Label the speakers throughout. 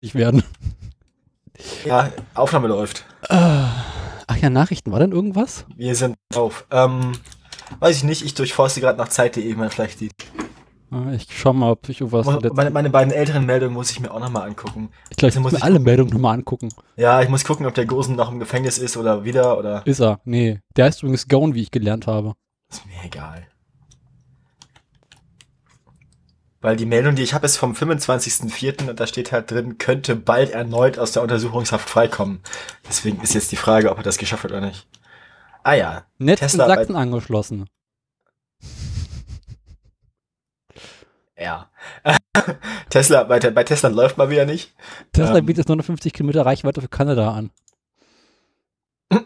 Speaker 1: Ich werden.
Speaker 2: Ja, Aufnahme läuft.
Speaker 1: Ach ja, Nachrichten, war denn irgendwas?
Speaker 2: Wir sind drauf. Ähm, weiß ich nicht, ich durchforste gerade nach Zeit.de, mal vielleicht die.
Speaker 1: Ah, Ich schau mal, ob ich irgendwas. in
Speaker 2: Muss,
Speaker 1: der-
Speaker 2: meine, meine beiden älteren Meldungen muss ich mir auch nochmal angucken.
Speaker 1: ich glaube, ich
Speaker 2: muss
Speaker 1: muss mir
Speaker 2: ich-
Speaker 1: alle Meldungen nochmal angucken.
Speaker 2: Ja, ich muss gucken, ob der Gosen noch im Gefängnis ist oder wieder oder.
Speaker 1: Ist er? Nee. Der heißt übrigens Gone, wie ich gelernt habe.
Speaker 2: Ist mir egal. Weil die Meldung, die ich habe, ist vom 25.04. und da steht halt drin, könnte bald erneut aus der Untersuchungshaft freikommen. Deswegen ist jetzt die Frage, ob er das geschafft hat oder nicht. Ah ja,
Speaker 1: Netz in
Speaker 2: Tesla-
Speaker 1: Sachsen angeschlossen.
Speaker 2: ja. Tesla, bei, bei Tesla läuft mal wieder nicht.
Speaker 1: Tesla
Speaker 2: Ähm.
Speaker 1: bietet 59 Kilometer Reichweite für Kanada an. Das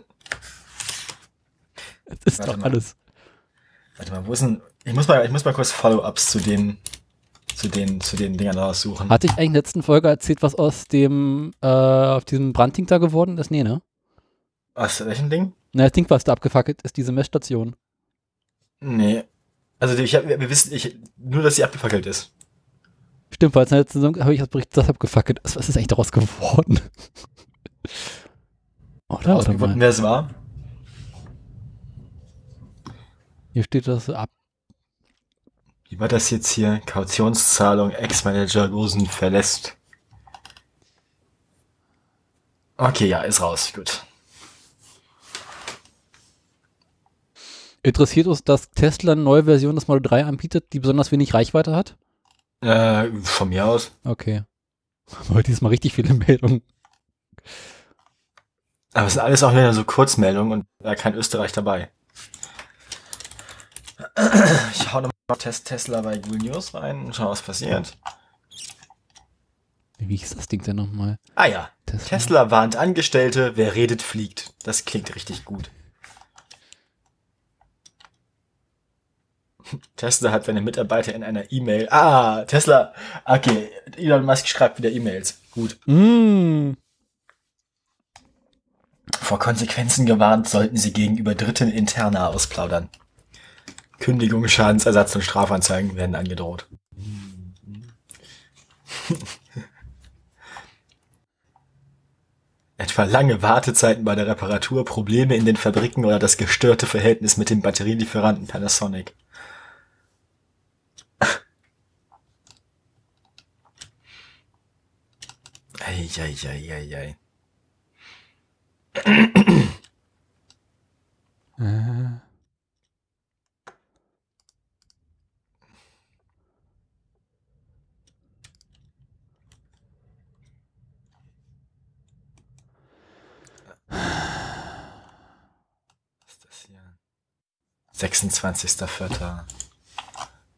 Speaker 1: ist
Speaker 2: Warte
Speaker 1: doch
Speaker 2: mal.
Speaker 1: alles.
Speaker 2: Warte mal, wo ist denn. Ich muss mal, ich muss mal kurz Follow-ups zu den, zu den, zu den Dingern raussuchen.
Speaker 1: Hatte ich eigentlich in der letzten Folge erzählt, was aus dem, äh, auf diesem Brandtink da geworden ist? Nee, ne?
Speaker 2: Was, welchen Ding?
Speaker 1: Na, das Ding, was da abgefackelt ist, diese Messstation.
Speaker 2: Nee. Also die- ich hab, wir wir wissen, ich, nur dass sie abgefackelt ist.
Speaker 1: Stimmt, weil in der letzten Saison habe ich das Bericht das abgefackelt. Was was ist eigentlich daraus geworden? Oder? Warte
Speaker 2: Ausgefunden,
Speaker 1: mal.
Speaker 2: wer es war.
Speaker 1: Hier steht das ab.
Speaker 2: Wie war das jetzt hier? Kautionszahlung, Ex-Manager Gosen verlässt. Okay, ja, ist raus. Gut.
Speaker 1: Interessiert uns, dass Tesla eine neue Version des Model 3 anbietet, die besonders wenig Reichweite hat?
Speaker 2: Äh, von mir aus.
Speaker 1: Okay. Aber heute diesmal richtig viele Meldungen.
Speaker 2: Aber es sind alles auch wieder so Kurzmeldungen und da kein Österreich dabei. Ich hau nochmal Test Tesla bei Google News rein und schau, was passiert.
Speaker 1: Wie hieß das Ding denn nochmal?
Speaker 2: Ah ja,
Speaker 1: Tesla.
Speaker 2: Tesla warnt Angestellte, wer redet, fliegt. Das klingt richtig gut. Tesla hat seine Mitarbeiter in einer E-Mail. Ah, Tesla. Okay, Elon Musk schreibt wieder E-Mails. Gut.
Speaker 1: Mm.
Speaker 2: Vor Konsequenzen gewarnt, sollten sie gegenüber Dritten interner ausplaudern. Kündigung, Schadensersatz und Strafanzeigen werden angedroht. Etwa lange Wartezeiten bei der Reparatur, Probleme in den Fabriken oder das gestörte Verhältnis mit dem Batterielieferanten Panasonic. Eieieiei.
Speaker 1: Äh.
Speaker 2: Was ist das hier? 26.04.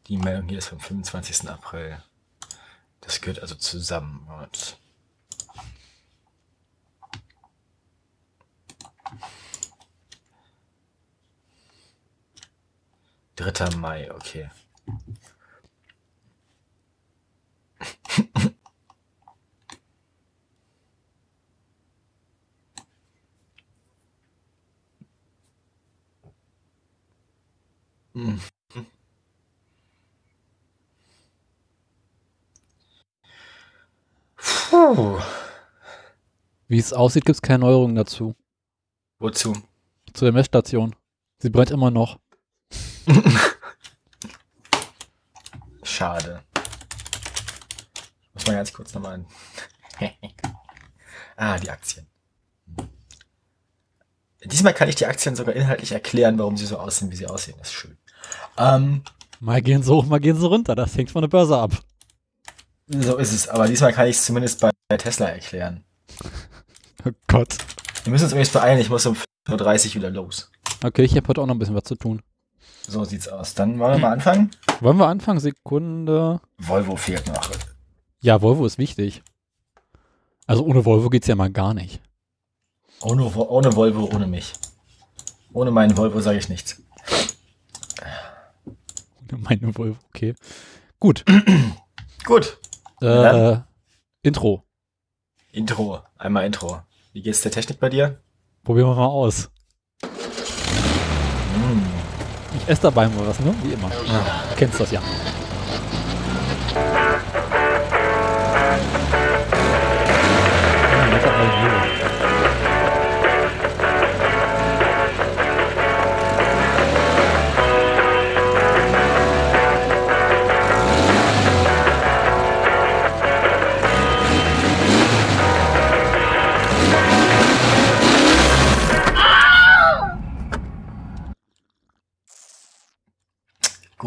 Speaker 2: Die Meldung hier ist vom 25. April. Das gehört also zusammen. Und Dritter Mai, okay. Puh.
Speaker 1: Wie es aussieht, gibt es keine Neuerungen dazu.
Speaker 2: Wozu?
Speaker 1: Zu der Messstation. Sie brennt immer noch.
Speaker 2: Schade. Muss man ganz kurz nochmal an. ah, die Aktien. Diesmal kann ich die Aktien sogar inhaltlich erklären, warum sie so aussehen, wie sie aussehen. Das ist schön. Ähm,
Speaker 1: Mal gehen sie hoch, mal gehen sie runter. Das hängt von der Börse ab.
Speaker 2: so ist es. Aber diesmal kann ich es zumindest bei Tesla erklären.
Speaker 1: Oh Gott.
Speaker 2: Wir müssen uns übrigens beeilen. Ich muss um 4.30 Uhr wieder los.
Speaker 1: Okay, ich habe heute auch noch ein bisschen was zu tun.
Speaker 2: So sieht's aus. Dann wollen wir mal anfangen.
Speaker 1: Wollen wir anfangen? Sekunde.
Speaker 2: Hm. Volvo fehlt noch.
Speaker 1: Ja, Volvo ist wichtig. Also ohne Volvo geht's ja mal gar nicht.
Speaker 2: Ohne, Vo- ohne Volvo, ohne mich. Ohne meinen Volvo sage ich nichts.
Speaker 1: Ohne meine Volvo, okay. Gut.
Speaker 2: Gut.
Speaker 1: Äh,
Speaker 2: dann?
Speaker 1: Intro.
Speaker 2: Intro. Einmal Intro. Wie geht's der Technik bei dir?
Speaker 1: Probieren wir mal aus. Ich esse dabei mal was, ne? Wie immer. Du kennst das ja.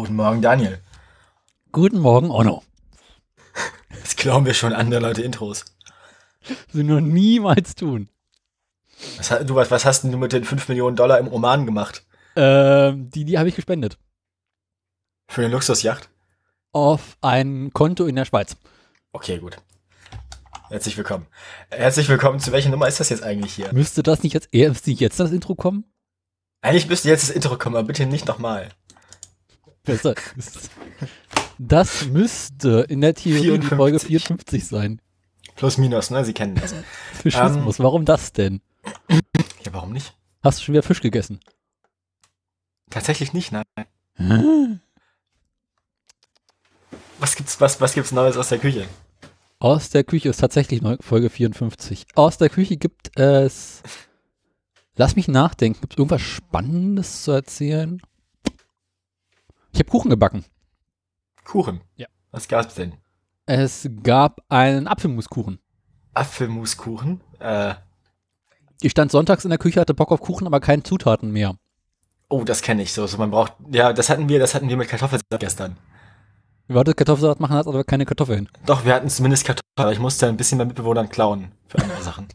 Speaker 2: Morgen, Daniel.
Speaker 1: Guten Morgen, Onno.
Speaker 2: Das glauben wir schon andere Leute Intros.
Speaker 1: Sie nur niemals tun.
Speaker 2: Was, ha- du, was, was hast denn du mit den 5 Millionen Dollar im Oman gemacht?
Speaker 1: Ähm, die die habe ich gespendet.
Speaker 2: Für eine Luxusjacht?
Speaker 1: Auf ein Konto in der Schweiz.
Speaker 2: Okay, gut. Herzlich willkommen. Herzlich willkommen. Zu welcher Nummer ist das jetzt eigentlich hier?
Speaker 1: Müsste das nicht jetzt, erst jetzt das Intro kommen?
Speaker 2: Eigentlich müsste jetzt das Intro kommen, aber bitte nicht nochmal.
Speaker 1: Besser ist. Das müsste in der Theorie die Folge 54 sein.
Speaker 2: Plus, minus, ne? Sie kennen das.
Speaker 1: Fischismus, warum das denn?
Speaker 2: Ja, warum nicht?
Speaker 1: Hast du schon wieder Fisch gegessen?
Speaker 2: Tatsächlich nicht, nein.
Speaker 1: Hm?
Speaker 2: Was gibt's, was, was gibt's Neues aus der Küche?
Speaker 1: Aus der Küche ist tatsächlich neu- Folge 54. Aus der Küche gibt es. Lass mich nachdenken. Gibt es irgendwas Spannendes zu erzählen? Ich habe Kuchen gebacken.
Speaker 2: Kuchen.
Speaker 1: Ja.
Speaker 2: Was gab's denn?
Speaker 1: Es gab einen Apfelmuskuchen.
Speaker 2: Apfelmuskuchen. Äh,
Speaker 1: Ich stand sonntags in der Küche, hatte Bock auf Kuchen, aber keine Zutaten mehr.
Speaker 2: oh, das kenne ich so. So, man braucht, ja, das hatten wir, das hatten wir mit Kartoffelsalat gestern.
Speaker 1: Wir wollten Kartoffelsalat machen, hatten aber keine Kartoffeln.
Speaker 2: Doch, wir hatten zumindest Kartoffeln, aber ich musste ein bisschen bei Mitbewohnern klauen für andere Sachen.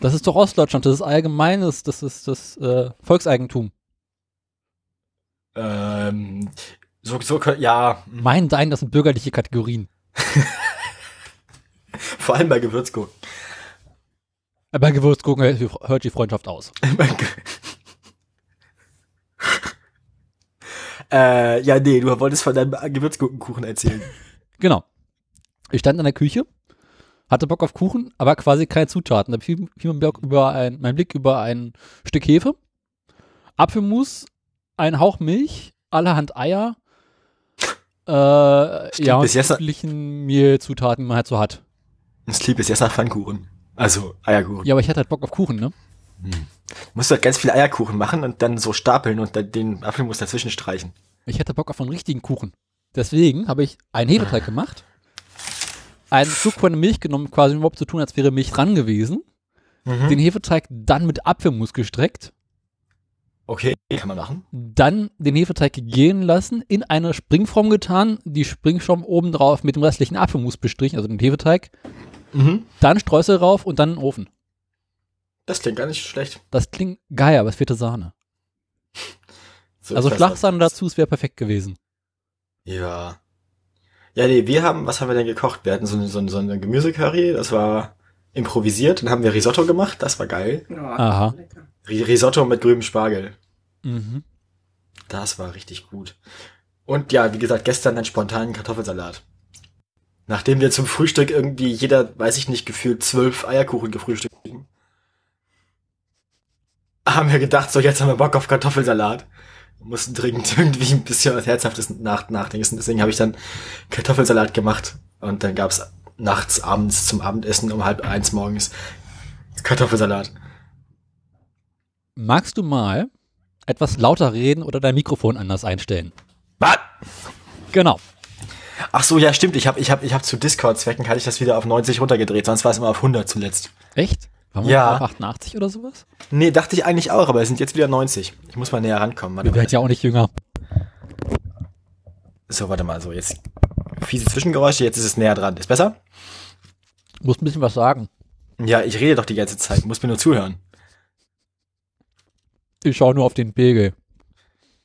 Speaker 1: Das ist doch Ostdeutschland, das ist allgemeines, das ist das äh, Volkseigentum.
Speaker 2: Ähm, so, so, kö- ja,
Speaker 1: Mein Dein, das sind bürgerliche Kategorien.
Speaker 2: vor allem bei Gewürzgurken.
Speaker 1: Aber Gewürzgurken hört hört die Freundschaft aus.
Speaker 2: Mein Gott. äh, ja, nee, du wolltest von deinem Gewürzgurkenkuchen erzählen.
Speaker 1: Genau. Ich stand in der Küche, hatte Bock auf Kuchen, aber quasi keine Zutaten. Da fiel, fiel mein, Blick über ein, mein Blick über ein Stück Hefe, Apfelmus, ein Hauch Milch, allerhand Eier. Äh, ja, und
Speaker 2: bis jetzt-
Speaker 1: üblichen Mehlzutaten, die man halt so hat.
Speaker 2: Das klingt bis jetzt nach Pfannkuchen. Also Eierkuchen.
Speaker 1: Ja, aber ich hatte halt Bock auf Kuchen, ne?
Speaker 2: Musst du halt ganz viele Eierkuchen machen und dann so stapeln und dann den Apfelmus dazwischen streichen.
Speaker 1: Ich hätte Bock auf einen richtigen Kuchen. Deswegen habe ich einen Hefeteig gemacht, einen Schluck von der Milch genommen, quasi um überhaupt zu tun, als wäre Milch dran gewesen,
Speaker 2: Mhm.
Speaker 1: den Hefeteig dann mit Apfelmus gestreckt,
Speaker 2: Okay, kann man machen.
Speaker 1: dann den Hefeteig gehen lassen, in eine Springform getan, die Springschaum oben drauf mit dem restlichen Apfelmus bestrichen, also den Hefeteig,
Speaker 2: Mhm.
Speaker 1: dann Streusel rauf und dann in den Ofen.
Speaker 2: Das klingt gar nicht schlecht.
Speaker 1: Das klingt geil, aber es fehlte Sahne.
Speaker 2: So
Speaker 1: also
Speaker 2: ist das
Speaker 1: Schlagsahne
Speaker 2: halt.
Speaker 1: dazu, es wäre perfekt gewesen.
Speaker 2: Ja. Ja, nee, wir haben, was haben wir denn gekocht? Wir hatten so eine, so eine, so eine Gemüsecurry, das war improvisiert. Dann haben wir Risotto gemacht, das war geil.
Speaker 1: Aha.
Speaker 3: Lecker.
Speaker 2: Ri- Risotto mit grünem Spargel,
Speaker 1: Mhm.
Speaker 2: das war richtig gut. Und ja, wie gesagt, gestern einen spontanen Kartoffelsalat. Nachdem wir zum Frühstück irgendwie jeder, weiß ich nicht, gefühlt zwölf Eierkuchen gefrühstückt haben, haben wir gedacht, so jetzt haben wir Bock auf Kartoffelsalat. Wir mussten dringend irgendwie ein bisschen was Herzhaftes nach nachdenken. Deswegen habe ich dann Kartoffelsalat gemacht und dann gab's nachts, abends zum Abendessen um halb eins morgens Kartoffelsalat.
Speaker 1: Magst du mal etwas lauter reden oder dein Mikrofon anders einstellen?
Speaker 2: Was?
Speaker 1: Genau.
Speaker 2: Ach so, ja, stimmt. Ich habe ich hab, ich hab zu Discord-Zwecken hatte ich das wieder auf 90 runtergedreht, sonst war es immer auf 100 zuletzt.
Speaker 1: Echt? Waren wir
Speaker 2: Ja.
Speaker 1: nicht auf 88 oder sowas?
Speaker 2: Nee, dachte ich eigentlich auch, aber es sind jetzt wieder 90. Ich muss mal näher rankommen. Warte
Speaker 1: Wir
Speaker 2: mal.
Speaker 1: werden ja auch nicht jünger.
Speaker 2: So, warte mal, so jetzt. Fiese Zwischengeräusche, jetzt ist es näher dran. Ist besser?
Speaker 1: Muss ein bisschen was sagen.
Speaker 2: Ja, ich rede doch die ganze Zeit, muss mir nur zuhören.
Speaker 1: Ich schaue nur auf den Pegel.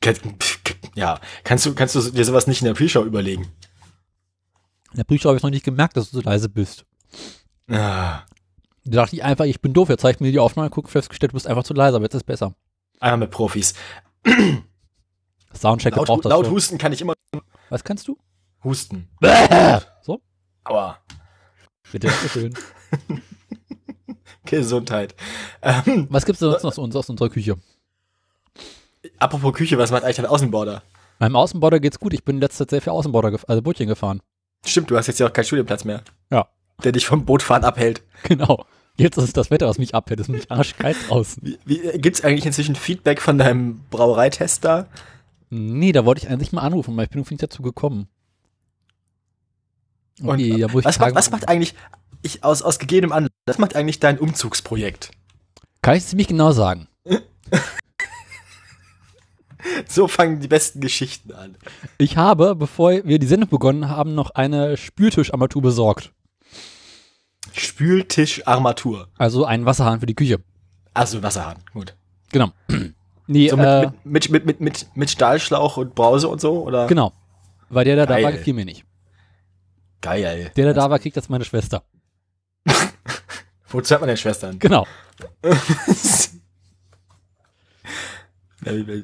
Speaker 2: Ke- pf, ke- Ja, kannst du, kannst du dir sowas nicht in der Pre-Show überlegen?
Speaker 1: In der Prüfung habe ich noch nicht gemerkt, dass du so leise bist.
Speaker 2: Ah,
Speaker 1: Da dachte ich einfach, ich bin doof. Jetzt zeige ich mir die Aufnahme, gucke, festgestellt, du bist einfach zu leise, aber jetzt ist besser.
Speaker 2: Einmal mit Profis.
Speaker 1: Soundcheck
Speaker 2: Laut,
Speaker 1: braucht das
Speaker 2: laut
Speaker 1: schon.
Speaker 2: husten kann ich immer
Speaker 1: Was kannst du?
Speaker 2: husten. Äh.
Speaker 1: So?
Speaker 2: Aua.
Speaker 1: Bitte, schön.
Speaker 2: Gesundheit. Ähm,
Speaker 1: Was gibt's denn sonst noch aus, uns, aus unserer Küche?
Speaker 2: apropos Küche, was macht eigentlich dein Außenborder?
Speaker 1: Meinem Außenborder geht's gut. Ich bin in letzter Zeit sehr viel Außenborder, gef also Bootchen gefahren.
Speaker 2: Stimmt, du hast jetzt ja auch keinen Studienplatz mehr.
Speaker 1: Ja.
Speaker 2: Der dich vom Bootfahren abhält.
Speaker 1: Genau. Jetzt ist es das Wetter, was mich abhält. Es ist nämlich arschkalt draußen.
Speaker 2: Wie, wie, gibt's eigentlich inzwischen Feedback von deinem Brauereitest da?
Speaker 1: Nee, da wollte ich eigentlich mal anrufen, aber ich bin irgendwie nicht dazu gekommen. Okay, da muss ich
Speaker 2: was, macht,
Speaker 1: fragen,
Speaker 2: was macht eigentlich, ich, aus, aus gegebenem Anlass, was macht eigentlich dein Umzugsprojekt?
Speaker 1: Kann ich es ziemlich genau sagen.
Speaker 2: So fangen die besten Geschichten an.
Speaker 1: Ich habe, bevor wir die Sendung begonnen haben, noch eine Spültischarmatur besorgt.
Speaker 2: Spültischarmatur.
Speaker 1: Also einen Wasserhahn für die Küche.
Speaker 2: Also Wasserhahn, gut.
Speaker 1: Genau. Nee,
Speaker 2: So
Speaker 1: äh,
Speaker 2: mit, mit, mit, mit, mit, mit Stahlschlauch und Brause und so, oder?
Speaker 1: genau. Weil der, der da war,
Speaker 2: Geil.
Speaker 1: gefiel mir nicht.
Speaker 2: Geil.
Speaker 1: Der, der da war, kriegt jetzt meine Schwester.
Speaker 2: Wozu hat man denn Schwestern?
Speaker 1: Genau.
Speaker 2: das, da habe ich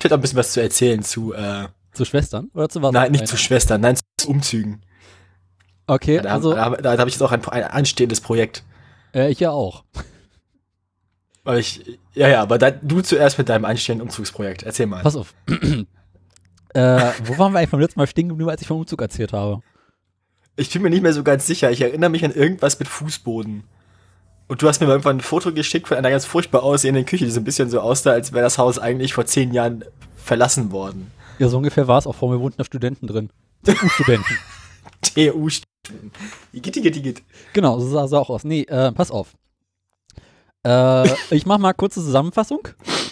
Speaker 2: vielleicht auch ein bisschen was zu erzählen zu, äh,
Speaker 1: Zu Schwestern oder zu was?
Speaker 2: nein, nicht zu Schwestern, nein, zu Umzügen.
Speaker 1: Okay,
Speaker 2: Da,
Speaker 1: also
Speaker 2: da, da habe ich jetzt auch ein, ein anstehendes Projekt.
Speaker 1: äh, ich ja auch.
Speaker 2: Weil ich, ja, ja, aber da, du zuerst mit deinem anstehenden Umzugsprojekt. Erzähl mal.
Speaker 1: Pass auf. äh, wo waren wir eigentlich beim letzten Mal stehen geblieben, als ich vom Umzug erzählt habe?
Speaker 2: Ich bin mir nicht mehr so ganz sicher. Ich erinnere mich an irgendwas mit Fußboden. Und du hast mir mal irgendwann ein Foto geschickt von einer ganz furchtbar aussehenden Küche, die so ein bisschen so aussah, als wäre das Haus eigentlich vor zehn Jahren verlassen worden.
Speaker 1: Ja, so ungefähr war es auch. Vor mir wohnten da Studenten drin. Studenten.
Speaker 2: TU. st- Igitt, igitt, igitt.
Speaker 1: Genau, so sah es auch aus. Nee, äh, pass auf. Äh, ich mache mal kurze Zusammenfassung.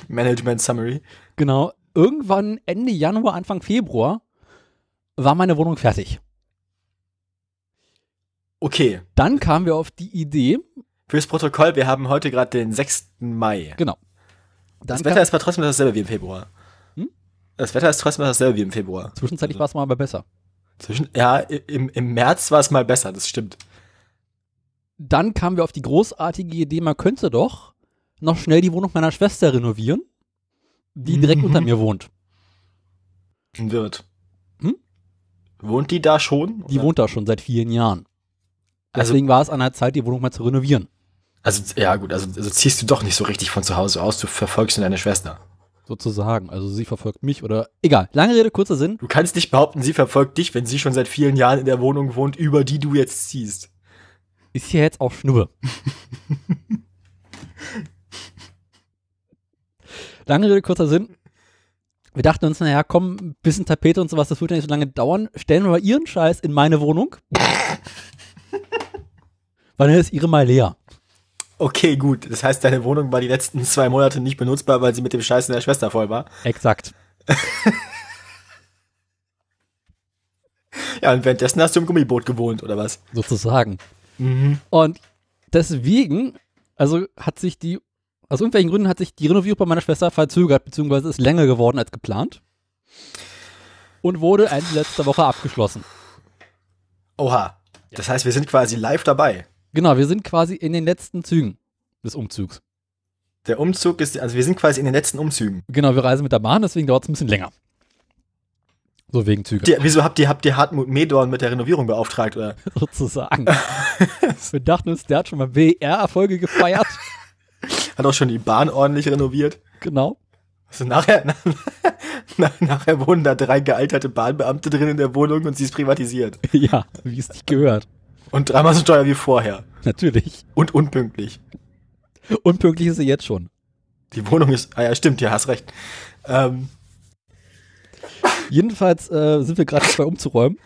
Speaker 2: Management Summary.
Speaker 1: Genau. Irgendwann Ende Januar, Anfang Februar war meine Wohnung fertig.
Speaker 2: Okay.
Speaker 1: Dann kamen wir auf die Idee.
Speaker 2: Fürs Protokoll, wir haben heute gerade den 6. Mai.
Speaker 1: Genau. Dann
Speaker 2: Das Wetter
Speaker 1: kam,
Speaker 2: ist aber trotzdem dasselbe wie im Februar.
Speaker 1: Hm?
Speaker 2: Das Wetter ist trotzdem dasselbe wie im Februar.
Speaker 1: zwischenzeitlich war es mal aber besser.
Speaker 2: Zwischen, ja, i- im, im März war es mal besser, das stimmt.
Speaker 1: Dann kamen wir auf die großartige Idee, man könnte doch noch schnell die Wohnung meiner Schwester renovieren, die direkt
Speaker 2: Mhm.
Speaker 1: unter mir wohnt.
Speaker 2: Wird.
Speaker 1: Hm?
Speaker 2: Wohnt die da schon?
Speaker 1: Die
Speaker 2: oder?
Speaker 1: wohnt da schon seit vielen Jahren.
Speaker 2: Also-
Speaker 1: Deswegen war es an der Zeit, die Wohnung mal zu renovieren.
Speaker 2: Also, ja, gut, also, also ziehst du doch nicht so richtig von zu Hause aus, du verfolgst nur deine Schwester.
Speaker 1: Sozusagen. Also sie verfolgt mich oder egal. Lange Rede, kurzer Sinn.
Speaker 2: Du kannst nicht behaupten, sie verfolgt dich, wenn sie schon seit vielen Jahren in der Wohnung wohnt, über die du jetzt ziehst.
Speaker 1: Ist hier jetzt auch Schnuppe. Lange Rede, kurzer Sinn. Wir dachten uns, naja, komm, ein bisschen Tapete und sowas, das wird ja nicht so lange dauern. Stellen wir mal ihren Scheiß in meine Wohnung. Weil dann ist ihre mal leer.
Speaker 2: Okay, gut. Das heißt, deine Wohnung war die letzten zwei Monate nicht benutzbar, weil sie mit dem Scheiß in der Schwester voll war.
Speaker 1: Exakt.
Speaker 2: Ja, und währenddessen hast du im Gummiboot gewohnt, oder was?
Speaker 1: Sozusagen.
Speaker 2: Mhm.
Speaker 1: Und deswegen, also hat sich die, aus irgendwelchen Gründen hat sich die Renovierung bei meiner Schwester verzögert, beziehungsweise ist länger geworden als geplant. Und wurde Ende letzter Woche abgeschlossen.
Speaker 2: Oha. Das heißt, wir sind quasi live dabei.
Speaker 1: Genau, wir sind quasi in den letzten Zügen des Umzugs.
Speaker 2: Der Umzug ist, also wir sind quasi in den letzten Umzügen.
Speaker 1: Genau, wir reisen mit der Bahn, deswegen dauert es ein bisschen länger. So wegen Züge,
Speaker 2: Die, wieso habt ihr, habt ihr Hartmut Medorn mit der Renovierung beauftragt, oder?
Speaker 1: sozusagen. wir dachten uns, der hat schon mal BR-Erfolge gefeiert.
Speaker 2: Hat auch schon die Bahn ordentlich renoviert.
Speaker 1: genau.
Speaker 2: Also nachher, na, nachher wohnen da drei gealterte Bahnbeamte drin in der Wohnung und sie ist privatisiert.
Speaker 1: Ja, wie es dich gehört.
Speaker 2: Und dreimal so teuer wie vorher.
Speaker 1: Natürlich.
Speaker 2: Und unpünktlich.
Speaker 1: Unpünktlich ist sie jetzt schon.
Speaker 2: Die Wohnung ist, ah ja, stimmt, ja, hast recht. Ähm,
Speaker 1: Jedenfalls äh, sind wir gerade dabei umzuräumen,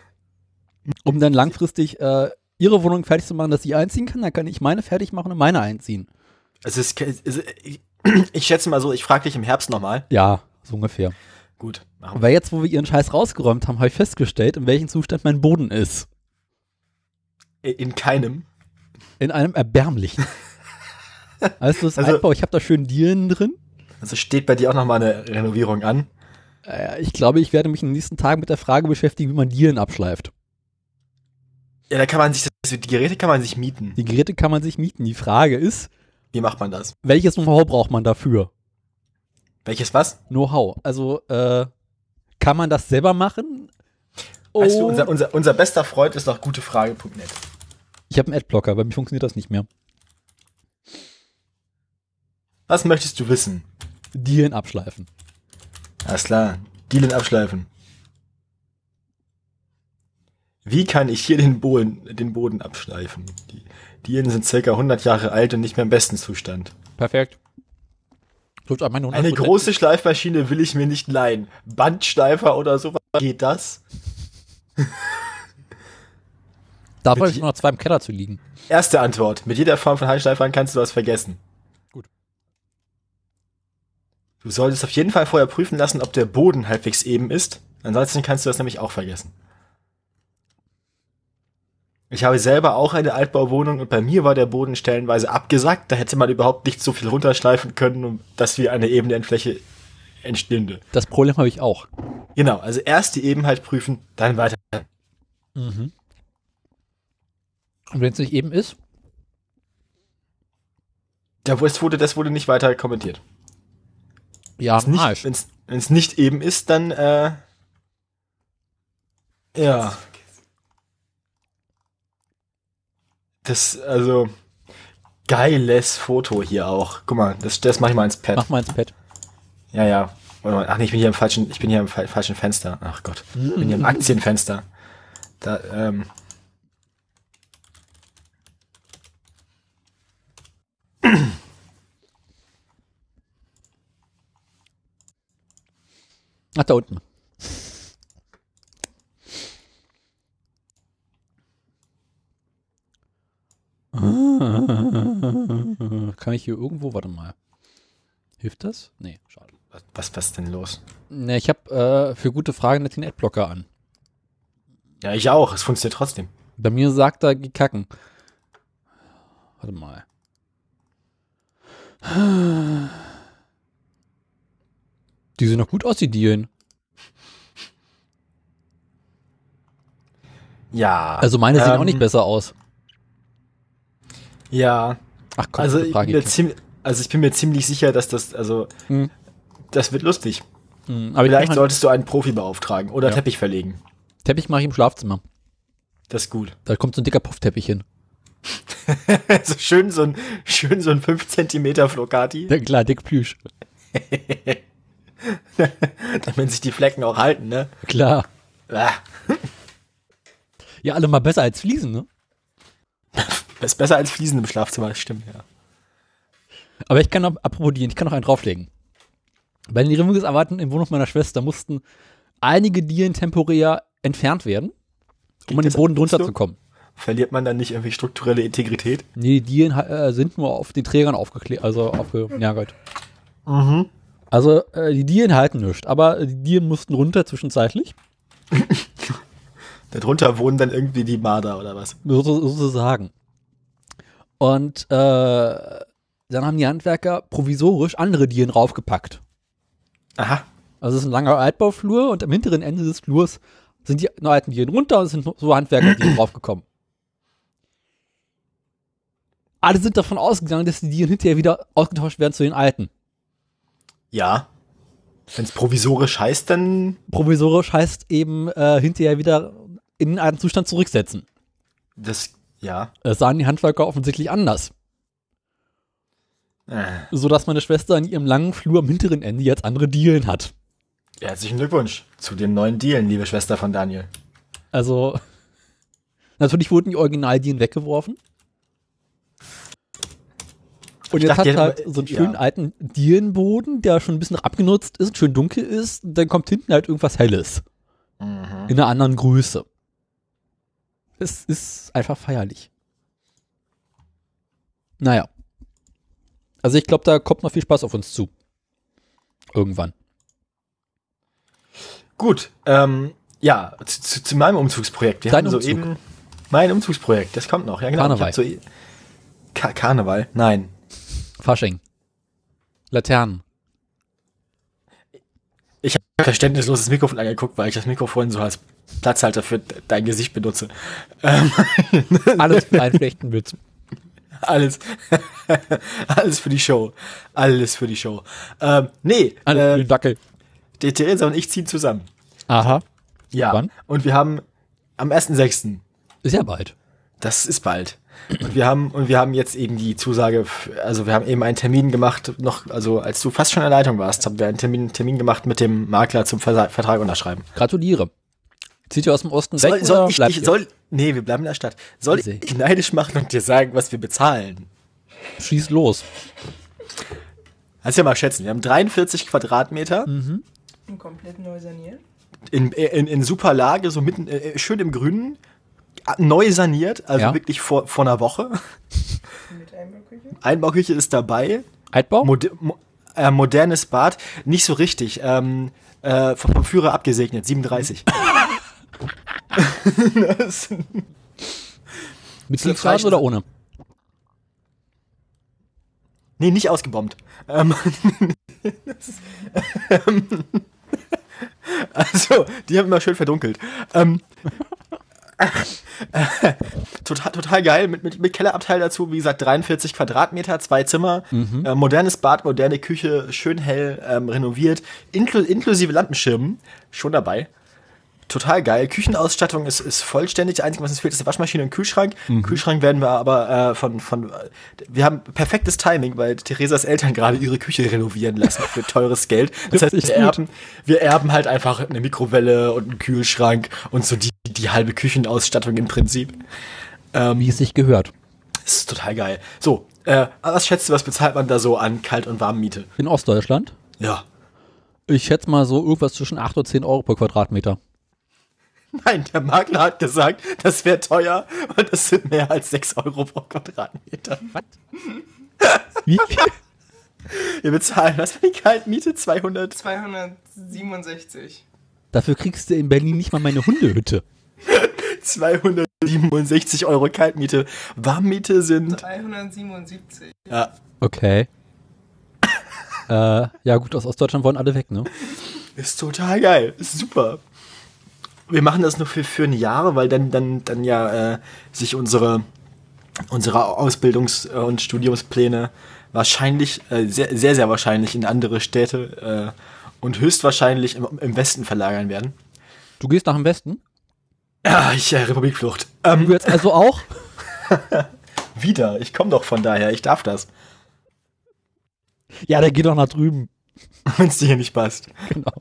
Speaker 1: um dann langfristig äh, ihre Wohnung fertig zu machen, dass sie einziehen kann. Dann kann ich meine fertig machen und meine einziehen.
Speaker 2: es ist, es ist ich, ich schätze mal so, ich frage dich im Herbst nochmal.
Speaker 1: Ja, so ungefähr.
Speaker 2: Gut, machen wir.
Speaker 1: Weil jetzt, wo wir ihren Scheiß rausgeräumt haben, habe ich festgestellt, in welchem Zustand mein Boden ist.
Speaker 2: In keinem.
Speaker 1: In einem erbärmlichen. Also das
Speaker 2: Also-
Speaker 1: Altbau, ich habe da schön Dielen drin.
Speaker 2: Also steht bei dir auch nochmal eine Renovierung an.
Speaker 1: Äh, Ich glaube, ich werde mich in den nächsten Tagen mit der Frage beschäftigen, wie man Dielen abschleift.
Speaker 2: Ja, da kann man sich, das- die Geräte kann man sich mieten.
Speaker 1: Die Geräte kann man sich mieten. Die Frage ist,
Speaker 2: Wie macht man das?
Speaker 1: welches Know-how braucht man dafür?
Speaker 2: Welches was?
Speaker 1: Know-how. Also, äh, kann man das selber machen? Oh.
Speaker 2: Weißt du, unser, unser, unser bester Freund ist noch gutefrage.net.
Speaker 1: ich habe einen Adblocker, bei mir funktioniert das nicht mehr.
Speaker 2: Was möchtest du wissen?
Speaker 1: Dielen abschleifen.
Speaker 2: Alles klar. Dielen abschleifen. Wie kann ich hier den Boden, den Boden abschleifen? Die Dielen sind circa 100 Jahre alt und nicht mehr im besten Zustand.
Speaker 1: Perfekt. Tut an meine 100%.
Speaker 2: Eine große Schleifmaschine will ich mir nicht leihen. Bandschleifer oder sowas. Geht das?
Speaker 1: Da wollte ich nur noch zwei im Keller zu liegen.
Speaker 2: Erste Antwort. Mit jeder Form von Handschleifern kannst du was vergessen.
Speaker 1: Gut.
Speaker 2: Du solltest auf jeden Fall vorher prüfen lassen, ob der Boden halbwegs eben ist. Ansonsten kannst du das nämlich auch vergessen. Ich habe selber auch eine Altbauwohnung und bei mir war der Boden stellenweise abgesackt. Da hätte man überhaupt nicht so viel runterschleifen können, um- dass wir eine ebene Endfläche entstünde.
Speaker 1: Das Problem habe ich auch.
Speaker 2: Genau, also erst die Ebenheit prüfen, dann weiter.
Speaker 1: Und wenn es nicht eben ist,
Speaker 2: Da wo es wurde, das wurde nicht weiter kommentiert.
Speaker 1: ja,
Speaker 2: Wenn's nicht-
Speaker 1: Arsch.
Speaker 2: wenn's- wenn's nicht eben ist, dann äh, ja. Das, also, geiles Foto hier auch. Guck mal, das, das mach ich mal ins Pad.
Speaker 1: Mach mal ins Bett.
Speaker 2: Ja, ja. Warte mal. Ach nee, ich bin hier im falschen, ich bin hier im fa- falschen Fenster. Ach Gott. Ich bin hier
Speaker 1: Mm.
Speaker 2: im Aktienfenster. Da, ähm.
Speaker 1: Ach, da unten. Kann ich hier irgendwo, warte mal. Hilft das? Nee, schade.
Speaker 2: Was, was, was ist denn los?
Speaker 1: Nee, ich habe äh, für gute Fragen nicht den Adblocker an.
Speaker 2: Ja, ich auch. Es funktioniert trotzdem.
Speaker 1: Bei mir sagt er, geh kacken. Warte mal. Die sehen noch gut aus, die Dielen.
Speaker 2: Ja.
Speaker 1: Also meine sehen auch nicht
Speaker 2: Ähm,
Speaker 1: besser aus.
Speaker 2: Ja.
Speaker 1: Ach komm,
Speaker 2: Also
Speaker 1: gute
Speaker 2: ich,
Speaker 1: Frage,
Speaker 2: bin mir
Speaker 1: Ike.
Speaker 2: ziemlich, also ich bin mir ziemlich sicher, dass das, also,
Speaker 1: Hm.
Speaker 2: das wird lustig.
Speaker 1: Hm, Aber ich mach
Speaker 2: Vielleicht
Speaker 1: mal,
Speaker 2: solltest du einen Profi beauftragen oder
Speaker 1: Ja.
Speaker 2: Teppich verlegen.
Speaker 1: Teppich mache ich im Schlafzimmer.
Speaker 2: Das ist gut.
Speaker 1: Da kommt so ein dicker Puffteppich hin.
Speaker 2: Also schön so ein, schön so ein 5 Zentimeter Flocati,
Speaker 1: Ja, klar, dick Plüsch.
Speaker 2: damit sich die Flecken auch halten, ne?
Speaker 1: Klar.
Speaker 2: Ah,
Speaker 1: Ja, alle mal besser als Fliesen, ne?
Speaker 2: Das ist besser als Fliesen im Schlafzimmer, das stimmt, ja.
Speaker 1: Aber ich kann noch, apropos Dielen, ich kann noch einen drauflegen. Bei den Rimmelsarbeiten in Wohnung meiner Schwester mussten einige Dielen temporär entfernt werden, um an den
Speaker 2: das
Speaker 1: Boden drunter
Speaker 2: so?
Speaker 1: zu kommen.
Speaker 2: Verliert man dann nicht irgendwie strukturelle Integrität?
Speaker 1: Nee, die Dielen ha- äh, sind nur auf den Trägern aufgeklebt, also aufgenagelt. Also äh, die Dielen halten nichts, aber äh, die Dielen mussten runter zwischenzeitlich,
Speaker 2: Darunter wohnen dann irgendwie die Marder oder was?
Speaker 1: so- so- sozusagen. Und äh, dann haben die Handwerker provisorisch andere Dielen raufgepackt.
Speaker 2: Aha.
Speaker 1: Also es ist ein langer Altbauflur und am hinteren Ende des Flurs sind die alten Dielen runter und es sind so Handwerker Dielen draufgekommen. Alle sind davon ausgegangen, dass die Dielen hinterher wieder ausgetauscht werden zu den alten.
Speaker 2: Ja. Wenn es provisorisch heißt, dann
Speaker 1: provisorisch heißt eben äh, hinterher wieder in den alten Zustand zurücksetzen.
Speaker 2: das, ja.
Speaker 1: Das sahen die Handwerker offensichtlich anders,
Speaker 2: Äh,
Speaker 1: sodass meine Schwester in ihrem langen Flur am hinteren Ende jetzt andere Dielen hat.
Speaker 2: Herzlichen Glückwunsch zu den neuen Dealen, liebe Schwester von Daniel.
Speaker 1: Also natürlich wurden die Originaldielen weggeworfen. Und
Speaker 2: Ich
Speaker 1: jetzt
Speaker 2: dachte,
Speaker 1: hat
Speaker 2: die
Speaker 1: halt
Speaker 2: hätten-
Speaker 1: so einen schönen
Speaker 2: ja.
Speaker 1: alten Dielenboden, der schon ein bisschen abgenutzt ist, schön dunkel ist, und dann kommt hinten halt irgendwas Helles.
Speaker 2: Mhm.
Speaker 1: In einer anderen Größe. Es ist einfach feierlich. Naja. Also ich glaube, da kommt noch viel Spaß auf uns zu. Irgendwann.
Speaker 2: Gut, ähm, ja, zu, zu, zu meinem Umzugsprojekt. Wir
Speaker 1: Dein
Speaker 2: haben
Speaker 1: Umzug.
Speaker 2: soeben mein Umzugsprojekt, das kommt noch. Ja, genau.
Speaker 1: Karneval.
Speaker 2: Ich hab So, Ka Karneval? Nein.
Speaker 1: Fasching. Laternen.
Speaker 2: Ich habe verständnisloses Mikrofon angeguckt, weil ich das Mikrofon so als Platzhalter für de- dein Gesicht benutze.
Speaker 1: Alles für einen schlechten Witz.
Speaker 2: Alles, alles für die Show. Alles für die Show. Ähm, nee,
Speaker 1: Alles für
Speaker 2: äh,
Speaker 1: den Dackel.
Speaker 2: die Theresa und ich ziehen zusammen.
Speaker 1: Aha.
Speaker 2: Ja.
Speaker 1: Wann?
Speaker 2: Und wir haben am 1.6.
Speaker 1: Ist ja bald.
Speaker 2: Das ist bald. Und wir haben, und wir haben jetzt eben die Zusage, f- also wir haben eben einen Termin gemacht, noch, also als du fast schon in der Leitung warst, haben wir einen Termin, Termin gemacht mit dem Makler zum Versa Vertrag unterschreiben.
Speaker 1: Gratuliere. Zieht ihr aus dem Osten weg
Speaker 2: Soll,
Speaker 1: oder
Speaker 2: soll ich,
Speaker 1: bleibt
Speaker 2: dich,
Speaker 1: ihr?
Speaker 2: soll, nee, wir bleiben in der Stadt. Soll ich
Speaker 1: Easy.
Speaker 2: dich neidisch machen und dir sagen, was wir bezahlen?
Speaker 1: Schieß los.
Speaker 2: Kannst ja mal schätzen. Wir haben 43 Quadratmeter
Speaker 1: Mhm.
Speaker 3: Und komplett neu saniert.
Speaker 2: in, in, in super Lage, so mitten, äh, schön im Grünen, a- neu saniert, also
Speaker 1: Ja.
Speaker 2: wirklich vor, vor einer Woche.
Speaker 3: Mit Einbauküche.
Speaker 2: Einbauküche ist dabei.
Speaker 1: Altbau?
Speaker 2: Mode, mo, äh, modernes Bad. Nicht so richtig. Ähm, äh, vom vom Führer abgesegnet, 37. das,
Speaker 1: Mit
Speaker 2: So
Speaker 1: Dienstladen
Speaker 2: frei-
Speaker 1: oder ohne?
Speaker 2: nee, nicht ausgebombt. Ähm, das, ähm, also, die haben immer schön verdunkelt. Ähm, äh, total, total geil, mit, mit, mit Kellerabteil dazu, wie gesagt, 43 Quadratmeter, zwei Zimmer, äh, modernes Bad, moderne Küche, schön hell, ähm, renoviert, inklu inklusive Lampenschirmen, schon dabei. Total geil. Küchenausstattung ist, ist vollständig. Das Einzige, was uns fehlt, ist eine Waschmaschine und Kühlschrank. Kühlschrank werden wir aber äh, von, von. Wir haben perfektes Timing, weil Theresas Eltern gerade ihre Küche renovieren lassen für teures Geld. Das heißt,
Speaker 1: Richtig
Speaker 2: wir
Speaker 1: gut.
Speaker 2: erben, wir erben halt einfach eine Mikrowelle und einen Kühlschrank und so die, die halbe Küchenausstattung im Prinzip. Ähm,
Speaker 1: Wie es sich gehört.
Speaker 2: Das ist total geil. So, äh, was schätzt du, was bezahlt man da so an Kalt- und Warmmiete?
Speaker 1: In Ostdeutschland.
Speaker 2: Ja.
Speaker 1: Ich schätze mal so irgendwas zwischen 8 und 10 Euro pro Quadratmeter.
Speaker 2: Nein, der Makler hat gesagt, das wäre teuer und das sind mehr als 6 Euro pro Quadratmeter.
Speaker 1: Was? Wie?
Speaker 2: Wir bezahlen, was für die Kaltmiete? 200?
Speaker 3: 267.
Speaker 1: Dafür kriegst du in Berlin nicht mal meine Hundehütte.
Speaker 2: 267 Euro Kaltmiete. Warmmiete sind.
Speaker 3: 377.
Speaker 2: Ja,
Speaker 1: Okay. äh, ja gut, aus Ostdeutschland wollen alle weg, ne?
Speaker 2: ist total geil. Ist super. Wir machen das nur für, für ein Jahr, weil dann, dann, dann ja äh, sich unsere, unsere Ausbildungs- und Studiumspläne wahrscheinlich, äh, sehr, sehr, sehr wahrscheinlich in andere Städte äh, und höchstwahrscheinlich im, im Westen verlagern werden.
Speaker 1: Du gehst nach dem Westen?
Speaker 2: Ah, ich, äh, Republikflucht. Ähm,
Speaker 1: Du jetzt also auch?
Speaker 2: wieder, ich komme doch von daher, ich darf das,
Speaker 1: Ja, der geht doch nach drüben.
Speaker 2: wenn es dir hier nicht passt.
Speaker 1: Genau.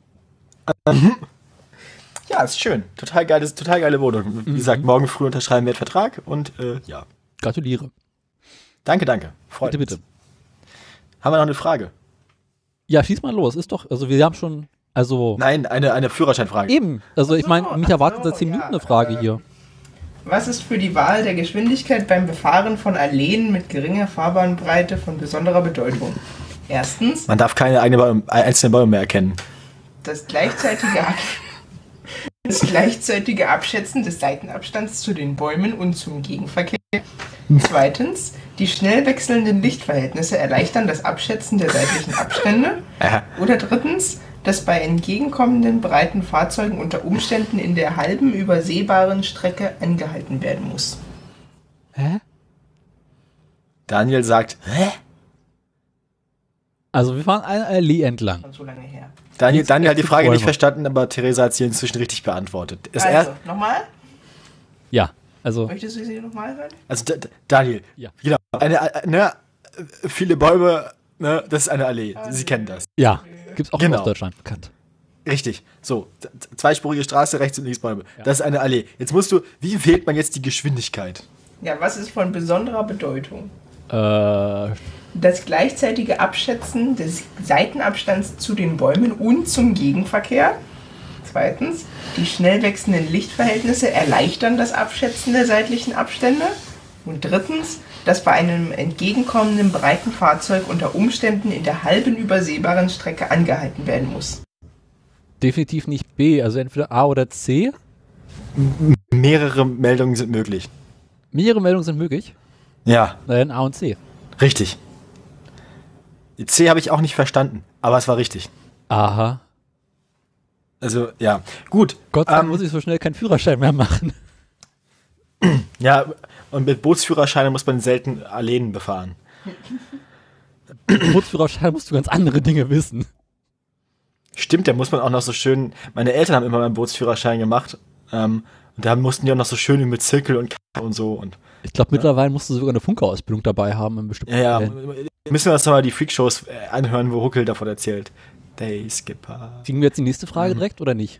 Speaker 2: Ja, ist schön. Total geiles, total geile Wohnung. Wie
Speaker 1: Mhm.
Speaker 2: gesagt, morgen früh unterschreiben wir den Vertrag und äh, ja.
Speaker 1: Gratuliere.
Speaker 2: Danke, danke. Freut
Speaker 1: Bitte,
Speaker 2: uns.
Speaker 1: bitte.
Speaker 2: Haben wir noch eine Frage?
Speaker 1: Ja, schieß mal los. Ist doch, also wir haben schon, also
Speaker 2: Nein, eine, eine Führerscheinfrage.
Speaker 1: eben. Also ich meine, mich erwartet seit 10
Speaker 3: ja,
Speaker 1: Minuten eine Frage
Speaker 3: äh,
Speaker 1: hier.
Speaker 3: Was ist für die Wahl der Geschwindigkeit beim Befahren von Alleen mit geringer Fahrbahnbreite von besonderer Bedeutung? Erstens,
Speaker 2: Man darf keine eigene Bäume, einzelnen Bäume mehr erkennen.
Speaker 3: das gleichzeitige, Ab das gleichzeitige Abschätzen des Seitenabstands zu den Bäumen und zum Gegenverkehr. Zweitens, die schnell wechselnden Lichtverhältnisse erleichtern das Abschätzen der seitlichen Abstände.
Speaker 2: Aha.
Speaker 3: Oder drittens, dass bei entgegenkommenden breiten Fahrzeugen unter Umständen in der halben übersehbaren Strecke angehalten werden muss.
Speaker 1: Hä?
Speaker 2: Daniel sagt, hä?
Speaker 1: Also wir fahren eine Allee entlang.
Speaker 3: Schon so lange her.
Speaker 2: Daniel, Daniel hat die
Speaker 1: echte
Speaker 2: Frage
Speaker 1: Bäume.
Speaker 2: nicht verstanden, aber Theresa hat sie inzwischen richtig beantwortet. Das
Speaker 3: Also,
Speaker 2: er,
Speaker 3: nochmal?
Speaker 1: Ja, also
Speaker 3: Möchtest du sie nochmal hören?
Speaker 2: also D D- Daniel,
Speaker 1: Ja.
Speaker 2: genau. Eine, äh, ne, äh, viele Bäume, ne, das ist eine Allee. Sie kennen das.
Speaker 1: ja, gibt's auch in
Speaker 2: Genau.
Speaker 1: Ostdeutschland bekannt.
Speaker 2: Richtig. So, d- d- zweispurige Straße, rechts und links Bäume. Das ist eine Allee. Jetzt musst du, wie wählt man jetzt die Geschwindigkeit?
Speaker 3: Ja, was ist von besonderer Bedeutung?
Speaker 1: Äh,
Speaker 3: Das gleichzeitige Abschätzen des Seitenabstands zu den Bäumen und zum Gegenverkehr. Zweitens, die schnell wechselnden Lichtverhältnisse erleichtern das Abschätzen der seitlichen Abstände. Und drittens, dass bei einem entgegenkommenden breiten Fahrzeug unter Umständen in der halben übersehbaren Strecke angehalten werden muss.
Speaker 1: definitiv nicht B, also entweder A oder C.
Speaker 2: Mehrere Meldungen sind möglich.
Speaker 1: Mehrere Meldungen sind möglich.
Speaker 2: Ja,
Speaker 1: Na Dann A und C.
Speaker 2: richtig. Die C habe ich auch nicht verstanden, aber es war richtig.
Speaker 1: Aha.
Speaker 2: Also, ja. Gut.
Speaker 1: Gott sei Dank
Speaker 2: ähm,
Speaker 1: muss ich so schnell keinen Führerschein mehr machen.
Speaker 2: Ja, und mit Bootsführerscheinen muss man selten Alleen befahren.
Speaker 1: Bootsführerschein musst du ganz andere Dinge wissen.
Speaker 2: Stimmt, da muss man auch noch so schön. Meine Eltern haben immer meinen Bootsführerschein gemacht. Ähm, und da mussten die auch noch so schön mit Zirkel und K und so. Und
Speaker 1: Ich glaube, mittlerweile musst du sogar eine Funkerausbildung dabei haben in bestimmten
Speaker 2: ja, ja.
Speaker 1: Fällen.
Speaker 2: Müssen wir uns nochmal die Freakshows äh, anhören, wo Huckel davon erzählt. Day Skipper.
Speaker 1: Kriegen wir jetzt die nächste
Speaker 2: Mhm.
Speaker 1: Frage direkt oder nicht?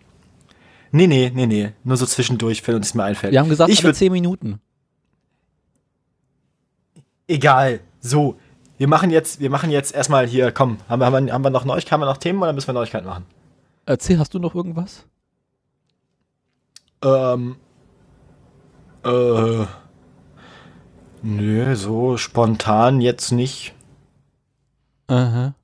Speaker 2: Nee, nee, nee, nee. Nur so zwischendurch, wenn uns mal einfällt.
Speaker 1: Wir haben gesagt,
Speaker 2: ich
Speaker 1: alle
Speaker 2: würde.
Speaker 1: 10 Minuten.
Speaker 2: Egal. So. Wir machen jetzt, wir machen jetzt erstmal hier, komm, haben wir, haben wir, haben wir noch Neuigkeiten, haben wir noch Themen oder müssen wir Neuigkeiten machen?
Speaker 1: Äh, C, hast du noch irgendwas?
Speaker 2: Ähm. Äh. Nö, so spontan jetzt nicht.
Speaker 1: Aha.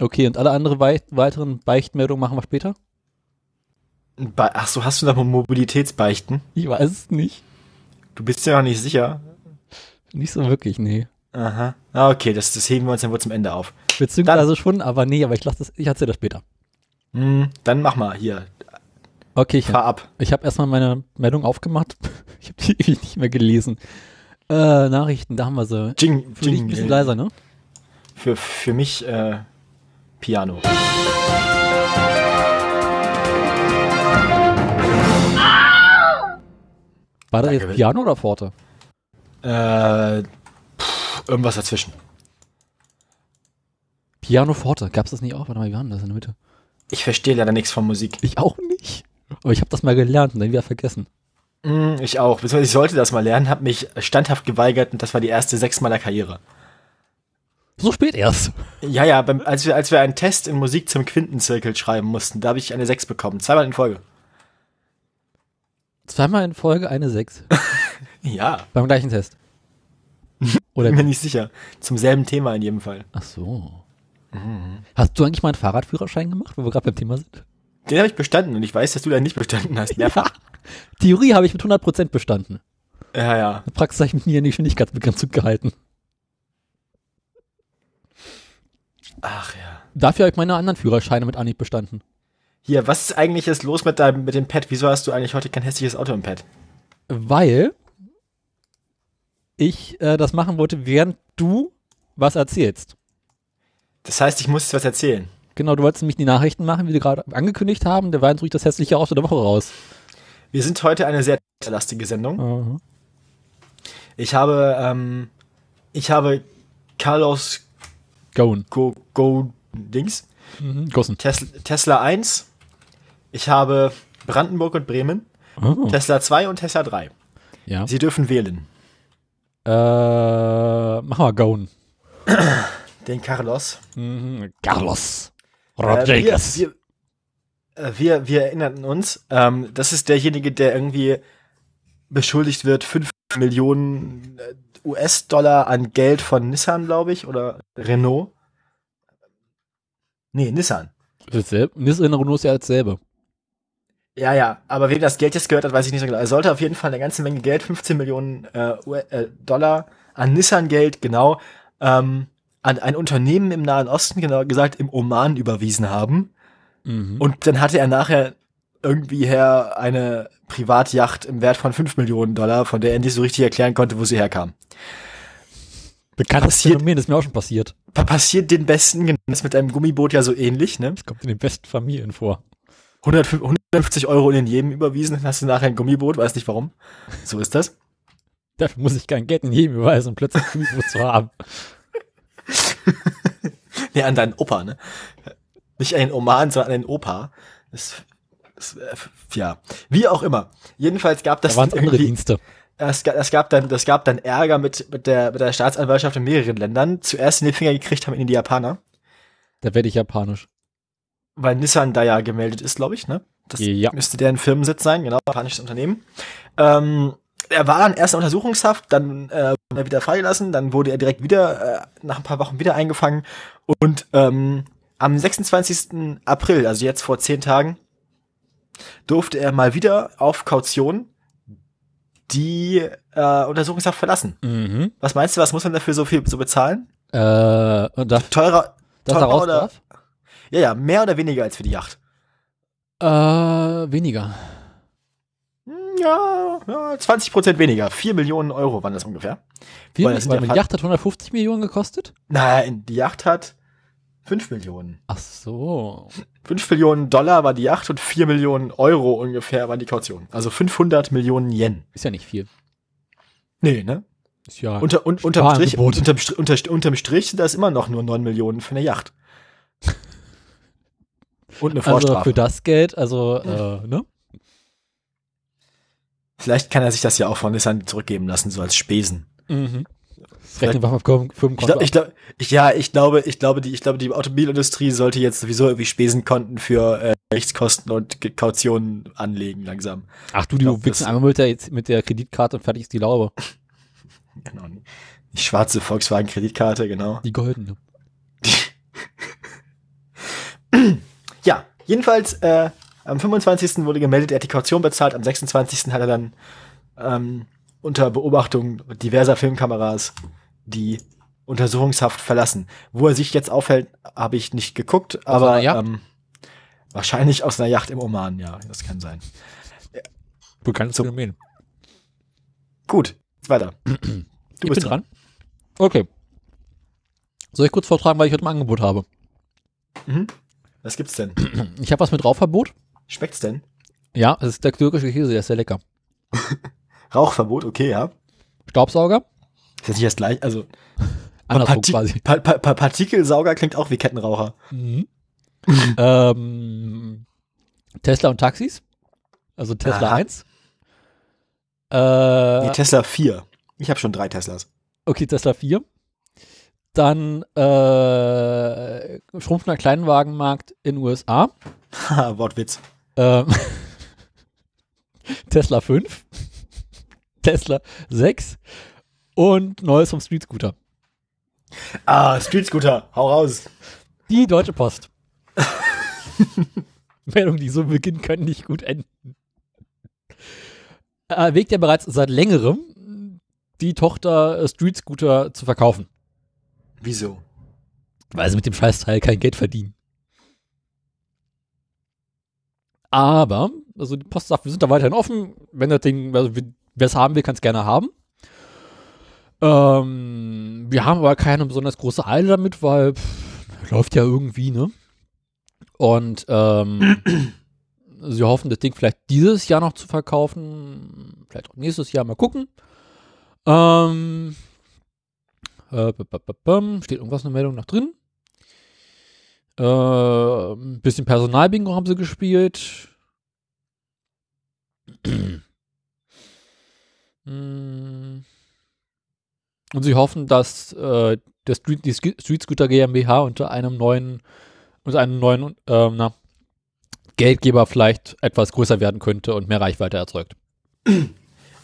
Speaker 1: Okay, und alle anderen Wei- weiteren Beichtmeldungen machen wir später?
Speaker 2: Be Ach so, hast du da mal Mobilitätsbeichten?
Speaker 1: Ich weiß es nicht.
Speaker 2: Du bist ja noch nicht sicher.
Speaker 1: Nicht so wirklich, nee.
Speaker 2: Aha. Ah, okay, das, das heben wir uns dann wohl zum Ende auf.
Speaker 1: Beziehungsweise schon, aber nee, aber ich lasse das, ich erzähle das später.
Speaker 2: Hm, dann mach mal hier.
Speaker 1: Okay, ich,
Speaker 2: Fahr ab.
Speaker 1: ich habe erstmal meine Meldung aufgemacht. Ich habe die ewig nicht mehr gelesen. Äh, Nachrichten, da haben wir sie.
Speaker 2: Jing,
Speaker 1: Für dich ein bisschen
Speaker 2: Jing.
Speaker 1: leiser, ne?
Speaker 2: Für, für mich äh, Piano.
Speaker 1: War das
Speaker 2: Danke,
Speaker 1: jetzt
Speaker 2: Will.
Speaker 1: Piano oder Pforte?
Speaker 2: Äh, pff, irgendwas dazwischen.
Speaker 1: Piano Forte, gab's das nicht auch? Warte mal, wie war denn das in der Mitte?
Speaker 2: Ich verstehe leider nichts von Musik.
Speaker 1: Ich auch nicht. Aber ich habe das mal gelernt und dann wieder vergessen.
Speaker 2: Hm, ich auch. Beziehungsweise Ich sollte das mal lernen, habe mich standhaft geweigert und das war die erste sechs meiner Karriere.
Speaker 1: So spät erst.
Speaker 2: Ja, ja, beim, als, wir, als wir einen Test in Musik zum Quintenzirkel schreiben mussten, da habe ich eine 6 bekommen. Zweimal in Folge.
Speaker 1: Zweimal in Folge eine 6.
Speaker 2: Ja,
Speaker 1: Beim gleichen Test.
Speaker 2: bin mir
Speaker 1: Oder?
Speaker 2: nicht sicher. Zum selben Thema in jedem Fall.
Speaker 1: Ach so. Hast du eigentlich mal einen Fahrradführerschein gemacht, wo wir gerade beim Thema sind?
Speaker 2: Den habe ich bestanden und ich weiß, dass du den nicht bestanden hast. Mehrfach.
Speaker 1: Theorie habe ich mit 100% bestanden.
Speaker 2: Ja, ja.
Speaker 1: In Praxis habe ich mich nie an die Geschwindigkeitsbegrenzung gehalten.
Speaker 2: Ach ja.
Speaker 1: Dafür habe ich meine anderen Führerscheine mit Anhieb bestanden.
Speaker 2: Hier, was ist eigentlich jetzt los mit, deinem, mit dem Pad? Wieso hast du eigentlich heute kein hässliches Auto im Pad?
Speaker 1: Weil ich äh, das machen wollte, während du was erzählst.
Speaker 2: Das heißt, ich muss jetzt was erzählen.
Speaker 1: Genau, du wolltest nämlich die Nachrichten machen, wie wir gerade angekündigt haben. Der Wein ruhig das hässliche Auto der Woche raus.
Speaker 2: Wir sind heute eine sehr lastige Sendung. Ich habe, ähm, ich habe Carlos
Speaker 1: Goen.
Speaker 2: Go, Go Dings,
Speaker 1: Mhm. Gossen.
Speaker 2: Tesla, Tesla 1. Ich habe Brandenburg und Bremen,
Speaker 1: Oh,
Speaker 2: Tesla 2 und Tesla 3.
Speaker 1: ja.
Speaker 2: Sie dürfen wählen.
Speaker 1: Äh, machen wir Goen.
Speaker 2: Den Carlos.
Speaker 1: Mhm. Carlos.
Speaker 2: Äh, wir,
Speaker 1: Rodriguez.
Speaker 2: wir, äh, wir, wir erinnerten uns, ähm, das ist derjenige, der irgendwie beschuldigt wird, 5 Millionen äh, US-Dollar an Geld von Nissan, glaube ich, oder Renault. Nee, Nissan.
Speaker 1: Dasselbe. Nissan Renault ist ja dasselbe.
Speaker 2: Ja, ja, aber wem das Geld jetzt gehört hat, weiß ich nicht so genau. Er sollte auf jeden Fall eine ganze Menge Geld, 15 Millionen äh, U- äh, Dollar an Nissan-Geld, genau, ähm, an ein Unternehmen im Nahen Osten, genauer gesagt im Oman überwiesen haben.
Speaker 1: Mhm.
Speaker 2: Und dann hatte er nachher irgendwie her eine Privatjacht im Wert von 5 Millionen Dollar, von der er nicht so richtig erklären konnte, wo sie herkam.
Speaker 1: Bekanntes
Speaker 2: passiert-
Speaker 1: Phänomen, das ist mir auch schon passiert.
Speaker 2: Pa- Passiert den Besten, genau, das ist mit einem Gummiboot ja so ähnlich, ne?
Speaker 1: Das kommt in den besten Familien vor.
Speaker 2: 105 150 Euro in den Jemen überwiesen, dann hast du nachher ein Gummiboot, weiß nicht warum. So ist das.
Speaker 1: Dafür muss ich kein Geld in jedem überweisen, um plötzlich ein Mikro zu haben.
Speaker 2: Nee, an deinen Opa, ne? Nicht an den Oman, sondern an den Opa. Das, das, äh, ja, wie auch immer. Jedenfalls gab das
Speaker 1: Da waren es andere
Speaker 2: irgendwie-
Speaker 1: Dienste.
Speaker 2: es, ga- es gab dann, das gab dann Ärger mit, mit, der, mit der Staatsanwaltschaft in mehreren Ländern. Zuerst in die Finger gekriegt haben ihn die Japaner,
Speaker 1: Da werde ich japanisch.
Speaker 2: weil Nissan da ja gemeldet ist, glaube ich, ne? Das
Speaker 1: Ja.
Speaker 2: müsste deren Firmensitz sein, genau, japanisches Unternehmen. Ähm, er war dann erst in Untersuchungshaft, dann äh, wurde er wieder freigelassen, dann wurde er direkt wieder, äh, nach ein paar Wochen wieder eingefangen und ähm, am 26. April, also jetzt vor zehn Tagen, durfte er mal wieder auf Kaution die äh, Untersuchungshaft verlassen.
Speaker 1: Mhm.
Speaker 2: Was meinst du, was muss man dafür so viel so bezahlen?
Speaker 1: Äh, und darf,
Speaker 2: Teurer,
Speaker 1: dass er
Speaker 2: Topper
Speaker 1: raus
Speaker 2: oder-
Speaker 1: darf?
Speaker 2: ja, ja, mehr oder weniger als für die Yacht.
Speaker 1: Äh, weniger.
Speaker 2: Hm, Ja, ja 20 Prozent weniger. 4 Millionen Euro waren das ungefähr.
Speaker 1: Wie
Speaker 2: Weil
Speaker 1: viel?
Speaker 2: das sind
Speaker 1: Weil
Speaker 2: ja
Speaker 1: meine
Speaker 2: fast-
Speaker 1: Yacht hat 150 Millionen gekostet?
Speaker 2: Nein, die Yacht hat 5 Millionen.
Speaker 1: Ach so.
Speaker 2: 5 Millionen Dollar war die Yacht und 4 Millionen Euro ungefähr waren die Kaution. Also 500 Millionen Yen.
Speaker 1: Ist ja nicht viel.
Speaker 2: Nee, ne?
Speaker 1: Ist ja.
Speaker 2: Unter, un, unterm, Strich,
Speaker 1: Sparangebot.
Speaker 2: unterm, Stri- unter, unterm Strich sind das immer noch nur 9 Millionen für eine Yacht. Und eine Vorstrafe.
Speaker 1: also für das Geld, also,
Speaker 2: Mhm.
Speaker 1: äh, ne?
Speaker 2: Vielleicht kann er sich das ja auch von Nissan zurückgeben lassen, so als Spesen.
Speaker 1: Mhm. Rechnen wir auf dem
Speaker 2: Ich
Speaker 1: Firmenkonto
Speaker 2: glaub, ich glaub, ich, ja, ich glaube, ich glaube, die, ich glaube, die Automobilindustrie sollte jetzt sowieso irgendwie Spesenkonten für äh, Rechtskosten und Ge- Kautionen anlegen, langsam.
Speaker 1: ab. Ach du,
Speaker 2: ich glaub,
Speaker 1: du wichsen
Speaker 2: das-
Speaker 1: einmal mit der, jetzt mit der Kreditkarte und fertig ist die Laube.
Speaker 2: Genau. Die schwarze Volkswagen-Kreditkarte, genau.
Speaker 1: Die goldene.
Speaker 2: Jedenfalls, äh, am 25. wurde gemeldet, er hat die Kaution bezahlt, am 26. hat er dann ähm, unter Beobachtung diverser Filmkameras die Untersuchungshaft verlassen. Wo er sich jetzt aufhält, habe ich nicht geguckt, aber
Speaker 1: einer Yacht?
Speaker 2: ähm, wahrscheinlich aus einer Yacht im Oman, ja, das kann sein.
Speaker 1: Bekanntes
Speaker 2: So.
Speaker 1: Phänomen.
Speaker 2: Gut, weiter. Du
Speaker 1: Du bist dran. Okay. Soll ich kurz vortragen, weil ich heute mal ein Angebot habe?
Speaker 2: Was gibt's denn?
Speaker 1: Ich habe was mit Rauchverbot.
Speaker 2: Schmeckt's denn?
Speaker 1: Ja, es ist der türkische Käse, der ist sehr lecker.
Speaker 2: Rauchverbot, okay, ja.
Speaker 1: Staubsauger?
Speaker 2: Ist das nicht das gleiche? Also,
Speaker 1: Andersrum
Speaker 2: Parti-
Speaker 1: quasi.
Speaker 2: Pa pa pa Partikelsauger klingt auch wie Kettenraucher.
Speaker 1: Mhm. ähm, Tesla und Taxis. Also Tesla
Speaker 2: Aha.
Speaker 1: 1.
Speaker 2: Nee,
Speaker 1: Äh,
Speaker 2: Tesla 4. Ich habe schon drei Teslas.
Speaker 1: okay, Tesla 4. Dann äh, schrumpfender Kleinwagenmarkt in USA.
Speaker 2: Haha, Wortwitz.
Speaker 1: Ähm, Tesla 5. Tesla 6. Und Neues vom Street Scooter.
Speaker 2: Ah, Street Scooter, hau raus.
Speaker 1: Die Deutsche Post. Meldungen, die so beginnen, können nicht gut enden. Äh, Weg, der bereits seit längerem die Tochter äh, Street Scooter zu verkaufen,
Speaker 2: Wieso?
Speaker 1: weil sie mit dem Scheißteil kein Geld verdienen. Aber, also die Post sagt, wir sind da weiterhin offen. Wenn das Ding, also wir- wer es haben will, kann es gerne haben. Ähm, wir haben aber keine besonders große Eile damit, weil pff, läuft ja irgendwie, ne? Und ähm, sie hoffen, das Ding vielleicht dieses Jahr noch zu verkaufen, vielleicht auch nächstes Jahr mal gucken. Ähm, äh, b- b- b- bum, steht irgendwas in der Meldung noch drin? Äh, ein Ähm, bisschen Personalbingo haben sie gespielt. Hm. Mm. Und sie hoffen, dass äh, der Street, die Sk- Street Scooter GmbH unter einem neuen, unter einem neuen ähm, na, Geldgeber vielleicht etwas größer werden könnte und mehr Reichweite erzeugt.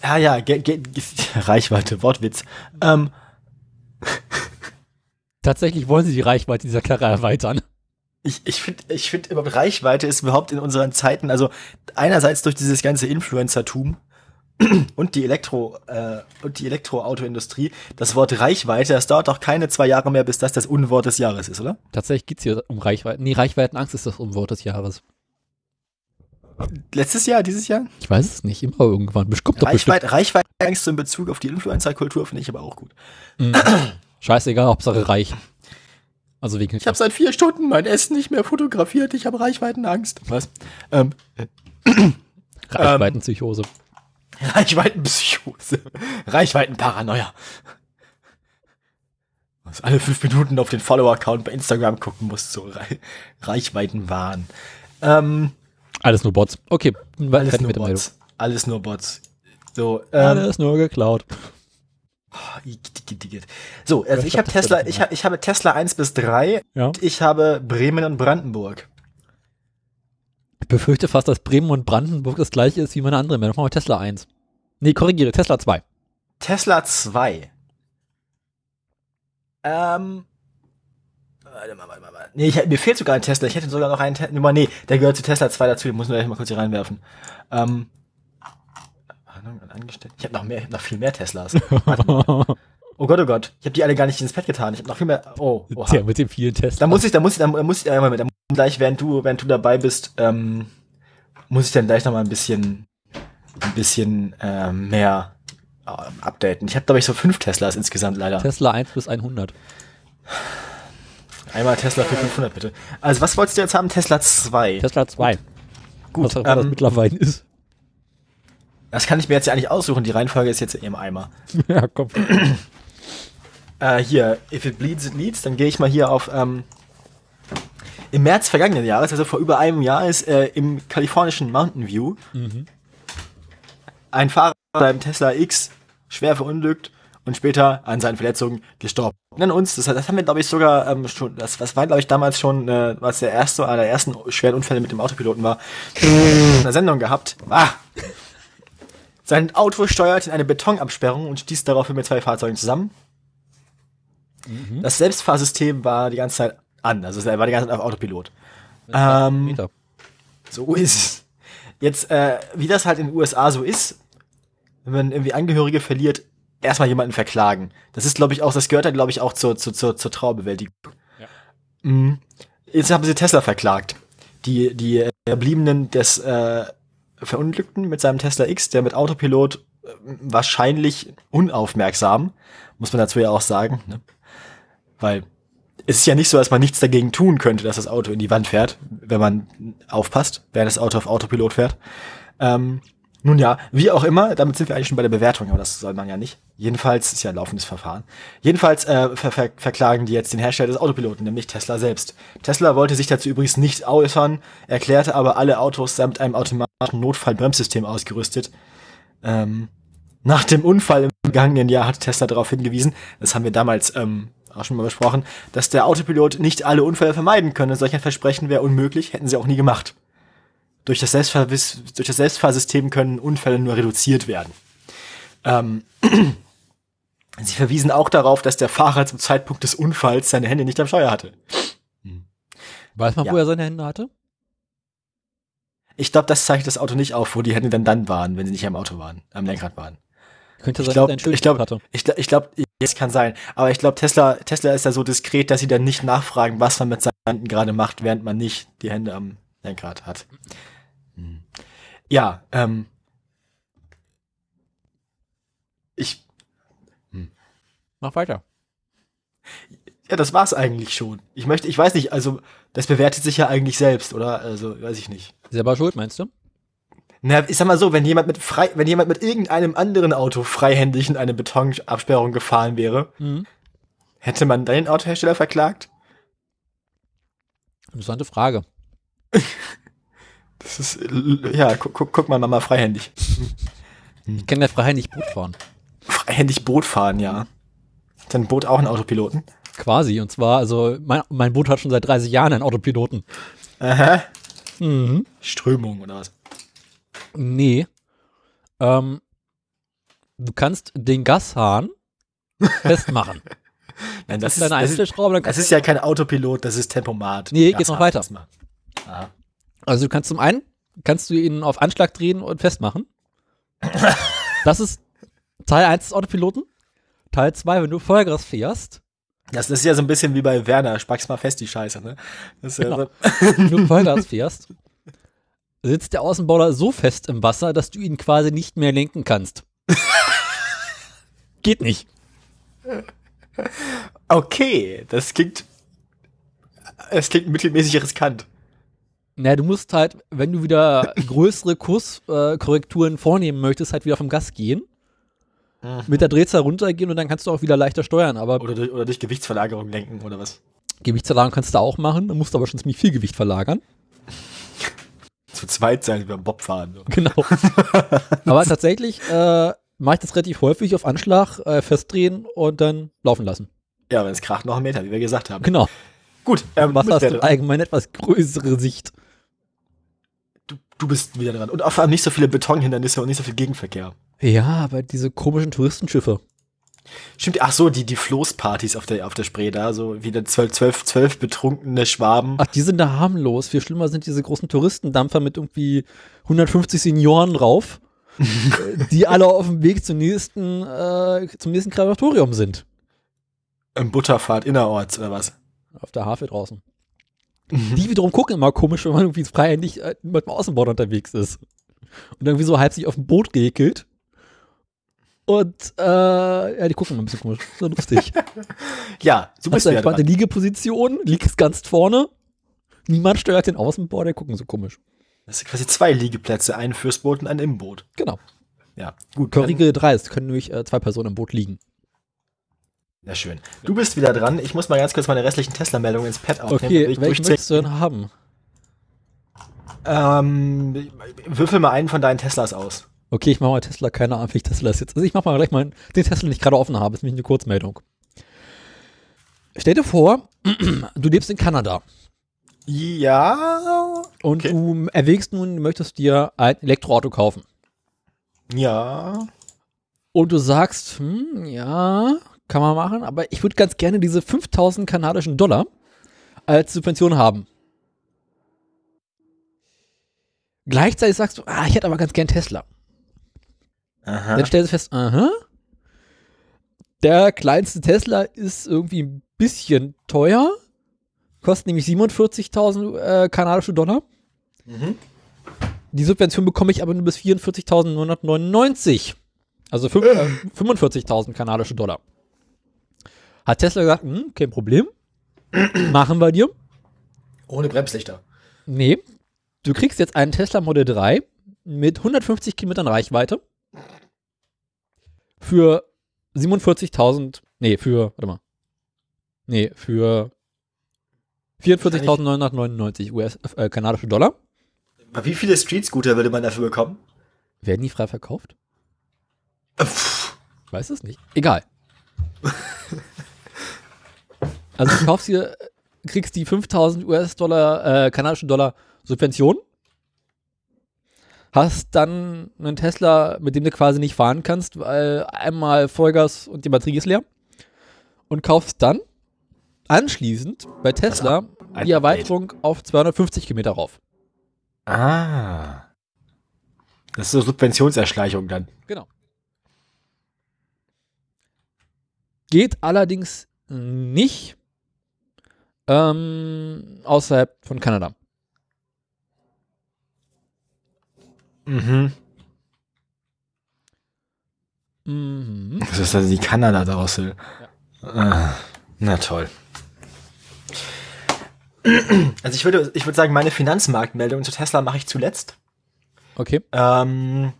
Speaker 2: Ah ja, ge ge ge Reichweite, Wortwitz. Ähm,
Speaker 1: Tatsächlich wollen sie die Reichweite dieser Karre erweitern.
Speaker 2: ich ich finde ich find überhaupt Reichweite ist überhaupt in unseren Zeiten, also einerseits durch dieses ganze Influencer-Tum und die Elektro äh, und die Elektroautoindustrie, das Wort Reichweite, das dauert doch keine zwei Jahre mehr, bis das das Unwort des Jahres ist, oder?
Speaker 1: Tatsächlich geht es hier um Reichweiten. Nee, Reichweitenangst ist das Umwort des Jahres.
Speaker 2: Letztes Jahr, dieses Jahr?
Speaker 1: Ich weiß es nicht, immer irgendwann. Bestimmt doch bestimmt.
Speaker 2: Reichweite, Reichweitenangst in Bezug auf die Influencer-Kultur finde ich aber auch gut.
Speaker 1: Scheißegal, Hauptsache reich. Also wegen
Speaker 2: Ich habe seit vier Stunden mein Essen nicht mehr fotografiert. Ich habe Reichweitenangst. Was? Ähm,
Speaker 1: Reichweitenpsychose.
Speaker 2: Reichweitenpsychose. Reichweitenparanoia. Was alle fünf Minuten auf den Follower-Account bei Instagram gucken muss, so Re Reichweitenwahn. Ähm,
Speaker 1: Alles nur Bots. Okay,
Speaker 2: alles
Speaker 1: fertig
Speaker 2: nur
Speaker 1: mit der Meldung.
Speaker 2: Bots. Alles nur Bots. So, ähm, Ah,
Speaker 1: Alles nur geklaut.
Speaker 2: so also
Speaker 1: Ich
Speaker 2: ich
Speaker 1: hab das
Speaker 2: habe Tesla,
Speaker 1: verdammt
Speaker 2: ich, hab, ich habe Tesla 1 bis 3
Speaker 1: Ja.
Speaker 2: und ich habe Bremen und Brandenburg.
Speaker 1: Ich befürchte fast, dass Bremen und Brandenburg das gleiche ist wie meine andere Meldung. Machen wir Tesla 1. Nee, korrigiere, Tesla 2.
Speaker 2: Tesla 2. Ähm. Warte mal, warte mal, warte. Nee, ich, mir fehlt sogar ein Tesla. Ich hätte sogar noch einen Tesla. Nummer, nee, der gehört zu Tesla 2 dazu. Den muss man gleich mal kurz hier reinwerfen. Ähm. Ahnung, an Angestellten. Ich habe noch mehr, ich hab noch viel mehr Teslas. Oh Gott, oh Gott. Ich habe die alle gar nicht ins Bett getan. Ich habe noch viel mehr. Oh,
Speaker 1: Tja,
Speaker 2: oha.
Speaker 1: mit dem vielen Tesla.
Speaker 2: Da muss ich, da muss ich, da muss ich, da muss ich gleich, während du, während du dabei bist, ähm, muss ich dann gleich noch mal ein bisschen, ein bisschen äh, mehr ähm, updaten. Ich habe glaube ich so fünf Teslas insgesamt leider.
Speaker 1: Tesla 1 bis 100.
Speaker 2: Einmal Tesla für 500 bitte. Also was wolltest du jetzt haben? Tesla 2.
Speaker 1: Tesla 2.
Speaker 2: Gut.
Speaker 1: was auch immer das
Speaker 2: Ähm,
Speaker 1: mittlerweile ist.
Speaker 2: das kann ich mir jetzt ja eigentlich aussuchen. Die Reihenfolge ist jetzt im Eimer.
Speaker 1: ja, komm.
Speaker 2: äh, hier, if it bleeds, it leads, dann gehe ich mal hier auf, ähm, im März vergangenen Jahres, also vor über einem Jahr, ist äh, im kalifornischen Mountain View ein Fahrer beim Tesla X schwer verunglückt und später an seinen Verletzungen gestorben. Nennen uns, das, das haben wir, glaube ich, sogar ähm, schon, das, das war, glaube ich, damals schon, äh, was der erste, einer der ersten schweren Unfälle mit dem Autopiloten war, in einer Sendung gehabt. Ah, sein Auto steuerte in eine Betonabsperrung und stieß daraufhin mit zwei Fahrzeugen zusammen. Das Selbstfahrsystem war die ganze Zeit an, also er war die ganze Zeit auf Autopilot. Ähm,
Speaker 1: Meter.
Speaker 2: So ist es. Jetzt, äh, wie das halt in den USA so ist, wenn man irgendwie Angehörige verliert, erstmal jemanden verklagen. Das ist, glaube ich, auch, das gehört dann, glaube ich, auch zur, zur, zur, zur Trauerbewältigung.
Speaker 1: Ja.
Speaker 2: Mhm. Jetzt haben sie Tesla verklagt. Die, die äh, Verbliebenen des äh, Verunglückten mit seinem Tesla X, der mit Autopilot äh, wahrscheinlich unaufmerksam, muss man dazu ja auch sagen, ne? weil es ist ja nicht so, dass man nichts dagegen tun könnte, dass das Auto in die Wand fährt, wenn man aufpasst, während das Auto auf Autopilot fährt. Ähm, nun ja, wie auch immer, damit sind wir eigentlich schon bei der Bewertung, aber das soll man ja nicht. Jedenfalls ist ja ein laufendes Verfahren. Jedenfalls äh, ver ver verklagen die jetzt den Hersteller des Autopiloten, nämlich Tesla selbst. Tesla wollte sich dazu übrigens nicht äußern, erklärte aber alle Autos samt einem automatischen Notfallbremssystem ausgerüstet. Ähm, nach dem Unfall im vergangenen Jahr hat Tesla darauf hingewiesen, das haben wir damals ähm, auch schon mal besprochen, dass der Autopilot nicht alle Unfälle vermeiden könne. Solch ein Versprechen wäre unmöglich, hätten sie auch nie gemacht. Durch das, Selbstfahr durch das Selbstfahrsystem können Unfälle nur reduziert werden. Ähm, sie verwiesen auch darauf, dass der Fahrer zum Zeitpunkt des Unfalls seine Hände nicht am Steuer hatte.
Speaker 1: Weiß man,
Speaker 2: Ja.
Speaker 1: wo er seine Hände hatte?
Speaker 2: Ich glaube, das zeigt das Auto nicht auf, wo die Hände dann dann waren, wenn sie nicht am Auto waren, am Lenkrad waren.
Speaker 1: Könnte
Speaker 2: Ich
Speaker 1: sein,
Speaker 2: glaub-
Speaker 1: dass er einen Schildkopf
Speaker 2: ich glaub-
Speaker 1: hatte.
Speaker 2: Ich, gl- ich glaube, es kann sein. Aber ich glaube, Tesla, Tesla ist da so diskret, dass sie dann nicht nachfragen, was man mit seinen Händen gerade macht, während man nicht die Hände am Lenkrad hat. Hm. Ja, ähm. Ich,
Speaker 1: Mach weiter.
Speaker 2: ja, das war's eigentlich schon. Ich möchte, ich weiß nicht, also, das bewertet sich ja eigentlich selbst, oder? Also, weiß ich nicht.
Speaker 1: Selber schuld, meinst du?
Speaker 2: Na, ich sag mal so, wenn jemand mit frei, wenn jemand mit irgendeinem anderen Auto freihändig in eine Betonabsperrung gefahren wäre,
Speaker 1: Mhm.
Speaker 2: hätte man dann den Autohersteller verklagt?
Speaker 1: Interessante Frage.
Speaker 2: Das ist, äh, ja, guck, guck, guck mal, Mama, freihändig.
Speaker 1: Ich kann der Freiheit nicht Boot fahren.
Speaker 2: Freihändig Boot fahren, ja. Hat dein Boot auch einen Autopiloten?
Speaker 1: Quasi. Und zwar, also, mein, mein Boot hat schon seit 30 Jahren einen Autopiloten.
Speaker 2: Aha.
Speaker 1: Mhm.
Speaker 2: Strömung oder was?
Speaker 1: Nee. Ähm, du kannst den Gashahn festmachen.
Speaker 2: Nein,
Speaker 1: Das
Speaker 2: das,
Speaker 1: ist eine
Speaker 2: ist, das, ist,
Speaker 1: Einzelschraube. Dann
Speaker 2: das
Speaker 1: kannst,
Speaker 2: ist ja kein Autopilot, das ist Tempomat.
Speaker 1: Nee, geht's noch weiter.
Speaker 2: Das mal. Aha.
Speaker 1: also du kannst zum einen, kannst du ihn auf Anschlag drehen und festmachen. Das ist Teil 1 des Autopiloten. Teil 2, wenn du Vollgas fährst.
Speaker 2: Das ist ja so ein bisschen wie bei Werner, spack's mal fest, die Scheiße, ne? Das ist ja
Speaker 1: Genau.
Speaker 2: so,
Speaker 1: Wenn du Vollgas fährst, sitzt der Außenborder so fest im Wasser, dass du ihn quasi nicht mehr lenken kannst. Geht nicht.
Speaker 2: okay, das klingt, es klingt mittelmäßig riskant.
Speaker 1: Na, du musst halt, wenn du wieder größere Kurskorrekturen äh, Korrekturen vornehmen möchtest, halt wieder vom Gas gehen. Mit der Drehzahl runtergehen und dann kannst du auch wieder leichter steuern. Aber
Speaker 2: Oder durch, oder durch Gewichtsverlagerung lenken oder was?
Speaker 1: Gewichtsverlagerung kannst du auch machen, dann musst du aber schon ziemlich viel Gewicht verlagern.
Speaker 2: Zu zweit sein, wie beim Bobfahren. So.
Speaker 1: Genau. aber tatsächlich äh, mache ich das relativ häufig auf Anschlag, äh, festdrehen und dann laufen lassen.
Speaker 2: Ja, wenn es kracht, noch einen Meter, wie wir gesagt haben.
Speaker 1: Genau.
Speaker 2: Gut, ähm,
Speaker 1: Was
Speaker 2: du bist
Speaker 1: hast
Speaker 2: wieder
Speaker 1: du
Speaker 2: dran.
Speaker 1: allgemein etwas größere Sicht?
Speaker 2: Du, du bist wieder dran. Und auch vor allem nicht so viele Betonhindernisse und nicht so viel Gegenverkehr.
Speaker 1: Ja, aber diese komischen Touristenschiffe.
Speaker 2: Stimmt, ach so, die, die Floßpartys auf der, auf der Spree da, so wieder zwölf, zwölf, zwölf betrunkene Schwaben.
Speaker 1: Ach, die sind da harmlos. Viel schlimmer sind diese großen Touristendampfer mit irgendwie 150 Senioren drauf, äh, die alle auf dem Weg zum nächsten, äh, zum nächsten Krematorium sind.
Speaker 2: Im Butterfahrt innerorts oder was?
Speaker 1: Auf der Havel draußen.
Speaker 2: Mhm.
Speaker 1: Die wiederum gucken immer komisch, wenn man irgendwie freihändig äh, mit dem Außenbord unterwegs ist. Und irgendwie so halb sich auf dem Boot regelt. Und äh, ja, die gucken immer ein bisschen komisch. So lustig.
Speaker 2: Ja, du
Speaker 1: Hast
Speaker 2: bist
Speaker 1: du
Speaker 2: wieder
Speaker 1: entspannte
Speaker 2: dran.
Speaker 1: Liegeposition, liegst ganz vorne. Niemand steuert den Außenbord, die gucken so komisch.
Speaker 2: Das sind quasi zwei Liegeplätze, einen fürs Boot und einen im Boot.
Speaker 1: Genau.
Speaker 2: Ja, gut. dann-
Speaker 1: Körrige 3, es können nämlich äh, zwei Personen im Boot liegen.
Speaker 2: Sehr schön. Du bist wieder dran. Ich muss mal ganz kurz meine restlichen Tesla-Meldungen ins Pad aufnehmen.
Speaker 1: Okay,
Speaker 2: damit ich
Speaker 1: welchen
Speaker 2: durchzählen-
Speaker 1: möchtest du denn haben?
Speaker 2: ähm, würfel mal einen von deinen Teslas aus.
Speaker 1: Okay, ich mache mal Tesla, keine Ahnung, wie ich Tesla ist jetzt. Also ich mache mal gleich mal den Tesla, den ich gerade offen habe, ist nämlich eine Kurzmeldung. Stell dir vor, du lebst in Kanada
Speaker 2: Ja.
Speaker 1: und
Speaker 2: Okay.
Speaker 1: du erwägst nun, du möchtest dir ein Elektroauto kaufen.
Speaker 2: Ja.
Speaker 1: Und du sagst, hm, ja, kann man machen, aber ich würde ganz gerne diese 5000 kanadischen Dollar als Subvention haben. Gleichzeitig sagst du, ah, ich hätte aber ganz gern Tesla.
Speaker 2: Aha.
Speaker 1: Dann stellst du fest, aha, der kleinste Tesla ist irgendwie ein bisschen teuer, kostet nämlich 47.000 äh, kanadische Dollar.
Speaker 2: Mhm.
Speaker 1: Die Subvention bekomme ich aber nur bis 44.999. Also fünf- äh, 45.000 kanadische Dollar. Hat Tesla gesagt, hm, kein Problem, machen wir dir.
Speaker 2: Ohne Bremslichter.
Speaker 1: Nee, du kriegst jetzt einen Tesla Model 3 mit 150 Kilometern Reichweite für 47.000, nee, für, warte mal, nee, für 44.999 US, äh, kanadische Dollar.
Speaker 2: Aber wie viele Street-Scooter würde man dafür bekommen?
Speaker 1: Werden die frei verkauft?
Speaker 2: Äh, pff.
Speaker 1: Ich weiß es nicht. Egal. Also du kaufst dir, kriegst die 5000 US-Dollar, äh, kanadische Dollar Subvention. Hast dann einen Tesla, mit dem du quasi nicht fahren kannst, weil einmal Vollgas und die Batterie ist leer. Und kaufst dann anschließend bei Tesla
Speaker 2: Also, ein
Speaker 1: die Erweiterung auf 250 Kilometer rauf.
Speaker 2: Ah. Das ist so Subventionserschleichung dann.
Speaker 1: Genau. Geht allerdings nicht ähm, außerhalb von Kanada.
Speaker 2: Mhm.
Speaker 1: Mhm.
Speaker 2: Das ist also die Kanada daraus will. Ah, na toll. Also ich würde, ich würde sagen, meine Finanzmarktmeldung zu Tesla mache ich zuletzt.
Speaker 1: Okay.
Speaker 2: Ähm,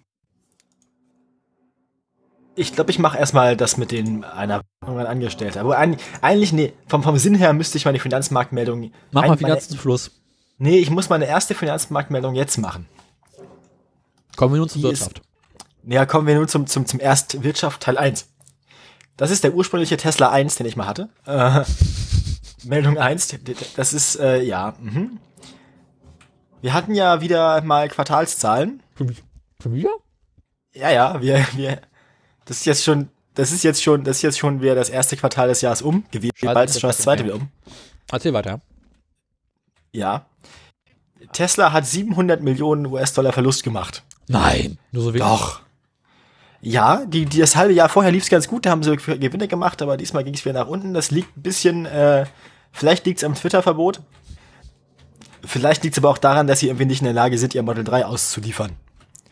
Speaker 2: ich glaube, ich mache erstmal das mit den einer Angestellten. Aber ein, eigentlich, nee, vom, vom Sinn her müsste ich meine Finanzmarktmeldung.
Speaker 1: Mach
Speaker 2: ein-
Speaker 1: mal
Speaker 2: meine,
Speaker 1: Finanzen zum Schluss.
Speaker 2: Nee, ich muss meine erste Finanzmarktmeldung jetzt machen.
Speaker 1: Kommen wir nun zur
Speaker 2: Die ist-
Speaker 1: Wirtschaft.
Speaker 2: Naja, kommen wir nun zum, zum, zum Erstwirtschaft Teil 1. Das ist der ursprüngliche Tesla 1, den ich mal hatte. Äh, Meldung 1, d- d- das ist, äh, ja. Mhm. Wir hatten ja wieder mal Quartalszahlen.
Speaker 1: Schon wie- schon wieder?
Speaker 2: Ja, ja, wir, wir, das ist jetzt schon, das ist jetzt schon, das ist jetzt schon wieder das erste Quartal des Jahres um gewesen.
Speaker 1: Scheiße,
Speaker 2: Bald ist schon
Speaker 1: das
Speaker 2: das zweite
Speaker 1: ist
Speaker 2: wieder um.
Speaker 1: Erzähl weiter.
Speaker 2: Ja. Tesla hat 700 Millionen US-Dollar Verlust gemacht.
Speaker 1: Nein. Nur so wenig.
Speaker 2: Doch. Ja, die, die, das halbe Jahr vorher lief es ganz gut, da haben sie für Gewinne gemacht, aber diesmal ging es wieder nach unten. Das liegt ein bisschen, äh, vielleicht liegt es am Twitter-Verbot. Vielleicht liegt es aber auch daran, dass sie irgendwie nicht in der Lage sind, ihr Model 3 auszuliefern.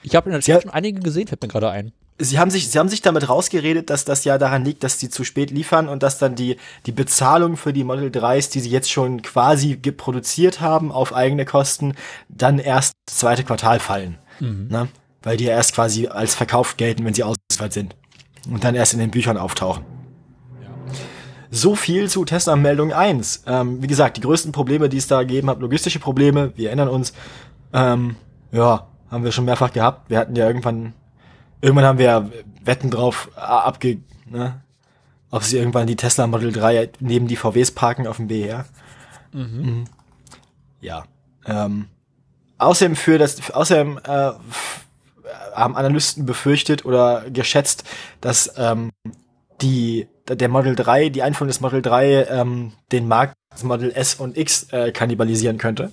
Speaker 1: Ich habe in der
Speaker 2: Sie
Speaker 1: Chat
Speaker 2: hat-
Speaker 1: schon einige gesehen, fällt mir gerade ein.
Speaker 2: Sie haben sich, sie haben sich damit rausgeredet, dass das ja daran liegt, dass sie zu spät liefern und dass dann die, die Bezahlung für die Model 3s, die sie jetzt schon quasi ge- produziert haben auf eigene Kosten, dann erst das zweite Quartal fallen. Ne? Weil die ja erst quasi als verkauft gelten, wenn sie ausgeliefert sind. Und dann erst in den Büchern auftauchen. So viel zu Tesla-Meldung 1. Ähm, wie gesagt, die größten Probleme, die es da gegeben hat, logistische Probleme, wir erinnern uns. Ähm, ja, haben wir schon mehrfach gehabt. Wir hatten ja irgendwann irgendwann haben wir ja Wetten drauf äh, abge, ne? ob sie irgendwann die Tesla Model 3 neben die VWs parken auf dem BR. Mhm. Ja. Ähm, außerdem für das, außerdem äh, f- haben Analysten befürchtet oder geschätzt, dass ähm, die der Model 3, die Einführung des Model 3 ähm, den Markt des Model S und X äh, kannibalisieren könnte,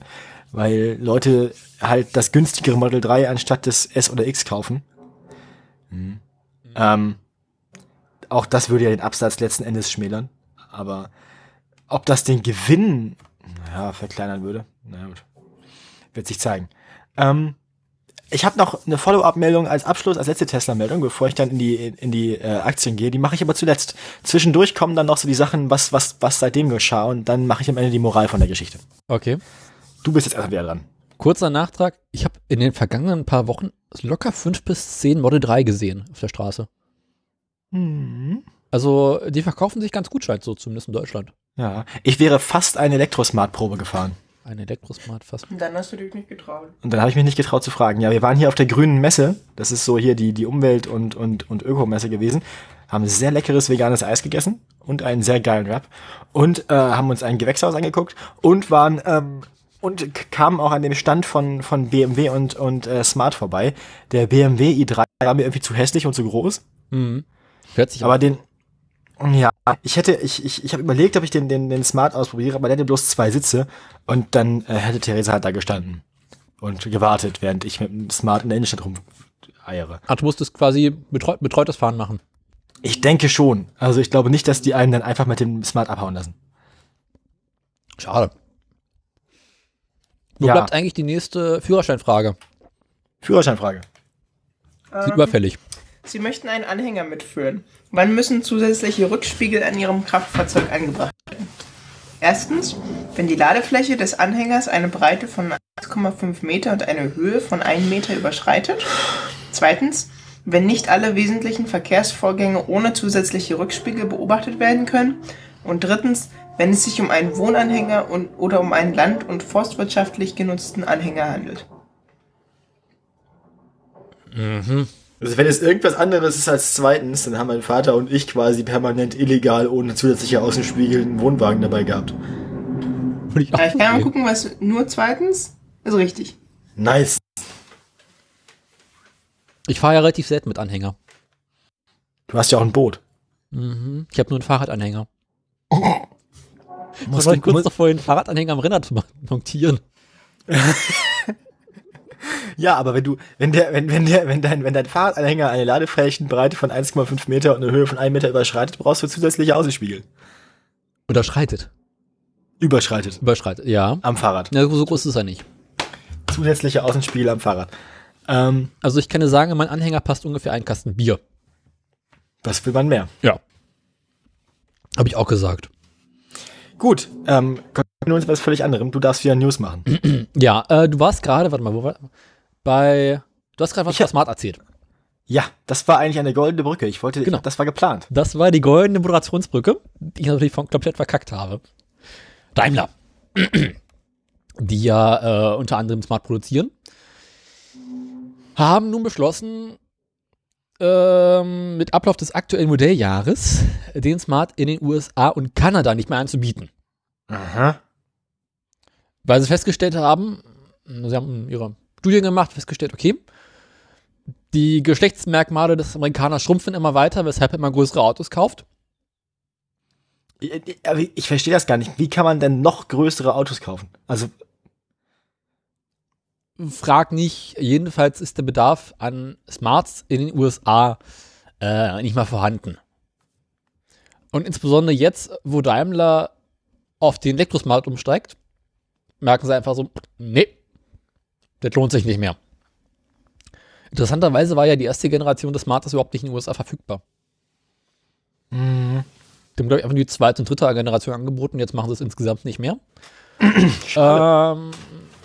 Speaker 2: weil Leute halt das günstigere Model 3 anstatt des S oder X kaufen. Ähm, auch das würde ja den Absatz letzten Endes schmälern. Aber ob das den Gewinn ja, verkleinern würde, na gut, wird sich zeigen. Ähm, ich habe noch eine Follow-up-Meldung als Abschluss, als letzte Tesla-Meldung, bevor ich dann in die in die äh, Aktien gehe. Die mache ich aber zuletzt. Zwischendurch kommen dann noch so die Sachen, was was was seitdem geschah und dann mache ich am Ende die Moral von der Geschichte.
Speaker 1: Okay.
Speaker 2: Du bist jetzt erstmal wieder dran.
Speaker 1: Kurzer Nachtrag. Ich habe in den vergangenen paar Wochen locker fünf bis zehn Model 3 gesehen auf der Straße. Also die verkaufen sich ganz gut, scheint so, zumindest in Deutschland.
Speaker 2: Ja, ich wäre fast eine Elektrosmart-Probe gefahren.
Speaker 1: Ein Elektrosmart fast.
Speaker 3: Und dann hast du dich nicht getraut.
Speaker 2: Und dann habe ich mich nicht getraut zu fragen. Ja, wir waren hier auf der grünen Messe. Das ist so hier die, die Umwelt- und, und, und Ökomesse gewesen. Haben sehr leckeres veganes Eis gegessen und einen sehr geilen Wrap. Und äh, haben uns ein Gewächshaus angeguckt und waren ähm, und k- kamen auch an dem Stand von, von BMW und, und äh, Smart vorbei. Der BMW i3 war mir irgendwie zu hässlich und zu groß.
Speaker 1: Mhm. Hört sich
Speaker 2: Aber den. Ja, ich hätte, ich, ich, ich habe überlegt, ob ich den, den, den Smart ausprobiere, aber der hätte bloß zwei Sitze und dann äh, hätte Theresa halt da gestanden. und gewartet, während ich mit dem Smart in der Innenstadt rumeiere.
Speaker 1: Ach, du musstest quasi betreut, betreutes Fahren machen.
Speaker 2: Ich denke schon. Also ich glaube nicht, dass die einen dann einfach mit dem Smart abhauen lassen.
Speaker 1: Schade. Wo
Speaker 2: Ja.
Speaker 1: bleibt eigentlich die nächste Führerscheinfrage?
Speaker 2: Führerscheinfrage.
Speaker 1: Sie
Speaker 3: Ähm,
Speaker 1: überfällig.
Speaker 3: Sie möchten einen Anhänger mitführen. Wann müssen zusätzliche Rückspiegel an Ihrem Kraftfahrzeug angebracht werden? Erstens, wenn die Ladefläche des Anhängers eine Breite von 1,5 Meter und eine Höhe von 1 Meter überschreitet. Zweitens, wenn nicht alle wesentlichen Verkehrsvorgänge ohne zusätzliche Rückspiegel beobachtet werden können. Und drittens, wenn es sich um einen Wohnanhänger und, oder um einen land- und forstwirtschaftlich genutzten Anhänger handelt.
Speaker 2: Also wenn es irgendwas anderes ist als zweitens, dann haben mein Vater und ich quasi permanent illegal ohne zusätzliche Außenspiegel einen Wohnwagen dabei gehabt.
Speaker 1: Würde ich auch
Speaker 3: Ja, Äh, ich kann mal
Speaker 1: sehen.
Speaker 3: gucken, was nur zweitens ist richtig.
Speaker 2: Nice.
Speaker 1: Ich fahre ja relativ selten mit Anhänger.
Speaker 2: Du hast ja auch ein Boot.
Speaker 1: Mhm. Ich habe nur einen Fahrradanhänger.
Speaker 2: Musst
Speaker 1: ich war
Speaker 2: du,
Speaker 1: kurz
Speaker 2: mu-
Speaker 1: davor, den Fahrradanhänger am Renner zu mon- montieren.
Speaker 2: ja, aber wenn du, wenn der, wenn, wenn der, wenn dein, wenn dein Fahrradanhänger eine Ladeflächenbreite von 1,5 Meter und eine Höhe von 1 Meter überschreitet, brauchst du zusätzliche Außenspiegel.
Speaker 1: Unterschreitet.
Speaker 2: Überschreitet.
Speaker 1: Überschreitet, ja.
Speaker 2: Am Fahrrad.
Speaker 1: ja. So groß ist er nicht.
Speaker 2: Zusätzliche Außenspiegel am Fahrrad. Ähm,
Speaker 1: Also ich kann dir sagen, in meinen Anhänger passt ungefähr ein Kasten Bier.
Speaker 2: was will man mehr?
Speaker 1: Ja. Habe ich auch gesagt.
Speaker 2: Gut, ähm, kommen wir uns was völlig anderem. Du darfst wieder News machen.
Speaker 1: Ja, äh, du warst gerade, warte mal, wo war Bei, du hast gerade was
Speaker 2: Ich hab-
Speaker 1: über Smart erzählt.
Speaker 2: Ja, das war eigentlich eine goldene Brücke. Ich wollte,
Speaker 1: Genau.
Speaker 2: das war geplant.
Speaker 1: Das war die goldene Moderationsbrücke, die ich natürlich von komplett verkackt habe. Daimler. Die ja äh, unter anderem Smart produzieren. Haben nun beschlossen, ähm, mit Ablauf des aktuellen Modelljahres den Smart in den USA und Kanada nicht mehr anzubieten.
Speaker 2: Aha.
Speaker 1: Weil sie festgestellt haben, hm, sie haben ihre Studien gemacht, festgestellt, okay, die Geschlechtsmerkmale des Amerikaners schrumpfen immer weiter, weshalb er immer größere Autos kauft.
Speaker 2: Ich, aber ich verstehe das gar nicht. Wie kann man denn noch größere Autos kaufen? Also,
Speaker 1: Frag nicht, jedenfalls ist der Bedarf an Smarts in den USA äh, nicht mal vorhanden. Und insbesondere jetzt, wo Daimler auf den Elektrosmart umsteigt, merken sie einfach so, nee, das lohnt sich nicht mehr. Interessanterweise war ja die erste Generation des Smartes überhaupt nicht in den USA verfügbar. Dem glaube ich einfach nur die zweite und dritte Generation angeboten, jetzt machen sie es insgesamt nicht mehr. ähm,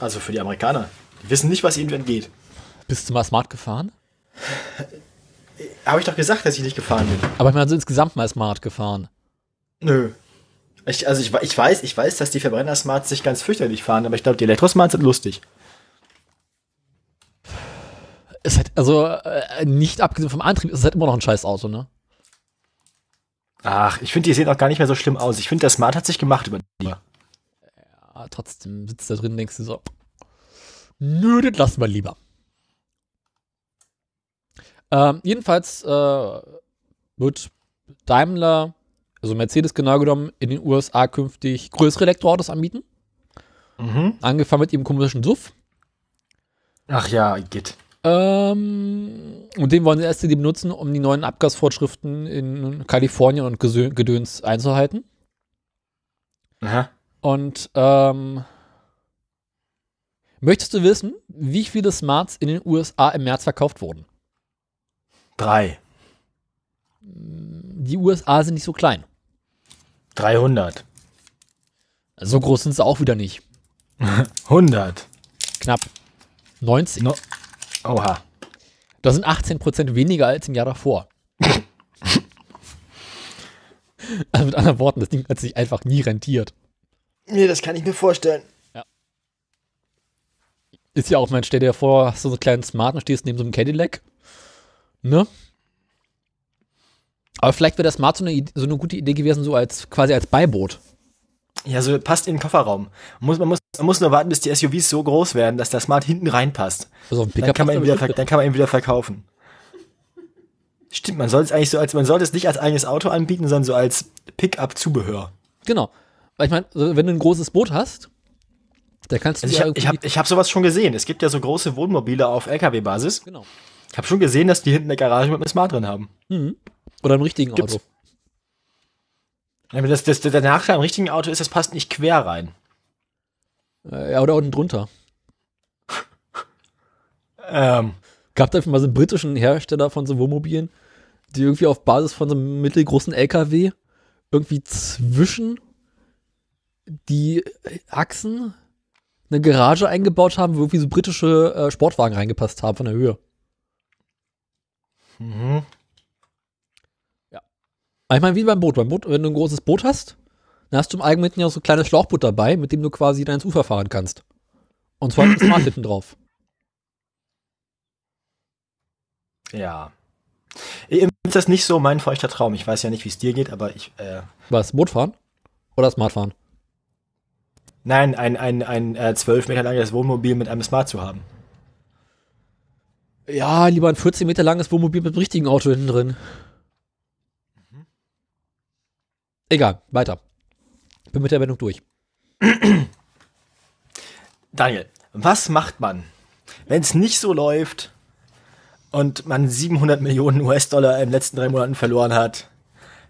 Speaker 2: also für die Amerikaner. Die wissen nicht, was ihnen entgeht.
Speaker 1: bist du mal smart gefahren?
Speaker 2: Habe ich doch gesagt, dass ich nicht gefahren bin.
Speaker 1: Aber ich meine, so insgesamt mal smart gefahren.
Speaker 2: Nö. Ich, also ich, we- ich weiß, ich weiß, dass die Verbrenner-Smarts sich ganz fürchterlich fahren, aber ich glaube, die Elektro-Smarts sind lustig.
Speaker 1: Es hat, also, äh, nicht abgesehen vom Antrieb, ist es halt immer noch ein scheiß Auto, ne?
Speaker 2: Ach, ich finde, die sehen auch gar nicht mehr so schlimm aus. Ich finde, der Smart hat sich gemacht über die.
Speaker 1: Aber trotzdem sitzt da drin, denkst du so, nö, das lassen wir lieber. Ähm, jedenfalls äh, wird Daimler, also Mercedes genau genommen, in den USA künftig größere Elektroautos anbieten.
Speaker 2: Mhm.
Speaker 1: Angefangen mit ihrem komischen Suff.
Speaker 2: Ach ja, geht.
Speaker 1: Ähm, und den wollen sie erst die benutzen, um die neuen Abgasvorschriften in Kalifornien und Gesö- Gedöns einzuhalten.
Speaker 2: Aha.
Speaker 1: Und ähm, möchtest du wissen, wie viele Smarts in den USA im März verkauft wurden?
Speaker 2: Drei.
Speaker 1: Die USA sind nicht so klein.
Speaker 2: 300.
Speaker 1: Also So groß sind sie auch wieder nicht.
Speaker 2: 100.
Speaker 1: Knapp 90.
Speaker 2: No. Oha.
Speaker 1: Das sind 18% weniger als im Jahr davor. also mit anderen Worten, das Ding hat sich einfach nie rentiert.
Speaker 2: Nee, das kann ich mir vorstellen.
Speaker 1: Ist ja auch, man stell dir vor, hast du so einen kleinen Smart und stehst neben so einem Cadillac. Ne? Aber vielleicht wäre der Smart so eine, Ide- so eine gute Idee gewesen, so als quasi als Beiboot.
Speaker 2: Ja, so passt in den Kofferraum. Muss, man, muss, man muss nur warten, bis die SUVs so groß werden, dass der Smart hinten reinpasst.
Speaker 1: Also auf dem
Speaker 2: Dann
Speaker 1: Pickup
Speaker 2: kann,
Speaker 1: passt
Speaker 2: man ihn
Speaker 1: er
Speaker 2: wieder, ver-
Speaker 1: bestimmt
Speaker 2: dann kann man ihn wieder verkaufen. Stimmt, man soll es eigentlich so als, man sollte es nicht als eigenes Auto anbieten, sondern so als Pickup-Zubehör.
Speaker 1: mit. Genau. Weil ich meine, also wenn du ein großes Boot hast, Da kannst du
Speaker 2: Also ich
Speaker 1: ja
Speaker 2: habe
Speaker 1: irgendwie.
Speaker 2: ich hab, ich hab sowas schon gesehen. Es gibt ja so große Wohnmobile auf LKW-Basis.
Speaker 1: genau.
Speaker 2: Ich habe schon gesehen, dass die hinten eine Garage mit einem Smart drin haben.
Speaker 1: Mhm. Oder im richtigen
Speaker 2: Gibt's.
Speaker 1: Auto.
Speaker 2: Aber Das, das, der Nachteil am richtigen Auto ist, das passt nicht quer rein.
Speaker 1: Äh, ja, oder unten drunter.
Speaker 2: Ähm,
Speaker 1: Gab da mal so einen britischen Hersteller von so Wohnmobilen, die irgendwie auf Basis von so einem mittelgroßen LKW irgendwie zwischen die Achsen eine Garage eingebaut haben, wo irgendwie so britische äh, Sportwagen reingepasst haben von der Höhe.
Speaker 2: mhm.
Speaker 1: Aber Ah, Ich meine, wie beim Boot. Beim Boot, wenn du ein großes Boot hast, dann hast du im Allgemeinen ja auch so ein kleines Schlauchboot dabei, mit dem du quasi dann ins Ufer fahren kannst. Und zwar mit dem Smart hinten drauf.
Speaker 2: Ja. Im- Ist das nicht so mein feuchter Traum? Ich weiß ja nicht, wie es dir geht, aber ich. Äh,
Speaker 1: Was? Boot fahren? Oder Smart fahren?
Speaker 2: nein, ein, ein, ein äh, 12 Meter langes Wohnmobil mit einem Smart zu haben.
Speaker 1: Ja, lieber ein 14 Meter langes Wohnmobil mit dem richtigen Auto hinten drin. Egal, weiter. Bin mit der Wendung durch.
Speaker 2: Daniel, was macht man, wenn es nicht so läuft und man 700 Millionen US-Dollar in den letzten drei Monaten verloren hat?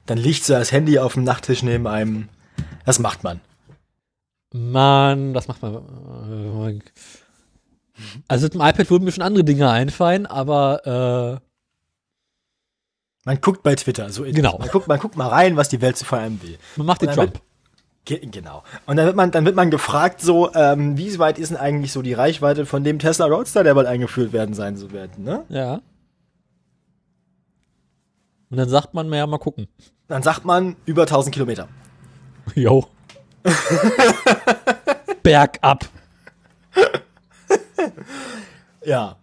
Speaker 2: Dann liegt so das Handy auf dem Nachttisch neben einem. Das macht man.
Speaker 1: Mann, das macht man. äh, Also mit dem iPad würden mir schon andere Dinge einfallen, aber
Speaker 2: Man guckt bei Twitter. So ist es.
Speaker 1: Genau.
Speaker 2: Man guckt, man guckt mal rein, was die Welt so von einem will.
Speaker 1: äh, man macht den
Speaker 2: Und dann
Speaker 1: Jump.
Speaker 2: Ge genau. Und dann wird man, dann wird man gefragt, so, ähm, wie weit ist denn eigentlich so die Reichweite von dem Tesla Roadster, der bald eingeführt werden sein so werden, ne?
Speaker 1: Ja. Und dann sagt man mir ja mal gucken.
Speaker 2: Dann sagt man über 1000 Kilometer.
Speaker 1: Jo. Bergab.
Speaker 2: Ja.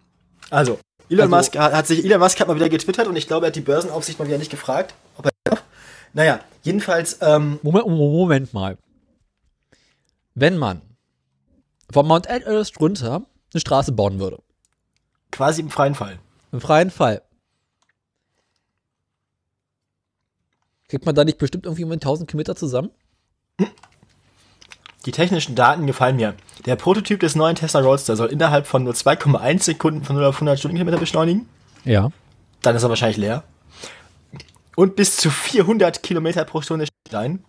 Speaker 2: Also, Elon
Speaker 1: Also-
Speaker 2: Musk hat, hat sich, Elon Musk hat mal wieder getwittert und ich glaube, er hat die Börsenaufsicht mal wieder nicht gefragt, ob er darf. Naja, jedenfalls, ähm,
Speaker 1: Moment, Moment mal. Wenn man vom Mount Everest runter eine Straße bauen würde,
Speaker 2: quasi im freien Fall.
Speaker 1: im freien Fall, kriegt man da nicht bestimmt irgendwie mit 1000 Kilometer zusammen?
Speaker 2: Die technischen Daten gefallen mir. Der Prototyp des neuen Tesla Roadster soll innerhalb von nur 2,1 Sekunden von 0 auf 100 Stundenkilometer beschleunigen.
Speaker 1: Ja.
Speaker 2: Dann ist er wahrscheinlich leer. Und bis zu 400 Kilometer pro Stunde sein.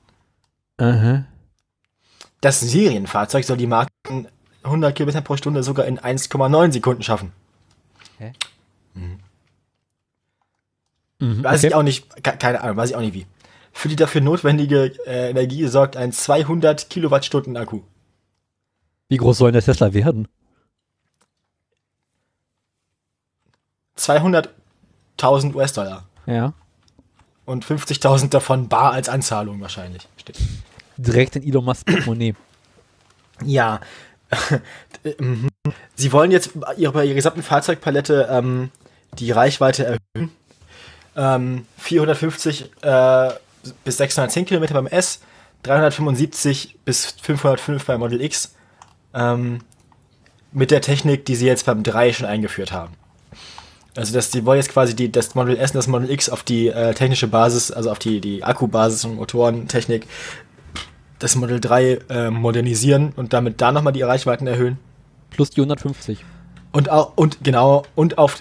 Speaker 2: Das Serienfahrzeug soll die Marken 100 Kilometer pro Stunde sogar in 1,9 Sekunden schaffen.
Speaker 1: Hä?
Speaker 2: Mhm. Weiß ich auch nicht, ke- keine Ahnung, weiß ich auch nicht wie. Für die dafür notwendige äh, Energie sorgt ein 200 Kilowattstunden Akku.
Speaker 1: Wie groß soll denn der Tesla werden?
Speaker 2: 200.000 US-Dollar
Speaker 1: Ja.
Speaker 2: und 50.000 davon bar als Anzahlung wahrscheinlich. Steht.
Speaker 1: Direkt in Elon Musk Portemonnaie.
Speaker 2: Ja. Mhm. Sie wollen jetzt ihre, bei ihrer gesamten Fahrzeugpalette ähm, die Reichweite erhöhen. Ähm, 450 äh, bis 610 Kilometer beim S, 375 bis 505 beim Model X. Ähm, mit der Technik, die sie jetzt beim 3 schon eingeführt haben. Also das, die wollen jetzt quasi die, das Model S und das Model X auf die äh, technische Basis, also auf die, die Akkubasis und Motorentechnik das Model 3 äh, modernisieren und damit da nochmal die Reichweiten erhöhen.
Speaker 1: Plus die 150.
Speaker 2: Und auch, und genau, und auf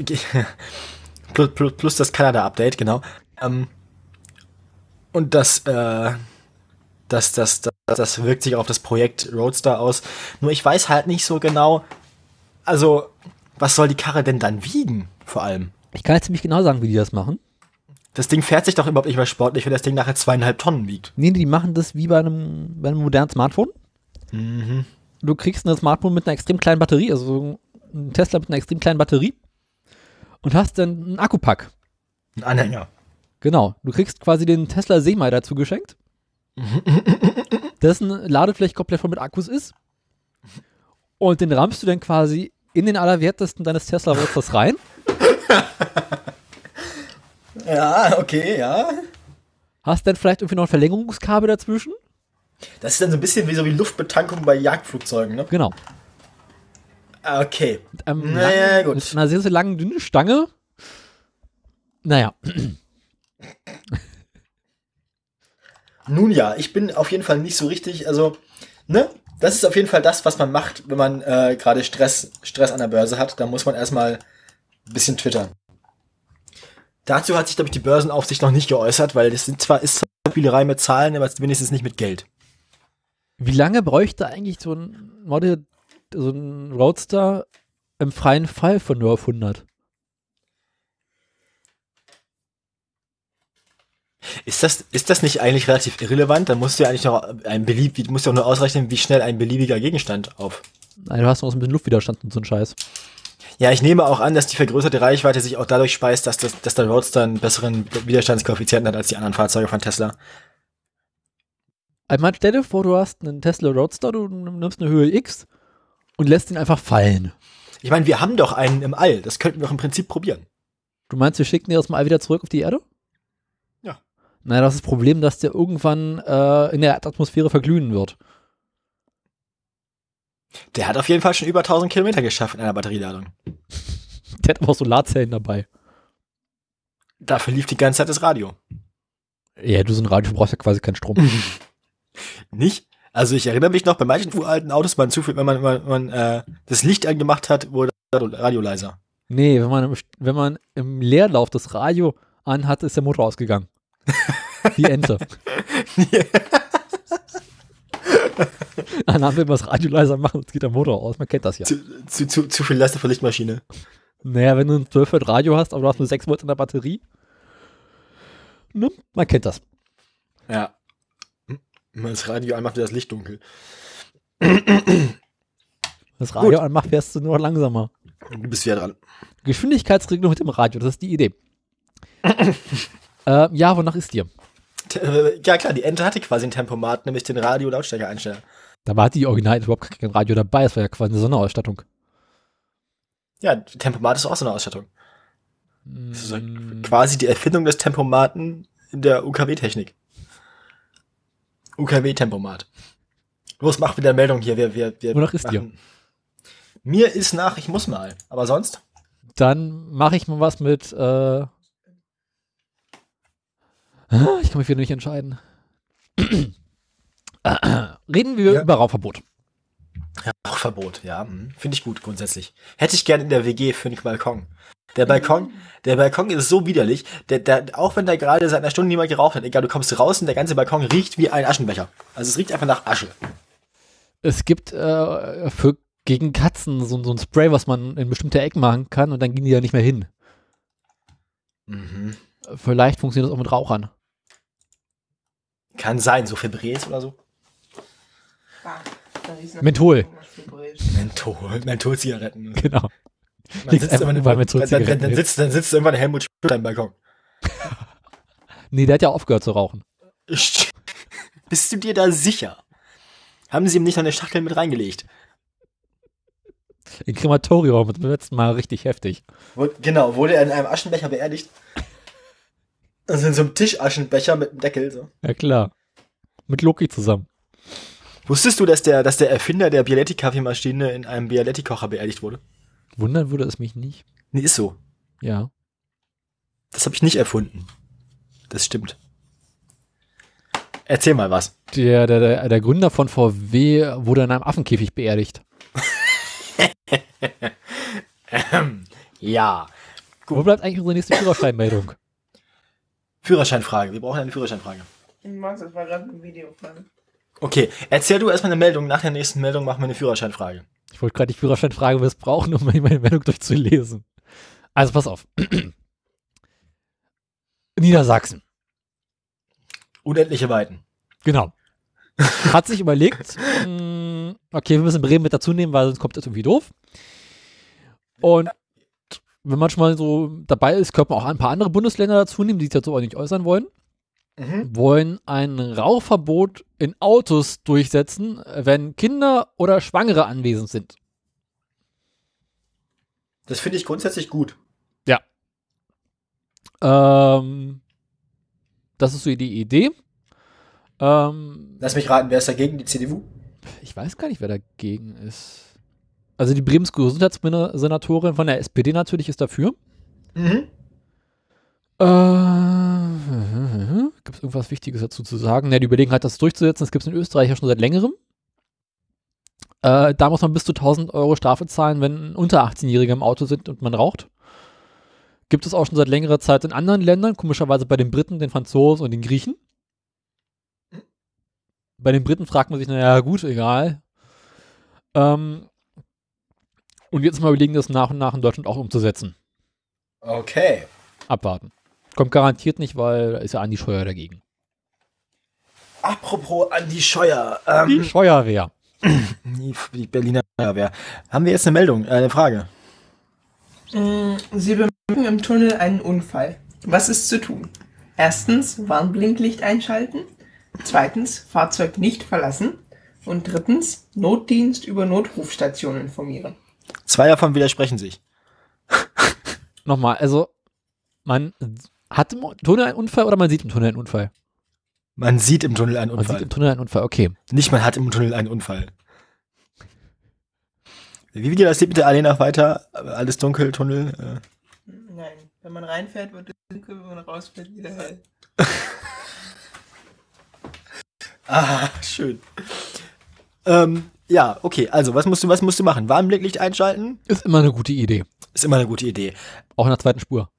Speaker 2: plus, plus, plus das Kanada-Update, genau. Ähm, und das, äh, das, das, das, das wirkt sich auf das Projekt Roadster aus. Nur ich weiß halt nicht so genau, also, was soll die Karre denn dann wiegen, vor allem?
Speaker 1: Ich kann jetzt ziemlich genau sagen, wie die das machen.
Speaker 2: Das Ding fährt sich doch überhaupt nicht mehr sportlich, wenn das Ding nachher zweieinhalb Tonnen wiegt.
Speaker 1: Nee, die machen das wie bei einem, bei einem modernen Smartphone.
Speaker 2: Mhm.
Speaker 1: Du kriegst ein Smartphone mit einer extrem kleinen Batterie, also ein Tesla mit einer extrem kleinen Batterie und hast dann einen Akkupack.
Speaker 2: Ein Anhänger.
Speaker 1: Genau. Du kriegst quasi den Tesla Semi dazu geschenkt, dessen Ladefläche komplett voll mit Akkus ist. Und den rammst du dann quasi in den allerwertesten deines Tesla Roadsters rein.
Speaker 2: Ja, okay, ja.
Speaker 1: Hast dann vielleicht irgendwie noch ein Verlängerungskabel dazwischen.
Speaker 2: Das ist dann so ein bisschen wie so wie Luftbetankung bei Jagdflugzeugen, ne?
Speaker 1: Genau.
Speaker 2: Ah, Okay.
Speaker 1: Mit, einem
Speaker 2: Naja,
Speaker 1: langen,
Speaker 2: gut.
Speaker 1: Ähm, mit einer sehr, sehr langen, dünnen Stange. Naja.
Speaker 2: Nun ja, ich bin auf jeden Fall nicht so richtig, also, ne? das ist auf jeden Fall das, was man macht, wenn man äh, gerade Stress, Stress an der Börse hat. Da muss man erstmal ein bisschen twittern. Dazu hat sich, glaube ich, die Börsenaufsicht noch nicht geäußert, weil das sind zwar ist zwar Spielerei mit Zahlen, aber wenigstens nicht mit Geld.
Speaker 1: Wie lange bräuchte eigentlich so ein Model, so ein Roadster im freien Fall von 0 auf 100?
Speaker 2: Ist das, ist das nicht eigentlich relativ irrelevant? Dann musst du ja eigentlich noch ein belieb, musst du auch nur ausrechnen, wie schnell ein beliebiger Gegenstand auf.
Speaker 1: Nein, du hast noch so ein bisschen Luftwiderstand und so einen Scheiß.
Speaker 2: Ja, ich nehme auch an, dass die vergrößerte Reichweite sich auch dadurch speist, dass, das, dass der Roadster einen besseren Widerstandskoeffizienten hat als die anderen Fahrzeuge von Tesla.
Speaker 1: Ich meine, Also, stell dir vor, du hast einen Tesla Roadster, du nimmst eine Höhe X und lässt ihn einfach fallen.
Speaker 2: Ich meine, wir haben doch einen im All. Das könnten wir doch im Prinzip probieren.
Speaker 1: Du meinst, wir schicken dir das mal wieder zurück auf die Erde?
Speaker 2: Ja.
Speaker 1: Naja, das ist das Problem, dass der irgendwann äh, in der Erdatmosphäre verglühen wird.
Speaker 2: Der hat auf jeden Fall schon über 1000 Kilometer geschafft in einer Batterieladung.
Speaker 1: Der hat aber auch Solarzellen dabei.
Speaker 2: Dafür lief die ganze Zeit das Radio.
Speaker 1: Ja, du so ein Radio brauchst ja quasi keinen Strom.
Speaker 2: Nicht? Also ich erinnere mich noch, bei manchen uralten Autos, man zufällt, wenn man, wenn man äh, das Licht angemacht hat, wurde das Radio leiser.
Speaker 1: nee, wenn man, im, wenn man im Leerlauf das Radio anhat, ist der Motor ausgegangen. Die Ente. Dann haben wir immer das Radio leiser machen, jetzt geht der Motor aus. Man kennt das ja.
Speaker 2: Zu, zu, zu, zu viel Last auf der Lichtmaschine.
Speaker 1: Naja, wenn du ein 12 Volt Radio hast, aber du hast nur 6 Volt in der Batterie. Ne? Man kennt das.
Speaker 2: Ja. Wenn man das Radio anmacht, wird das Licht dunkel.
Speaker 1: Das Radio anmacht, fährst du nur noch langsamer.
Speaker 2: Du bist wieder dran.
Speaker 1: Geschwindigkeitsregelung mit dem Radio, das ist die Idee. ähm, ja, wonach ist dir?
Speaker 2: T- äh, Ja klar, die Ente hatte quasi einen Tempomat, nämlich den Radio-Lautstärke-Einsteller.
Speaker 1: Da war die Original überhaupt kein Radio dabei, das war ja quasi eine Sonderausstattung.
Speaker 2: Ja, Tempomat ist auch so eine Ausstattung. Das ist so
Speaker 1: Mm.
Speaker 2: quasi die Erfindung des Tempomaten in der UKW-Technik. UKW-Tempomat. Los, mach wieder Meldung hier. Wir, wir, wir
Speaker 1: Wonach ist
Speaker 2: dir? Mir ist nach, ich muss mal. Aber sonst?
Speaker 1: Dann mache ich mal was mit. Äh ah, ich kann mich wieder nicht entscheiden. Reden wir
Speaker 2: Ja.
Speaker 1: über Rauchverbot.
Speaker 2: Rauchverbot, ja. mhm. Finde ich gut grundsätzlich. Hätte ich gerne in der WG für einen Balkon. Der Balkon, der Balkon ist so widerlich, der, der, auch wenn da gerade seit einer Stunde niemand geraucht hat, egal, du kommst raus und der ganze Balkon riecht wie ein Aschenbecher. Also es riecht einfach nach Asche.
Speaker 1: Es gibt äh, für gegen Katzen so, so ein Spray, was man in bestimmte Ecken machen kann und dann gehen die da nicht mehr hin.
Speaker 2: Mhm.
Speaker 1: Vielleicht funktioniert das auch mit Rauchern.
Speaker 2: Kann sein, so Febrés oder so.
Speaker 3: Ah, da riecht's nach
Speaker 1: Menthol.
Speaker 3: irgendwas Febril.
Speaker 2: Menthol, Mentholzigaretten.
Speaker 1: Genau.
Speaker 2: Man
Speaker 1: Liegt's
Speaker 2: sitzt
Speaker 1: einfach
Speaker 2: immer
Speaker 1: überall
Speaker 2: dann, dann, dann,
Speaker 1: Mentholzigaretten.
Speaker 2: dann, sitzt, dann sitzt irgendwann Helmut Schmidt am Balkon.
Speaker 1: Nee, der hat ja aufgehört zu rauchen.
Speaker 2: Sch- Bist du dir da sicher? Haben sie ihm nicht noch eine Schachtel mit reingelegt?
Speaker 1: Im Krematorium, das letzten Mal richtig heftig.
Speaker 2: Wo- Genau, wurde er in einem Aschenbecher beerdigt? Also in so einem Tischaschenbecher mit einem Deckel. So.
Speaker 1: Ja, klar. Mit Loki zusammen.
Speaker 2: Wusstest du, dass der, dass der Erfinder der Bialetti-Kaffeemaschine in einem Bialetti-Kocher beerdigt wurde?
Speaker 1: Wundern würde es mich nicht.
Speaker 2: Nee, ist so.
Speaker 1: Ja.
Speaker 2: Das habe ich nicht erfunden. Das stimmt. Erzähl mal was.
Speaker 1: Der, der, der, der Gründer von VW wurde in einem Affenkäfig beerdigt.
Speaker 2: Ja.
Speaker 1: Wo bleibt eigentlich unsere nächste Führerscheinmeldung?
Speaker 2: Führerscheinfrage. Wir brauchen eine Führerscheinfrage.
Speaker 3: Ich mag's, das war gerade ein Video von.
Speaker 2: Okay, erzähl du erstmal eine Meldung. Nach der nächsten Meldung machen wir eine Führerscheinfrage.
Speaker 1: Ich wollte gerade die Führerscheinfrage missbrauchen, um meine Meldung durchzulesen. Also pass auf. Niedersachsen,
Speaker 2: Unendliche Weiten.
Speaker 1: genau. Hat sich überlegt, mh, okay, wir müssen Bremen mit dazu nehmen, weil sonst kommt das irgendwie doof. Und wenn man schon mal so dabei ist, könnte man auch ein paar andere Bundesländer dazu nehmen, die sich dazu auch nicht äußern wollen.
Speaker 2: Mhm.
Speaker 1: wollen ein Rauchverbot in Autos durchsetzen, wenn Kinder oder Schwangere anwesend sind.
Speaker 2: Das finde ich grundsätzlich gut.
Speaker 1: Ähm, das ist so die Idee. Ähm,
Speaker 2: Lass mich raten, wer ist dagegen? Die CDU?
Speaker 1: ich weiß gar nicht, wer dagegen ist. Also die Brems Gesundheitssenatorin von der SPD natürlich ist dafür.
Speaker 2: Mhm.
Speaker 1: Äh, gibt es irgendwas Wichtiges dazu zu sagen? Ja, die überlegen halt, das durchzusetzen. Das gibt es in Österreich ja schon seit längerem. Äh, da muss man bis zu 1000 Euro Strafe zahlen, wenn unter 18-Jährige im Auto sind und man raucht. Gibt es auch schon seit längerer Zeit in anderen Ländern, komischerweise bei den Briten, den Franzosen und den Griechen. Bei den Briten fragt man sich, naja, gut, egal. Ähm, und jetzt mal überlegen, das nach und nach in Deutschland auch umzusetzen.
Speaker 2: Okay.
Speaker 1: Abwarten. Kommt garantiert nicht, weil da ist ja Andi Scheuer dagegen.
Speaker 2: Apropos Andi Scheuer. Ähm,
Speaker 1: Die Scheuerwehr.
Speaker 2: die, die Berliner Feuerwehr. Haben wir jetzt eine Meldung, äh, eine Frage?
Speaker 3: Mm, Sie bemerken im Tunnel einen Unfall. Was ist zu tun? Erstens Warnblinklicht einschalten. Zweitens Fahrzeug nicht verlassen. Und drittens Notdienst über Notrufstation informieren.
Speaker 2: Zwei davon widersprechen sich.
Speaker 1: Nochmal, also, man hat im Tunnel einen Unfall oder man sieht im Tunnel einen Unfall?
Speaker 2: Man sieht im Tunnel einen
Speaker 1: Man
Speaker 2: Unfall.
Speaker 1: sieht im Tunnel einen Unfall, okay.
Speaker 2: Nicht man hat im Tunnel einen Unfall. Wie geht das mit der Allee nach weiter? Alles dunkel, Tunnel. Äh.
Speaker 3: Nein, wenn man reinfährt, wird es dunkel, wenn man rausfährt, wieder hell.
Speaker 2: Ah, schön. Ähm, ja, okay. Also, was musst du, was musst du machen? Warnblicklicht einschalten?
Speaker 1: Ist immer eine gute Idee.
Speaker 2: Ist immer eine gute Idee.
Speaker 1: Auch in der zweiten Spur.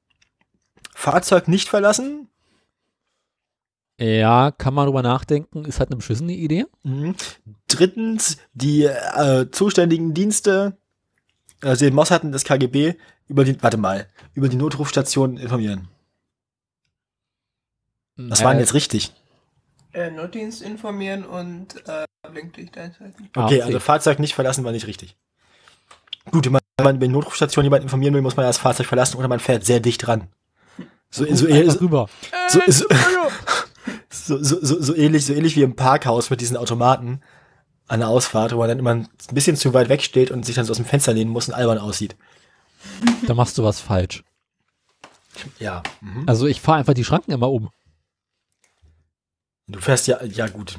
Speaker 2: Fahrzeug nicht verlassen?
Speaker 1: Ja, kann man drüber nachdenken, ist halt eine beschissene Idee.
Speaker 2: Mhm. Drittens, die äh, zuständigen Dienste, also den Mossad und das KGB, über die, warte mal, über die Notrufstation informieren. Das war
Speaker 1: Äh,
Speaker 2: jetzt richtig.
Speaker 3: Äh, Notdienst informieren und äh, Blinklicht einschalten.
Speaker 1: ah,
Speaker 2: Okay, also Fahrzeug nicht verlassen war nicht richtig. Gut, wenn man wenn die Notrufstation jemand informieren will, muss man ja das Fahrzeug verlassen oder man fährt sehr dicht dran. So, so,
Speaker 1: Einfach
Speaker 2: so,
Speaker 1: rüber.
Speaker 2: so, so, so, so, so, so ähnlich, so ähnlich wie im Parkhaus mit diesen Automaten an der Ausfahrt, wo man dann immer ein bisschen zu weit weg steht und sich dann so aus dem Fenster lehnen muss und albern aussieht.
Speaker 1: Da machst du was falsch.
Speaker 2: Ja. Mhm.
Speaker 1: Also ich fahre einfach die Schranken immer um.
Speaker 2: Du fährst ja, ja gut.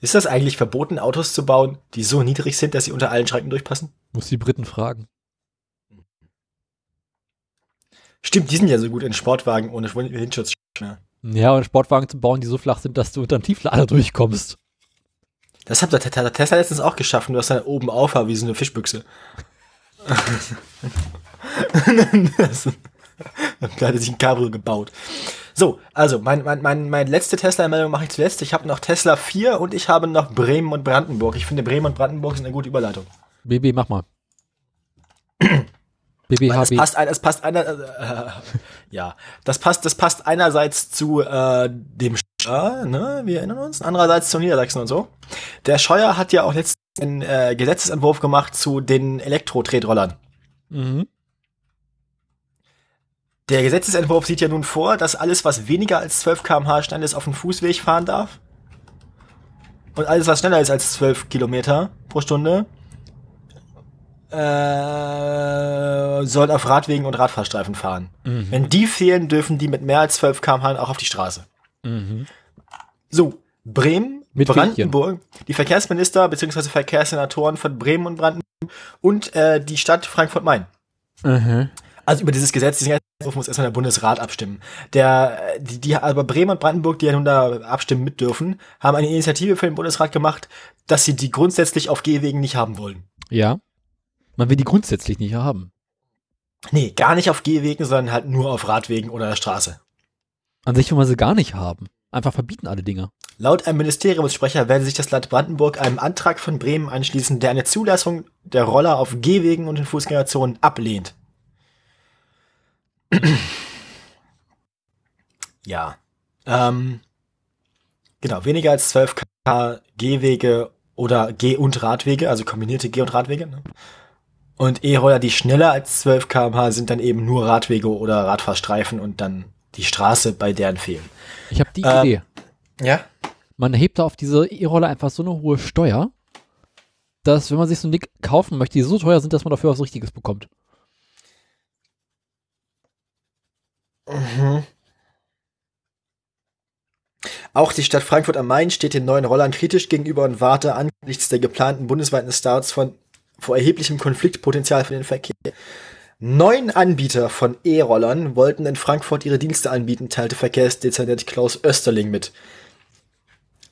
Speaker 2: Ist das eigentlich verboten, Autos zu bauen, die so niedrig sind, dass sie unter allen Schranken durchpassen?
Speaker 1: Muss die Briten fragen.
Speaker 2: Stimmt, die sind ja so gut in Sportwagen ohne Windschutz. ne?
Speaker 1: Ja, und Sportwagen zu bauen, die so flach sind, dass du unter dem Tieflader durchkommst.
Speaker 2: Das hat der Te- Te- Tesla letztens auch geschafft, nur dass er oben aufhabe wie so eine Fischbüchse. das, da hat er sich ein Cabrio gebaut. So, also, mein, mein, mein, mein letzte Tesla-Meldung mache ich zuletzt. Ich habe noch Tesla 4 und ich habe noch Bremen und Brandenburg. Ich finde, Bremen und Brandenburg sind eine gute Überleitung.
Speaker 1: BB, mach mal.
Speaker 2: Das
Speaker 1: BBHB.
Speaker 2: passt, ein- das passt einer, äh, ja, das passt, das passt einerseits zu äh, dem Scheuer, ne, wir erinnern uns, andererseits zu Niedersachsen und so. Der Scheuer hat ja auch letztens einen äh, Gesetzesentwurf gemacht zu den Elektro-Tretrollern.
Speaker 1: Mhm.
Speaker 2: Der Gesetzesentwurf sieht ja nun vor, dass alles, was weniger als 12 km/h schnell ist, auf dem Fußweg fahren darf. Und alles, was schneller ist als 12 Kilometer pro Stunde, äh, soll auf Radwegen und Radfahrstreifen fahren.
Speaker 1: Mhm.
Speaker 2: Wenn die fehlen, dürfen die mit mehr als 12 km/h auch auf die Straße.
Speaker 1: Mhm.
Speaker 2: So, Bremen,
Speaker 1: Mit
Speaker 2: Brandenburg, die Verkehrsminister bzw. Verkehrssenatoren von Bremen und Brandenburg und äh, die Stadt Frankfurt-Main.
Speaker 1: Mhm.
Speaker 2: Also über dieses Gesetz, diesen Gesetzentwurf muss erstmal der Bundesrat abstimmen. Der, äh, die, die, aber Bremen und Brandenburg, die ja nun da abstimmen mit dürfen, haben eine Initiative für den Bundesrat gemacht, dass sie die grundsätzlich auf Gehwegen nicht haben wollen.
Speaker 1: Ja. Man will die grundsätzlich nicht haben.
Speaker 2: Nee, gar nicht auf Gehwegen, sondern halt nur auf Radwegen oder der Straße.
Speaker 1: An sich will man sie gar nicht haben. Einfach verbieten alle Dinge.
Speaker 2: Laut einem Ministeriumssprecher werde sich das Land Brandenburg einem Antrag von Bremen anschließen, der eine Zulassung der Roller auf Gehwegen und in Fußgängerzonen ablehnt. ja. Ähm, genau, weniger als 12 km Gehwege oder Geh- und Radwege, also kombinierte Geh- und Radwege. Ne? Und E-Roller, die schneller als 12 km/h sind, dann eben nur Radwege oder Radfahrstreifen und dann die Straße, bei deren fehlen.
Speaker 1: Ich habe die
Speaker 2: Ähm.
Speaker 1: Idee.
Speaker 2: Ja?
Speaker 1: Man hebt da auf diese E-Roller einfach so eine hohe Steuer, dass wenn man sich so ein Ding kaufen möchte, die so teuer sind, dass man dafür was Richtiges bekommt.
Speaker 2: Mhm. Auch die Stadt Frankfurt am Main steht den neuen Rollern kritisch gegenüber und warte angesichts der geplanten bundesweiten Starts von, vor erheblichem Konfliktpotenzial für den Verkehr. Neun Anbieter von E-Rollern wollten in Frankfurt ihre Dienste anbieten, teilte Verkehrsdezernent Klaus Österling mit.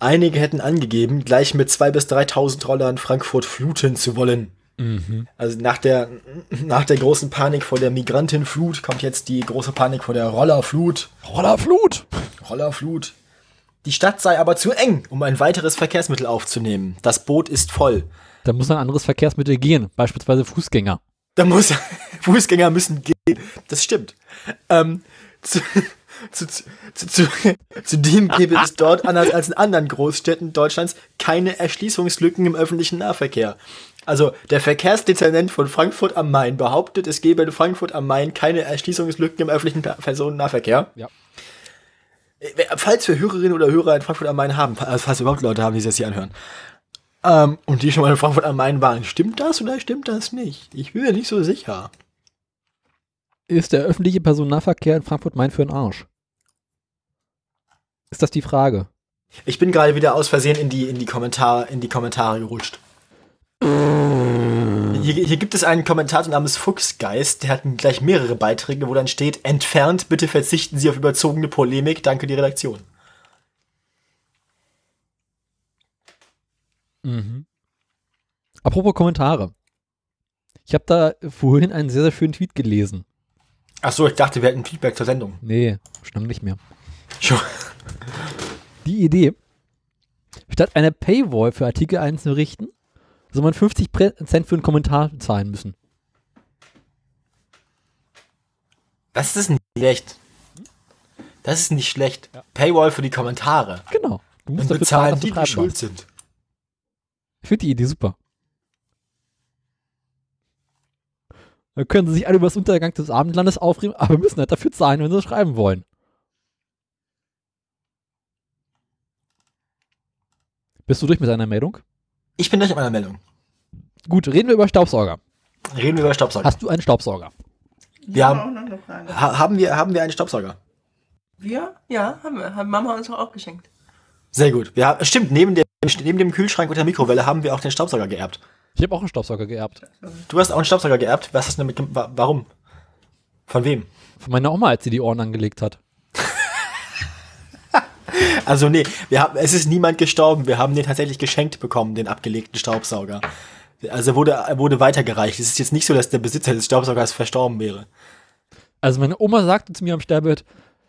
Speaker 2: Einige hätten angegeben, gleich mit 2.000 bis 3.000 Rollern Frankfurt fluten zu wollen.
Speaker 1: Mhm.
Speaker 2: Also nach der, nach der großen Panik vor der Migrantenflut kommt jetzt die große Panik vor der Rollerflut.
Speaker 1: Rollerflut!
Speaker 2: Rollerflut. Die Stadt sei aber zu eng, um ein weiteres Verkehrsmittel aufzunehmen. Das Boot ist voll.
Speaker 1: Da muss ein anderes Verkehrsmittel gehen, beispielsweise Fußgänger.
Speaker 2: Da muss Fußgänger müssen gehen. Das stimmt. Ähm, zu, zu, zu, zu, zudem gäbe es dort, anders als in anderen Großstädten Deutschlands, keine Erschließungslücken im öffentlichen Nahverkehr. Also der Verkehrsdezernent von Frankfurt am Main behauptet, es gebe in Frankfurt am Main keine Erschließungslücken im öffentlichen Per- Personennahverkehr.
Speaker 1: Ja.
Speaker 2: Äh, Falls wir Hörerinnen oder Hörer in Frankfurt am Main haben, also falls wir überhaupt Leute haben, die das hier anhören, ähm, und die schon mal in Frankfurt am Main waren, stimmt das oder stimmt das nicht? Ich bin mir nicht so sicher.
Speaker 1: Ist der öffentliche Personennahverkehr in Frankfurt-Main für einen Arsch? Ist das die Frage?
Speaker 2: Ich bin gerade wieder aus Versehen in die, in die, Kommentar, in die Kommentare gerutscht. Hier, hier gibt es einen Kommentator namens Fuchsgeist, der hat gleich mehrere Beiträge, wo dann steht, entfernt, bitte verzichten Sie auf überzogene Polemik, danke die Redaktion.
Speaker 1: Mhm. Apropos Kommentare. Ich habe da vorhin einen sehr, sehr schönen Tweet gelesen.
Speaker 2: Achso, ich dachte, wir hätten Feedback zur Sendung.
Speaker 1: Nee, schon nicht mehr.
Speaker 2: Jo.
Speaker 1: Die Idee, statt eine Paywall für Artikel einzurichten, soll man 50% für einen Kommentar zahlen müssen.
Speaker 2: Das ist nicht schlecht. Das ist nicht schlecht. Paywall für die Kommentare.
Speaker 1: Genau. Du
Speaker 2: Dann
Speaker 1: musst dafür
Speaker 2: bezahlen
Speaker 1: zahlen,
Speaker 2: die, die
Speaker 1: dass du schreiben
Speaker 2: schuld
Speaker 1: darfst.
Speaker 2: sind.
Speaker 1: Ich finde die Idee super. Dann können sie sich alle über das Untergang des Abendlandes aufregen, aber müssen halt dafür zahlen, wenn sie das schreiben wollen. Bist du durch mit deiner Meldung?
Speaker 2: Ich bin durch mit meiner Meldung.
Speaker 1: Gut, reden wir über Staubsauger.
Speaker 2: Reden wir über Staubsauger.
Speaker 1: Hast du einen Staubsauger?
Speaker 2: Wir
Speaker 3: haben
Speaker 2: haben-
Speaker 3: auch noch eine Frage.
Speaker 2: Ha haben, wir, haben wir einen Staubsauger?
Speaker 3: Wir? Ja, haben wir. Hat Mama uns auch geschenkt.
Speaker 2: Sehr gut. Wir haben, stimmt, neben dem, neben dem Kühlschrank und der Mikrowelle haben wir auch den Staubsauger geerbt.
Speaker 1: Ich habe auch einen Staubsauger geerbt.
Speaker 2: Du hast auch einen Staubsauger geerbt. Was hast du damit gem- wa Warum? Von wem?
Speaker 1: Von meiner Oma, als sie die Ohren angelegt hat.
Speaker 2: Also nee, wir haben, es ist niemand gestorben. Wir haben den tatsächlich geschenkt bekommen, den abgelegten Staubsauger. Also wurde, er wurde weitergereicht. Es ist jetzt nicht so, dass der Besitzer des Staubsaugers verstorben wäre.
Speaker 1: Also meine Oma sagte zu mir am Sterbebett,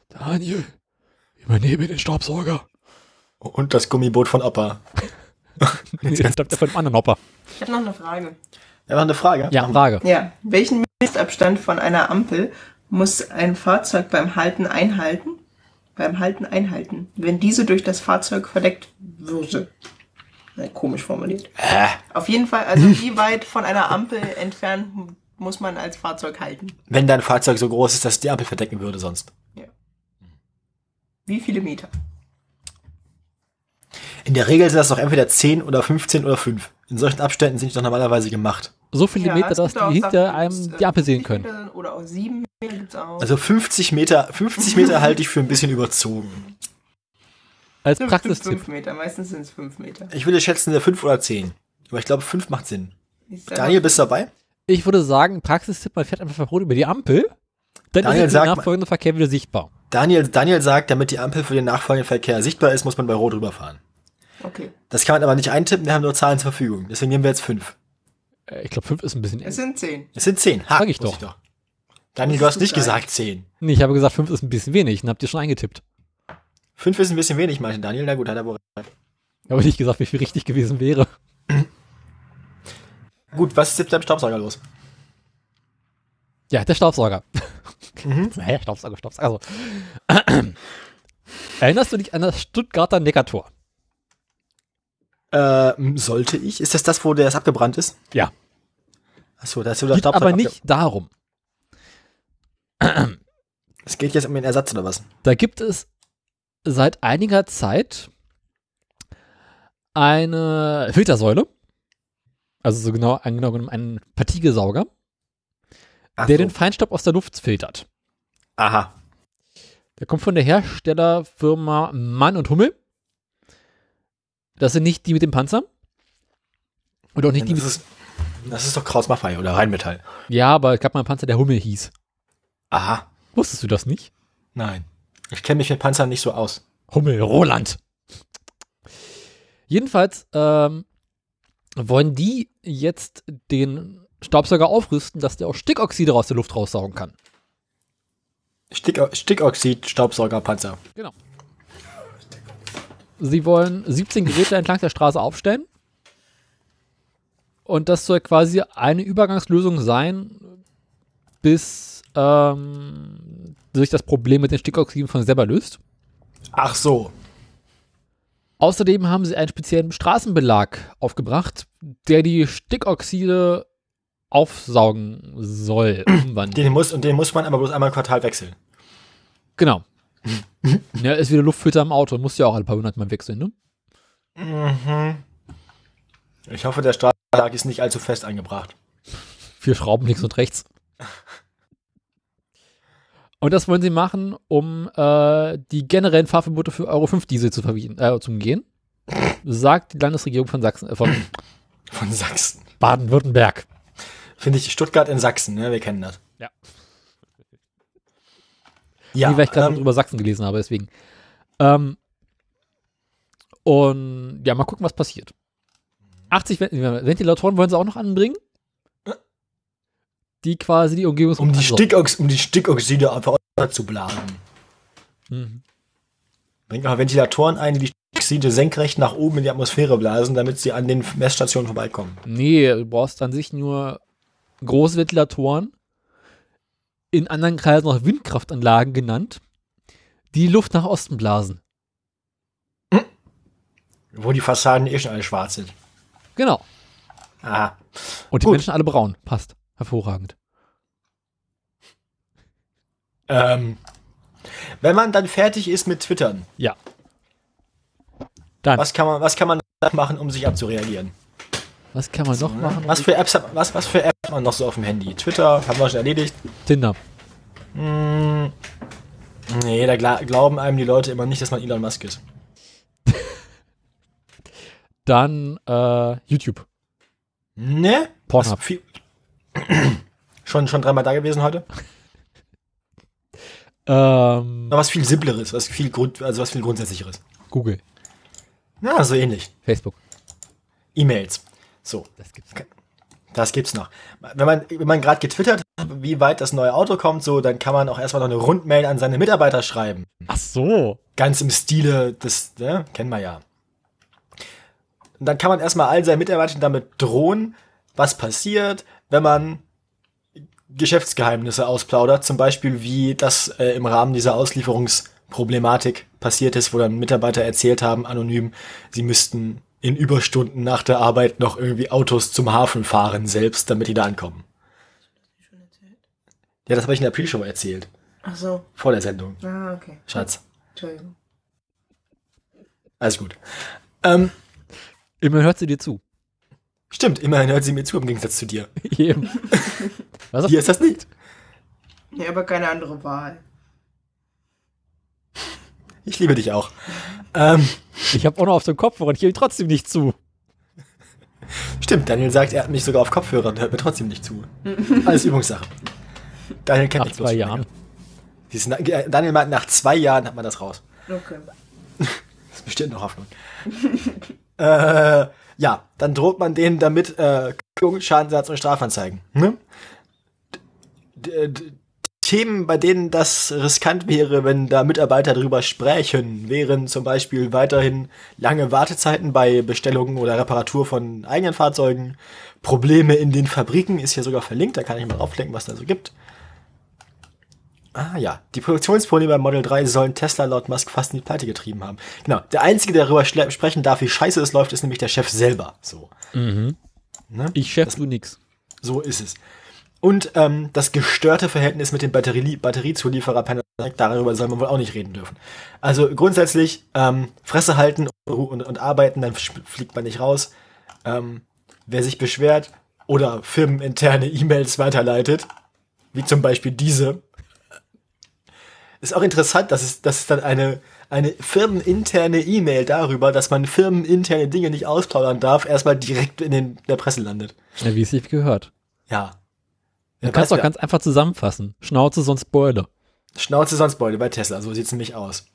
Speaker 1: Daniel, übernehme den Staubsauger.
Speaker 2: Und das Gummiboot von Opa.
Speaker 1: Nee, ich glaube, von einem anderen Hopper.
Speaker 3: Ich habe noch eine Frage.
Speaker 2: Ja, noch eine Frage.
Speaker 1: Ja, Frage.
Speaker 3: Ja. Welchen Mindestabstand von einer Ampel muss ein Fahrzeug beim Halten einhalten? Beim Halten einhalten, wenn diese durch das Fahrzeug verdeckt würde. Na, komisch formuliert.
Speaker 2: Hä?
Speaker 3: Auf jeden Fall, also wie weit von einer Ampel entfernt m- muss man als Fahrzeug halten?
Speaker 2: Wenn dein Fahrzeug so groß ist, dass es die Ampel verdecken würde sonst.
Speaker 3: Wie viele Meter?
Speaker 2: In der Regel sind das doch entweder 10 oder 15 oder 5. In solchen Abständen sind die doch normalerweise gemacht.
Speaker 1: So viele Meter,
Speaker 3: es
Speaker 1: dass
Speaker 3: gibt auch
Speaker 1: die hinter
Speaker 3: Sachen,
Speaker 1: einem
Speaker 3: äh,
Speaker 1: die Ampel sehen
Speaker 3: 50
Speaker 1: können.
Speaker 3: Meter sind Oder auch sieben Meter gibt's auch.
Speaker 2: Also 50 Meter, 50 Meter halte ich für ein bisschen überzogen.
Speaker 1: Als
Speaker 3: Fünf-
Speaker 1: Praxistipp.
Speaker 3: fünf Meter, meistens sind es fünf Meter.
Speaker 2: Ich würde schätzen, der 5 oder 10. Aber ich glaube, 5 macht Sinn.
Speaker 3: Ich sag mal,
Speaker 2: Daniel, bist du dabei?
Speaker 1: Ich würde sagen, Praxistipp, man fährt einfach verrot über die Ampel, dann
Speaker 2: Daniel,
Speaker 1: ist der
Speaker 2: sag mal-
Speaker 1: nachfolgende Verkehr wieder sichtbar.
Speaker 2: Daniel, Daniel sagt, damit die Ampel für den nachfolgenden Verkehr sichtbar ist, muss man bei Rot rüberfahren.
Speaker 3: Okay.
Speaker 2: Das kann man aber nicht eintippen, wir haben nur Zahlen zur Verfügung. Deswegen nehmen wir jetzt 5.
Speaker 1: Äh, Ich glaube, fünf ist ein bisschen
Speaker 3: Es
Speaker 1: eng.
Speaker 3: sind zehn.
Speaker 2: Es sind 10. Ha,
Speaker 1: Sag ich
Speaker 2: wusste
Speaker 1: doch.
Speaker 2: Daniel, du hast nicht gesagt 10.
Speaker 1: Nee, ich habe gesagt, fünf ist ein bisschen wenig und habt ihr schon eingetippt.
Speaker 2: 5 ist ein bisschen wenig, meinte Daniel. Na gut, hat er wohl. recht.
Speaker 1: Ich habe nicht gesagt, wie viel richtig gewesen wäre.
Speaker 2: Gut, was ist jetzt beim Staubsauger los?
Speaker 1: Ja, der Staubsauger.
Speaker 2: Mhm.
Speaker 1: Hä, Staubsauger, Staubsauger. Also. Erinnerst du dich an das Stuttgarter Neckartor?
Speaker 2: Ähm, sollte ich? Ist das das, wo der es abgebrannt ist?
Speaker 1: Ja.
Speaker 2: Achso, da ist so der
Speaker 1: Geht
Speaker 2: Staubsauger.
Speaker 1: aber nicht darum.
Speaker 2: abge- Es geht jetzt um den Ersatz oder was?
Speaker 1: Da gibt es seit einiger Zeit eine Filtersäule, also so genau genau genommen einen Partigesauger,
Speaker 2: Ach
Speaker 1: der
Speaker 2: so.
Speaker 1: den Feinstaub aus der Luft filtert.
Speaker 2: Aha.
Speaker 1: Der kommt von der Herstellerfirma Mann und Hummel. Das sind nicht die mit dem Panzer. Und auch nicht die
Speaker 2: das,
Speaker 1: mit.
Speaker 2: ist, das ist doch Kraus Maffei oder Rheinmetall.
Speaker 1: Ja, aber es gab mal einen Panzer, der Hummel hieß.
Speaker 2: Aha.
Speaker 1: Wusstest du das nicht?
Speaker 2: Nein. Ich kenne mich mit Panzern nicht so aus.
Speaker 1: Hummel Roland. Jedenfalls ähm, wollen die jetzt den Staubsauger aufrüsten, dass der auch Stickoxide aus der Luft raussaugen kann.
Speaker 2: Stick, Stickoxid, Staubsaugerpanzer.
Speaker 1: Genau. Sie wollen 17 Geräte entlang der Straße aufstellen. Und das soll quasi eine Übergangslösung sein, bis ähm, sich das Problem mit den Stickoxiden von selber löst.
Speaker 2: Ach so.
Speaker 1: Außerdem haben sie einen speziellen Straßenbelag aufgebracht, der die Stickoxide aufsaugen soll. umwandeln.
Speaker 2: Den muss, und den muss man aber bloß einmal im Quartal wechseln.
Speaker 1: genau. ja, ist wieder Luftfilter im Auto. Muss ja auch alle paar hundert Mal wechseln, ne?
Speaker 2: Mhm. Ich hoffe, der Stahlbelag ist nicht allzu fest angebracht.
Speaker 1: vier Schrauben links und rechts. Und das wollen sie machen, um äh, die generellen Fahrverbote für Euro 5 Diesel zu, verbieten, äh, zu umgehen, sagt die Landesregierung von Sachsen, äh, von
Speaker 2: Von Sachsen.
Speaker 1: Baden-Württemberg.
Speaker 2: Finde ich Stuttgart in Sachsen, ne? Wir kennen das.
Speaker 1: Ja.
Speaker 2: Ja,
Speaker 1: nee, weil ich gerade
Speaker 2: ähm,
Speaker 1: drüber Sachsen gelesen habe, deswegen. Ähm, und ja, mal gucken, was passiert. 80 Vent Ventilatoren wollen sie auch noch anbringen, die quasi die also, Umgebung
Speaker 2: um, die Stickox um die Stickoxide einfach zu blasen.
Speaker 1: Mhm.
Speaker 2: Bringt mal Ventilatoren ein, die die Stickoxide senkrecht nach oben in die Atmosphäre blasen, damit sie an den Messstationen vorbeikommen.
Speaker 1: Nee, du brauchst an sich nur große Ventilatoren, in anderen Kreisen auch Windkraftanlagen genannt, die Luft nach Osten blasen.
Speaker 2: Wo die Fassaden eh schon alle schwarz sind.
Speaker 1: Genau.
Speaker 2: Aha.
Speaker 1: Und die
Speaker 2: Gut.
Speaker 1: Menschen alle braun. Passt. Hervorragend.
Speaker 2: Ähm, wenn man dann fertig ist mit Twittern,
Speaker 1: Ja. Dann, was,
Speaker 2: was kann man, was kann man da machen, um sich abzureagieren?
Speaker 1: kann man noch machen?
Speaker 2: Was für Apps hat, was, was für Apps hat man noch so auf dem Handy? Twitter haben wir schon erledigt. Hm.
Speaker 1: Tinder.
Speaker 2: Nee, da gla glauben einem die Leute immer nicht, dass man Elon Musk ist.
Speaker 1: Dann äh, YouTube.
Speaker 2: Ne?
Speaker 1: Pornhub.
Speaker 2: Viel- schon, schon dreimal da gewesen heute?
Speaker 1: Ähm,
Speaker 2: Aber was viel simpleres, was viel Grund, also was viel grundsätzlicheres.
Speaker 1: Google.
Speaker 2: Na, so ähnlich.
Speaker 1: Facebook.
Speaker 2: E-Mails. So,
Speaker 1: Das gibt's.
Speaker 2: das gibt's noch. Wenn man, wenn man gerade getwittert hat, wie weit das neue Auto kommt, so, dann kann man auch erstmal noch eine Rundmail an seine Mitarbeiter schreiben.
Speaker 1: Ach so.
Speaker 2: ganz im Stile des, ne, kennen wir ja. Und dann kann man erstmal all seinen Mitarbeitern damit drohen, was passiert, wenn man Geschäftsgeheimnisse ausplaudert, zum Beispiel wie das äh, im Rahmen dieser Auslieferungsproblematik passiert ist, wo dann Mitarbeiter erzählt haben, anonym, sie müssten in Überstunden nach der Arbeit noch irgendwie Autos zum Hafen fahren selbst, damit die da ankommen. Ja, das habe ich in der Pre-Show erzählt,
Speaker 3: Ach so.
Speaker 2: vor der Sendung,
Speaker 3: Ah, okay.
Speaker 2: Schatz.
Speaker 3: Entschuldigung.
Speaker 2: Alles gut. Ähm,
Speaker 1: Immerhin hört sie dir zu.
Speaker 2: Stimmt, immerhin hört sie mir zu im Gegensatz zu dir.
Speaker 1: Eben. was
Speaker 2: Hier
Speaker 1: hast
Speaker 2: ist das nicht.
Speaker 3: Ja, aber keine andere Wahl.
Speaker 2: Ich liebe dich auch. Ähm,
Speaker 1: du? Ich habe auch noch auf dem Kopf, woran ich ihm trotzdem nicht zu.
Speaker 2: stimmt, Daniel sagt, er hat mich sogar auf Kopfhörer und hört mir trotzdem nicht zu. Alles Übungssache. Daniel kennt
Speaker 1: Nach
Speaker 2: mich
Speaker 1: zwei
Speaker 2: bloß schon
Speaker 1: Jahren.
Speaker 2: länger. Siehst du, na- äh, Daniel meint, nach zwei Jahren hat man das raus.
Speaker 3: Okay.
Speaker 2: Das ist bestimmt noch Hoffnung. äh, ja, dann droht man denen damit äh, Kündigung, Schadensersatz und Strafanzeigen. Ne? D d- Themen, bei denen das riskant wäre, wenn da Mitarbeiter drüber sprechen, wären zum Beispiel weiterhin lange Wartezeiten bei Bestellungen oder Reparatur von eigenen Fahrzeugen, Probleme in den Fabriken, ist hier sogar verlinkt, da kann ich mal aufklicken, was da so gibt. Ah ja, die Produktionsprobleme beim Model 3 sollen Tesla laut Musk fast in die Pleite getrieben haben. Genau, der Einzige, der darüber schle- sprechen darf, wie scheiße es läuft, ist nämlich der Chef selber. So,
Speaker 1: Ich chef du nix.
Speaker 2: so ist es. Und ähm, das gestörte Verhältnis mit dem Batterie Batteriezulieferer Panasonic, darüber soll man wohl auch nicht reden dürfen. Also grundsätzlich, ähm, Fresse halten und, und, und arbeiten, dann sch- fliegt man nicht raus. Ähm, wer sich beschwert oder firmeninterne E-Mails weiterleitet, wie zum Beispiel diese, ist auch interessant, dass es, dass es dann eine, eine firmeninterne E-Mail darüber, dass man firmeninterne Dinge nicht ausplaudern darf, erstmal direkt in den, der Presse landet.
Speaker 1: Ja, wie es sich gehört.
Speaker 2: Ja.
Speaker 1: Du
Speaker 2: Wer
Speaker 1: kannst
Speaker 2: weiß,
Speaker 1: doch ganz einfach zusammenfassen. Schnauze, sonst Beule.
Speaker 2: wer- Schnauze sonst Beute bei Tesla, so sieht's nämlich aus.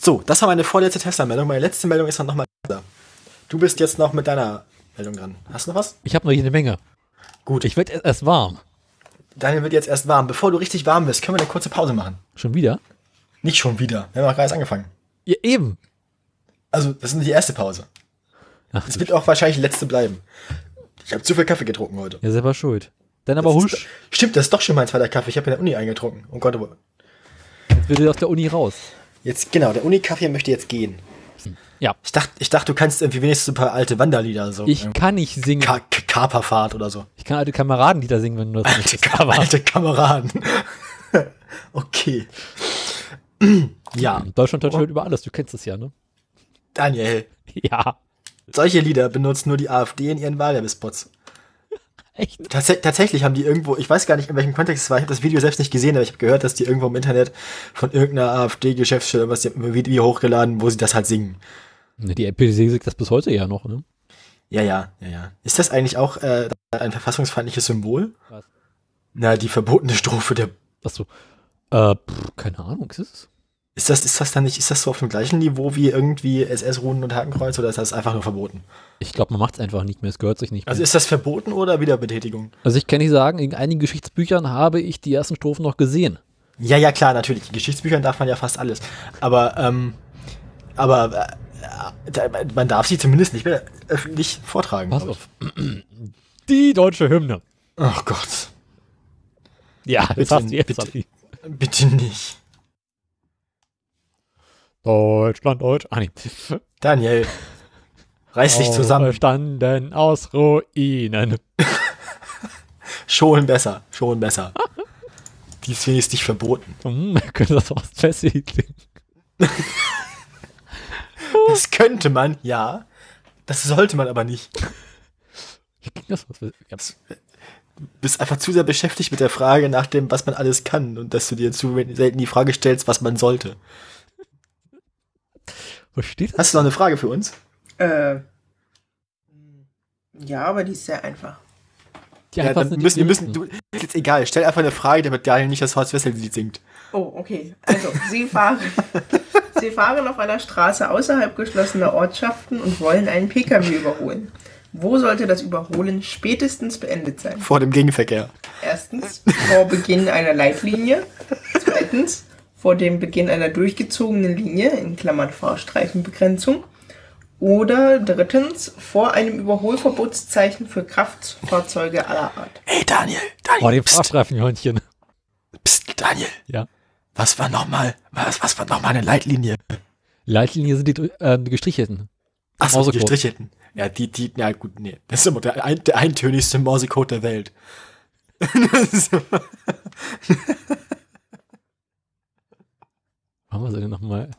Speaker 2: So, das war meine vorletzte Tesla-Meldung. Meine letzte Meldung ist dann nochmal Tesla. Du bist jetzt noch mit deiner Meldung dran. Hast du noch was?
Speaker 1: Ich habe noch jede Menge.
Speaker 2: Gut.
Speaker 1: Ich werde erst warm.
Speaker 2: Daniel wird jetzt erst warm. Bevor du richtig warm bist, können wir eine kurze Pause machen.
Speaker 1: Schon wieder?
Speaker 2: Nicht schon wieder. Wir haben auch gerade erst angefangen.
Speaker 1: Ja, eben.
Speaker 2: Also, das ist nur die erste Pause.
Speaker 1: Ach,
Speaker 2: Es wird auch wahrscheinlich letzte bleiben. Ich habe zu viel Kaffee getrunken heute.
Speaker 1: ja, selber schuld. Dann aber
Speaker 2: Das ist-
Speaker 1: husch,
Speaker 2: Stimmt, das ist doch schon mein zweiter Kaffee. Ich habe in der Uni eingetrunken. Und Gott, aber-
Speaker 1: jetzt wird er aus der Uni raus.
Speaker 2: jetzt, genau, der Uni-Kaffee möchte jetzt gehen.
Speaker 1: Ja.
Speaker 2: Ich dachte, ich dachte, du kannst irgendwie wenigstens ein paar alte Wanderlieder so.
Speaker 1: Ich kann nicht singen.
Speaker 2: Ka K- Kaperfahrt oder so.
Speaker 1: Ich kann alte Kameradenlieder singen, wenn du das
Speaker 2: Alte,
Speaker 1: möchtest.
Speaker 2: Ka-
Speaker 1: Aber
Speaker 2: alte Kameraden. okay. ja,
Speaker 1: Deutschland hört über alles, du kennst es ja, ne?
Speaker 2: Daniel,
Speaker 1: Ja.
Speaker 2: solche Lieder benutzt nur die AfD in ihren Wahlwerbespots.
Speaker 1: Echt?
Speaker 2: Tatsä tatsächlich haben die irgendwo, ich weiß gar nicht, in welchem Kontext es war, ich habe das Video selbst nicht gesehen, aber ich habe gehört, dass die irgendwo im Internet von irgendeiner AfD-Geschäftsstelle was die haben ein Video hochgeladen, wo sie das halt singen.
Speaker 1: Ne, die NPC sagt das bis heute ja noch, ne?
Speaker 2: Ja, ja, ja, ja. Ist das eigentlich auch äh, ein verfassungsfeindliches Symbol?
Speaker 1: Was?
Speaker 2: Na, die verbotene Strophe der.
Speaker 1: Achso. Äh, pff, keine Ahnung, ist es?
Speaker 2: Ist das, ist das dann nicht, ist das so auf dem gleichen Niveau wie irgendwie SS-Runen und Hakenkreuz oder ist das einfach nur verboten?
Speaker 1: Ich glaube, man macht es einfach nicht mehr, es gehört sich nicht mehr.
Speaker 2: Also ist das verboten oder Wiederbetätigung?
Speaker 1: Also ich kann nicht sagen, in einigen Geschichtsbüchern habe ich die ersten Strophen noch gesehen.
Speaker 2: Ja, ja, klar, natürlich. In Geschichtsbüchern darf man ja fast alles. Aber, ähm, aber äh, da, man darf sie zumindest nicht mehr öffentlich vortragen.
Speaker 1: Pass
Speaker 2: glaub ich.
Speaker 1: auf. Die deutsche Hymne.
Speaker 2: Oh Gott.
Speaker 1: Ja, das
Speaker 2: Bitte,
Speaker 1: hast du jetzt.
Speaker 2: bitte.
Speaker 1: Safi.
Speaker 2: Bitte nicht.
Speaker 1: Deutschland, Deutsch. Ah, nee.
Speaker 2: Daniel. Reiß
Speaker 1: Oh,
Speaker 2: dich zusammen.
Speaker 1: Verstanden aus Ruinen.
Speaker 2: Schon besser. Schon besser. Die ist wenigstens nicht verboten.
Speaker 1: Hm, könnte das aus Jesse klingen.
Speaker 2: Das könnte man, ja. Das sollte man aber nicht.
Speaker 1: Wie klingt das aus West-
Speaker 2: Du bist einfach zu sehr beschäftigt mit der Frage nach dem, was man alles kann und dass du dir zu selten die Frage stellst, was man sollte.
Speaker 1: Ja, Wo steht das?
Speaker 2: Hast du noch eine Frage für uns?
Speaker 3: Äh, ja, aber die ist sehr einfach.
Speaker 1: Die
Speaker 2: Ja, dann
Speaker 1: einfachsten, die
Speaker 2: müssen, wir
Speaker 1: wir
Speaker 2: müssen,
Speaker 1: wissen.
Speaker 2: du, ist jetzt egal, stell einfach eine Frage, damit Daniel nicht das Horst Wessel-Lied singt.
Speaker 3: Oh, okay. Also, sie fahren, sie fahren auf einer Straße außerhalb geschlossener Ortschaften und wollen einen Pkw überholen. Wo sollte das Überholen spätestens beendet sein?
Speaker 2: Vor dem Gegenverkehr.
Speaker 3: Erstens, vor Beginn einer Leitlinie. Zweitens, vor dem Beginn einer durchgezogenen Linie, in Klammern Fahrstreifenbegrenzung. Oder drittens, vor einem Überholverbotszeichen für Kraftfahrzeuge aller Art.
Speaker 2: Ey, Daniel, Daniel,
Speaker 1: Oh, die
Speaker 2: pst,
Speaker 1: Fahrstreifenhörnchen.
Speaker 2: pst, Daniel,
Speaker 1: Ja.
Speaker 2: was war nochmal, was, was war nochmal eine Leitlinie?
Speaker 1: Leitlinie sind die dr- äh, die gestrichelten.
Speaker 2: Ach so,
Speaker 1: Morsecode.
Speaker 2: die Strichelten. Ja, die, die, na gut, nee. Das ist immer der, ein, der eintönigste Morsecode der Welt. Das ist immer-
Speaker 1: Machen wir sie denn nochmal?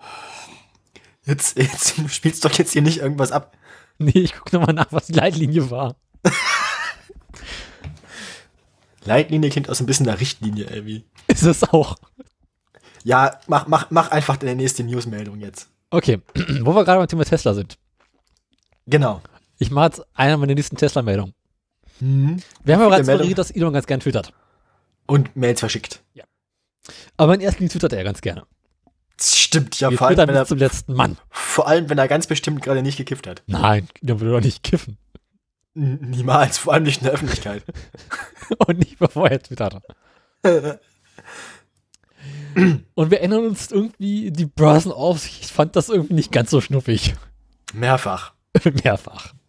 Speaker 2: jetzt, jetzt, du spielst doch jetzt hier nicht irgendwas ab.
Speaker 1: Nee, ich guck nochmal nach, was die Leitlinie war.
Speaker 2: Leitlinie klingt aus ein bisschen der Richtlinie irgendwie.
Speaker 1: Ist es auch.
Speaker 2: Ja, mach, mach, mach einfach deine nächste Newsmeldung jetzt.
Speaker 1: Okay, wo wir gerade beim Thema Tesla sind.
Speaker 2: Genau.
Speaker 1: Ich mache jetzt eine meiner nächsten Tesla-Meldungen.
Speaker 2: Hm.
Speaker 1: Wir haben ja bereits
Speaker 2: Meldung?
Speaker 1: geredet, dass Elon ganz gern twittert.
Speaker 2: Und Mails verschickt.
Speaker 1: Aber in erster Linie twittert er ganz gerne.
Speaker 2: Stimmt, ja,
Speaker 1: Wir
Speaker 2: vor allem,
Speaker 1: twittern
Speaker 2: wenn er
Speaker 1: bis zum letzten Mann.
Speaker 2: Vor allem, wenn er ganz bestimmt gerade nicht gekifft hat.
Speaker 1: Nein, Elon will doch nicht kiffen.
Speaker 2: N
Speaker 1: Mhm.
Speaker 2: niemals, vor allem nicht in der Öffentlichkeit.
Speaker 1: Und nicht bevor er twitterte. Und wir erinnern uns irgendwie, die Börsenaufsicht fand das irgendwie nicht ganz so schnuffig.
Speaker 2: Mehrfach.
Speaker 1: Mehrfach.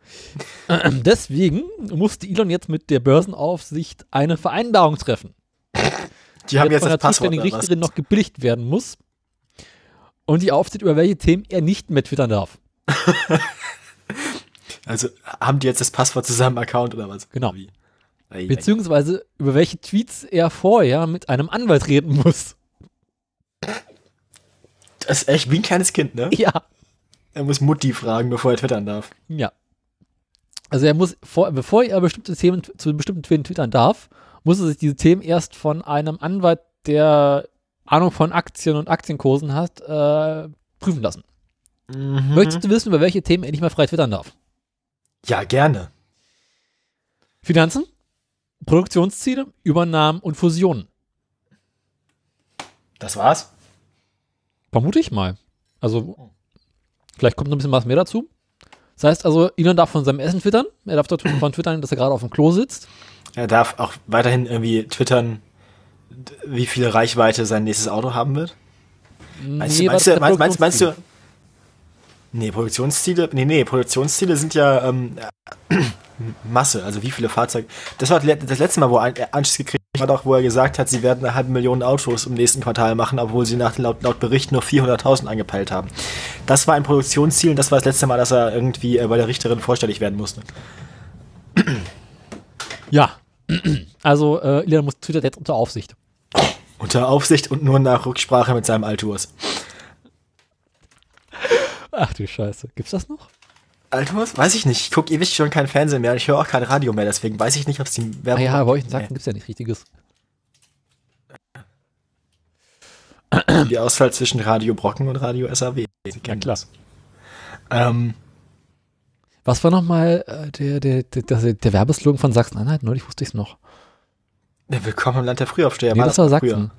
Speaker 1: Ähm, Deswegen musste Elon jetzt mit der Börsenaufsicht eine Vereinbarung treffen.
Speaker 2: Die haben jetzt
Speaker 1: von der
Speaker 2: das Passwort
Speaker 1: zuständigen
Speaker 2: oder was?
Speaker 1: Richterin noch gebilligt werden muss. Und die Aufsicht, über welche Themen er nicht mehr twittern darf.
Speaker 2: Also haben die jetzt das Passwort zu seinem Account oder was?
Speaker 1: Genau.
Speaker 2: Wie? Ei, ei.
Speaker 1: Beziehungsweise über welche Tweets er vorher mit einem Anwalt reden muss.
Speaker 2: Das ist echt wie ein kleines Kind, ne?
Speaker 1: Ja.
Speaker 2: Er muss Mutti fragen, bevor er twittern darf.
Speaker 1: Ja. Also er muss, vor, bevor er bestimmte Themen tw- zu bestimmten Themen twittern darf, muss er sich diese Themen erst von einem Anwalt, der Ahnung von Aktien und Aktienkursen hat, äh, prüfen lassen.
Speaker 2: Mhm.
Speaker 1: Möchtest du wissen, über welche Themen er nicht mehr frei twittern darf?
Speaker 2: Ja, gerne.
Speaker 1: Finanzen, Produktionsziele, Übernahmen und Fusionen.
Speaker 2: Das war's.
Speaker 1: Vermute ich mal.
Speaker 2: Oh.
Speaker 1: Also, vielleicht kommt noch ein bisschen was mehr dazu. Das heißt also, Elon darf von seinem Essen twittern. Er darf dort von twittern, dass er gerade auf dem Klo sitzt.
Speaker 2: Er darf auch weiterhin irgendwie twittern, d- wie viel Reichweite sein nächstes Auto haben wird. Meinst,
Speaker 1: Nee,
Speaker 2: du, meinst,
Speaker 1: was
Speaker 2: du,
Speaker 1: ist
Speaker 2: meinst,
Speaker 1: der
Speaker 2: meinst, meinst du. Nee, Produktionsziele. Nee, nee, Produktionsziele sind ja ähm, äh, Masse, also wie viele Fahrzeuge. Das war le- das letzte Mal, wo ein er Anschluss gekriegt hat, auch wo er gesagt hat, sie werden eine halbe Million Autos im nächsten Quartal machen, obwohl sie nach laut, laut Bericht nur 400.000 angepeilt haben. Das war ein Produktionsziel und das war das letzte Mal, dass er irgendwie äh, bei der Richterin vorstellig werden musste.
Speaker 1: Ja. Also, äh, Elon muss twittert jetzt unter Aufsicht.
Speaker 2: Unter Aufsicht und nur nach Rücksprache mit seinem Altuos.
Speaker 1: Ach du Scheiße. Gibt's das noch?
Speaker 2: Altuos? Weiß ich nicht. Ich gucke ewig schon kein Fernsehen mehr und ich höre auch kein Radio mehr, deswegen weiß ich nicht, ob es die
Speaker 1: Ah
Speaker 2: Werbung.
Speaker 1: ja, bei euch in
Speaker 2: Nee.
Speaker 1: Sachsen gibt's ja nichts Richtiges.
Speaker 2: Die Auswahl zwischen Radio Brocken und Radio SAW. Sie kennen
Speaker 1: klar.
Speaker 2: das. Ähm,
Speaker 1: Was war nochmal äh, der, der, der, der, der Werbeslogan von Sachsen-Anhalt? Neulich wusste ich's noch.
Speaker 2: ja, willkommen im Land der Frühaufsteher.
Speaker 1: Nee, das war
Speaker 2: doch
Speaker 1: Sachsen.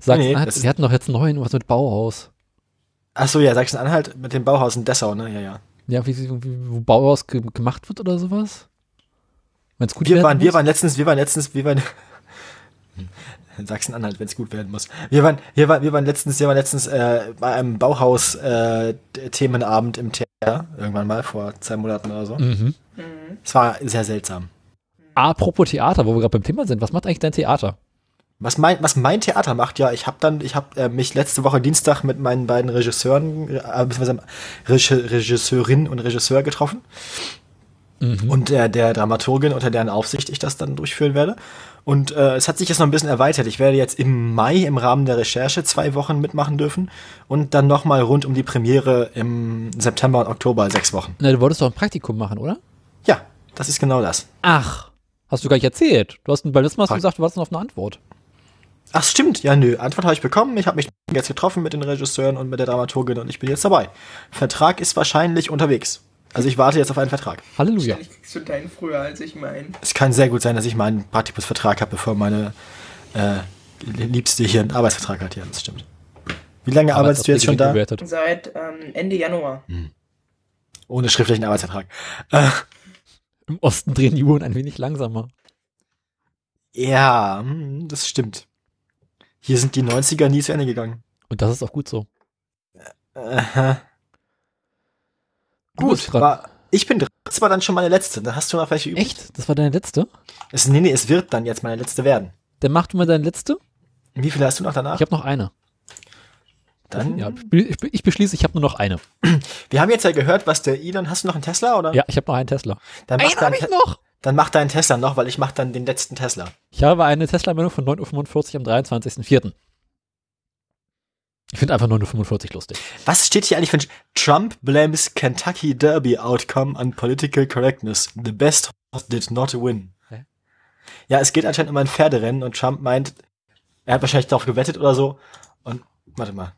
Speaker 1: Sachsen-Anhalt,
Speaker 2: Nee, das-
Speaker 1: die hatten doch jetzt neu was mit Bauhaus.
Speaker 2: Ach so, ja, Sachsen-Anhalt mit dem Bauhaus in Dessau, ne? Ja, ja.
Speaker 1: Ja, wie, wie, wie- wo Bauhaus ge gemacht wird oder sowas? Wenn's gut
Speaker 2: Wir
Speaker 1: werden
Speaker 2: waren, wir
Speaker 1: muss?
Speaker 2: waren letztens, wir waren letztens, wir waren in Sachsen-Anhalt, wenn es gut werden muss. Wir waren, wir waren, wir waren letztens, wir waren letztens äh, bei einem Bauhaus-Themenabend im Theater, irgendwann mal, vor zwei Monaten oder so.
Speaker 1: Mhm.
Speaker 2: Es war sehr seltsam.
Speaker 1: Apropos Theater, wo wir gerade beim Thema sind, was macht eigentlich dein Theater?
Speaker 2: Was mein, was mein Theater macht, ja, ich habe dann, ich habe äh, mich letzte Woche Dienstag mit meinen beiden Regisseuren, äh, beziehungsweise Regi- Regisseurin und Regisseur getroffen und äh, der Dramaturgin, unter deren Aufsicht ich das dann durchführen werde. Und äh, es hat sich jetzt noch ein bisschen erweitert. Ich werde jetzt im Mai im Rahmen der Recherche zwei Wochen mitmachen dürfen und dann nochmal rund um die Premiere im September und Oktober sechs Wochen.
Speaker 1: Na, du wolltest doch ein Praktikum machen, oder?
Speaker 2: Ja, das ist genau das.
Speaker 1: Ach, hast du gar nicht erzählt. Du hast beim letzten Mal hast du
Speaker 2: Pra-
Speaker 1: gesagt, du wartest noch auf eine Antwort.
Speaker 2: Ach, stimmt. Ja, nö. Antwort habe ich bekommen. Ich habe mich jetzt getroffen mit den Regisseuren und mit der Dramaturgin und ich bin jetzt dabei. Vertrag ist wahrscheinlich unterwegs. Also ich warte jetzt auf einen Vertrag.
Speaker 1: Halleluja.
Speaker 3: Wahrscheinlich kriegst du deinen früher als ich meinen.
Speaker 2: Es kann sehr gut sein, dass ich mal einen Praktikumsvertrag habe, bevor meine äh, Liebste hier einen Arbeitsvertrag hat. Ja, das stimmt. Wie lange arbeitest du jetzt schon da?
Speaker 1: Gewertet.
Speaker 3: Seit ähm, Ende Januar.
Speaker 2: Ohne schriftlichen Arbeitsvertrag.
Speaker 1: Im Osten drehen die Uhren ein wenig langsamer.
Speaker 2: Ja, hm, das stimmt. Hier sind die 90er nie zu Ende gegangen.
Speaker 1: Und das ist auch gut so.
Speaker 2: Äh,
Speaker 1: Du bist
Speaker 2: gut,
Speaker 1: dran.
Speaker 2: war, ich bin dran. Das war dann schon meine letzte. Dann hast du noch welche übrig.
Speaker 1: Echt? Das war deine letzte?
Speaker 2: Es, nee, nee, es wird dann jetzt meine letzte werden.
Speaker 1: Dann mach du mal deine letzte.
Speaker 2: Wie viele hast du noch danach?
Speaker 1: Ich habe noch eine.
Speaker 2: Dann,
Speaker 1: Ja, ich be- ich be- ich beschließe, ich habe nur noch eine.
Speaker 2: wir haben jetzt ja gehört, was der Elon, hast du noch einen Tesla oder?
Speaker 1: Ja, ich habe noch einen Tesla.
Speaker 2: Dann mach,
Speaker 1: Einen
Speaker 2: deinen,
Speaker 1: habe ich
Speaker 2: Te
Speaker 1: noch.
Speaker 2: dann mach deinen Tesla noch, weil ich mach dann den letzten Tesla.
Speaker 1: Ich habe eine Tesla-Meldung von 9.45 Uhr am 23.04. Ich finde einfach 9.45 Uhr lustig.
Speaker 2: Was steht hier eigentlich für ein Sch- Trump blames Kentucky Derby outcome on political correctness. The best horse did not win.
Speaker 1: Hä?
Speaker 2: Ja, es geht anscheinend um ein Pferderennen und Trump meint, er hat wahrscheinlich darauf gewettet oder so. Und warte mal.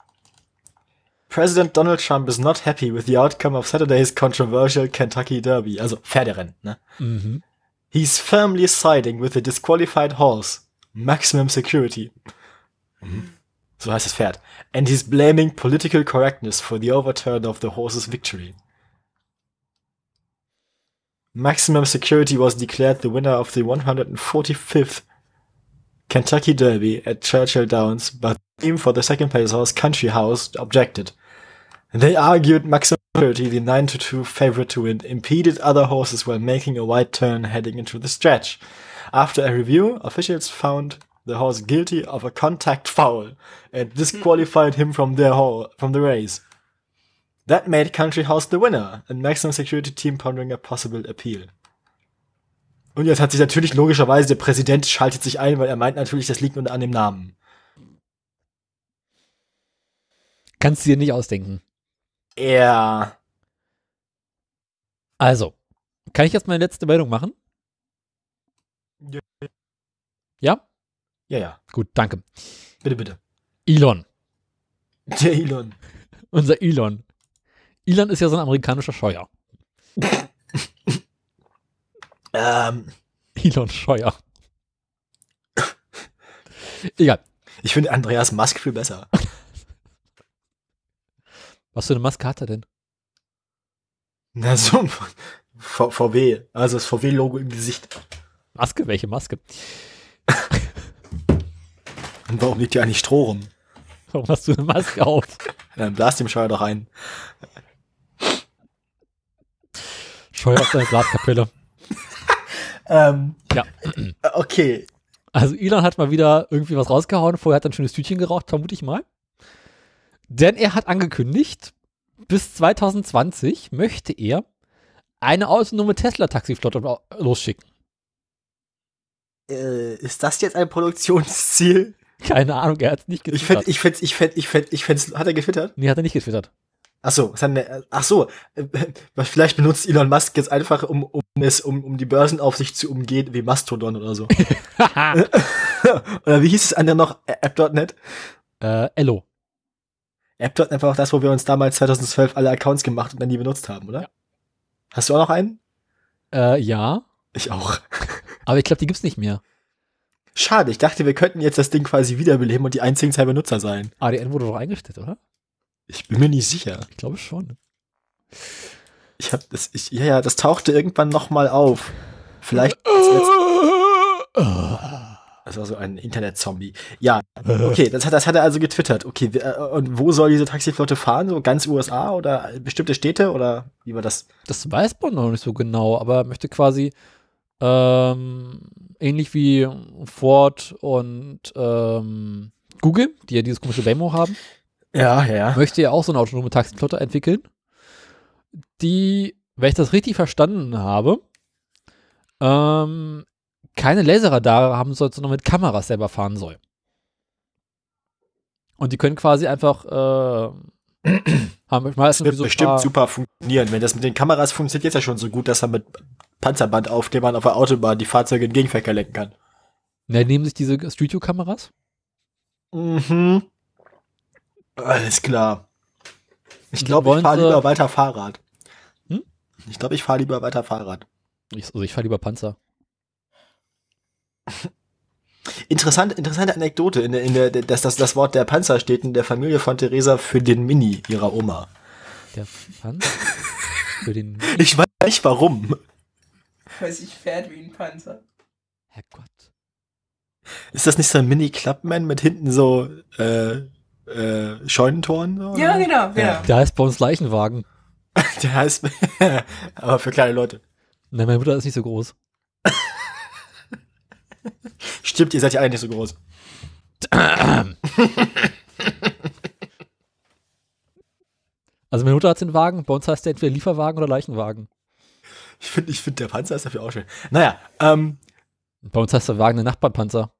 Speaker 2: President Donald Trump is not happy with the outcome of Saturday's controversial Kentucky Derby. Also Pferderennen, ne?
Speaker 1: Mhm.
Speaker 2: He's firmly siding with the disqualified horse. Maximum security. So heißt das Pferd. And he's blaming political correctness for the overturn of the horse's victory. Maximum security was declared the winner of the 145th Kentucky Derby at Churchill Downs, but the team for the second place horse, Country House, objected. They argued maximum security, the 9 to 2 favorite to win, impeded other horses while making a wide turn heading into the stretch. After a review, officials found the horse guilty of a contact foul and disqualified him from their hall, from the race. That made Country House the winner and Maximum Security Team pondering a possible appeal. Und jetzt hat sich natürlich logischerweise der Präsident schaltet sich ein, weil er meint natürlich, das liegt unter an dem Namen.
Speaker 1: Kannst du dir nicht ausdenken.
Speaker 2: Er
Speaker 1: Also, kann ich jetzt meine letzte Meldung machen?
Speaker 2: Ja.
Speaker 1: Ja?
Speaker 2: Ja, ja.
Speaker 1: Gut, danke.
Speaker 2: Bitte, bitte.
Speaker 1: Elon.
Speaker 2: Der Elon.
Speaker 1: Unser Elon. Elon ist ja so ein amerikanischer Scheuer.
Speaker 2: Ähm,
Speaker 1: Elon Scheuer. Egal.
Speaker 2: ich finde Andreas Musk viel besser.
Speaker 1: Was für eine Maske hat er denn?
Speaker 2: Na so, v VW. Also das VW-Logo im Gesicht.
Speaker 1: Maske? Welche Maske?
Speaker 2: Und warum liegt hier eigentlich Stroh rum?
Speaker 1: Warum hast du eine Maske auf?
Speaker 2: Dann blas dem Scheuer doch ein.
Speaker 1: Scheuer auf deine Glaskapelle.
Speaker 2: Ähm,
Speaker 1: Ja.
Speaker 2: Okay.
Speaker 1: Also Elon hat mal wieder irgendwie was rausgehauen. Vorher hat er ein schönes Tütchen geraucht, vermute ich mal. Denn er hat angekündigt, bis 2020 möchte er eine autonome Tesla-Taxiflotte lo- losschicken.
Speaker 2: Äh, ist das jetzt ein Produktionsziel?
Speaker 1: Keine Ahnung, er hat es nicht
Speaker 2: Ich fänd,
Speaker 1: getwittert.
Speaker 2: ich fänd, ich fänd, ich fänd, ich fänd's, hat er getwittert?
Speaker 1: Nee, hat er nicht getwittert.
Speaker 2: Ach so, was hat er, ach so, äh, vielleicht benutzt Elon Musk jetzt einfach, um, um es, um, um die Börsenaufsicht zu umgehen, wie Mastodon oder so.
Speaker 1: Haha.
Speaker 2: oder wie hieß es andere noch? Ä- App.net?
Speaker 1: äh, Ello.
Speaker 2: App.net war auch das, wo wir uns damals 2012 alle Accounts gemacht und dann die benutzt haben, oder?
Speaker 1: Ja.
Speaker 2: Hast du auch noch einen?
Speaker 1: Äh, ja.
Speaker 2: Ich auch.
Speaker 1: Aber ich glaube, die gibt's nicht mehr.
Speaker 2: Schade, ich dachte, wir könnten jetzt das Ding quasi wiederbeleben und die einzigen zwei Benutzer sein.
Speaker 1: ADN wurde doch eingestellt, oder?
Speaker 2: Ich bin mir nicht sicher.
Speaker 1: Ich glaube schon.
Speaker 2: Ich hab das, ich, ja, ja, das tauchte irgendwann nochmal auf. Vielleicht, als letzt- das war so ein Internet-Zombie. Ja, okay, das hat, das hat er also getwittert. Okay, wer- äh, und wo soll diese Taxiflotte fahren? So ganz USA oder bestimmte Städte oder wie war das?
Speaker 1: Das weiß man noch nicht so genau, aber er möchte quasi ähm, ähnlich wie Ford und ähm, Google, die ja dieses komische Waymo haben,
Speaker 2: Ja, ja.
Speaker 1: möchte ja auch so eine autonome Taxiflotte entwickeln, die, wenn ich das richtig verstanden habe, ähm, keine Laserradare haben soll, sondern mit Kameras selber fahren soll. Und die können quasi einfach äh, haben meistens
Speaker 2: Wird
Speaker 1: so ein
Speaker 2: bestimmt
Speaker 1: paar-
Speaker 2: super funktionieren. Wenn das mit den Kameras funktioniert, jetzt ja schon so gut, dass er mit Panzerband aufklebern auf der Autobahn die Fahrzeuge in Gegenverkehr lenken kann.
Speaker 1: Na, Ne, nehmen sich diese Street-View-Kameras
Speaker 2: Mhm. Alles klar. Ich
Speaker 1: Dann
Speaker 2: glaube, ich
Speaker 1: wollen
Speaker 2: fahre
Speaker 1: sie-
Speaker 2: lieber weiter Fahrrad.
Speaker 1: Hm?
Speaker 2: Ich glaube, ich fahre lieber weiter Fahrrad.
Speaker 1: Ich, also ich fahre lieber Panzer.
Speaker 2: Interessant, interessante Anekdote, in der, in der, dass das, das Wort der Panzer steht in der Familie von Theresa für den Mini ihrer Oma.
Speaker 1: Der Panzer für den
Speaker 2: Ich weiß nicht warum.
Speaker 3: Weil sich fährt wie ein Panzer.
Speaker 1: Herrgott.
Speaker 2: Ist das nicht so ein Mini-Klappmann mit hinten so äh, äh, Scheunentoren? So,
Speaker 3: Ja,
Speaker 2: oder?
Speaker 3: genau, genau.
Speaker 2: Ja.
Speaker 1: Der heißt bei uns Leichenwagen.
Speaker 2: Der heißt, aber für kleine Leute.
Speaker 1: Nein, meine Mutter ist nicht so groß.
Speaker 2: Stimmt, ihr seid ja alle nicht so groß.
Speaker 1: Also meine Mutter hat den Wagen, bei uns heißt der entweder Lieferwagen oder Leichenwagen.
Speaker 2: Ich finde, ich find, der Panzer ist dafür auch schön. Naja, ähm,
Speaker 1: Bei uns heißt der Wagen der Nachbarpanzer.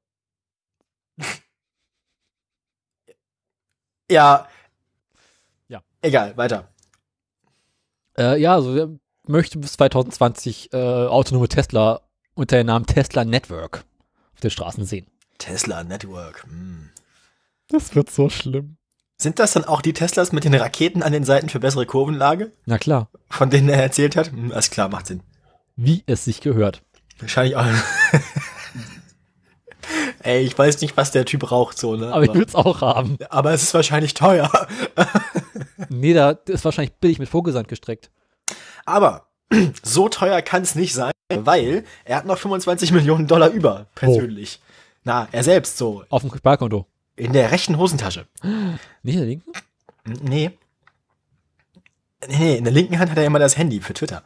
Speaker 2: ja.
Speaker 1: Ja.
Speaker 2: Egal, weiter.
Speaker 1: Äh, ja, also er möchte bis 2020 äh, autonome Tesla unter dem Namen Tesla Network auf den Straßen sehen.
Speaker 2: Tesla Network. Hm.
Speaker 1: Das wird so schlimm.
Speaker 2: Sind das dann auch die Teslas mit den Raketen an den Seiten für bessere Kurvenlage,
Speaker 1: Na klar,
Speaker 2: von denen er erzählt hat? Hm, alles klar, macht Sinn.
Speaker 1: wie es sich gehört.
Speaker 2: Wahrscheinlich auch. Ey, ich weiß nicht, was der Typ raucht so, ne?
Speaker 1: Aber ich will's auch haben.
Speaker 2: aber es ist wahrscheinlich teuer.
Speaker 1: Nee, da ist wahrscheinlich billig mit Vogelsand gestreckt.
Speaker 2: Aber so teuer kann es nicht sein, weil er hat noch 25 Millionen Dollar
Speaker 1: Oh.
Speaker 2: über, persönlich. Na, er selbst so.
Speaker 1: Auf dem Sparkonto.
Speaker 2: In der rechten Hosentasche.
Speaker 1: Nicht in der linken?
Speaker 2: Hm, Nee. Nee, nee, in der linken Hand hat er immer das Handy für Twitter.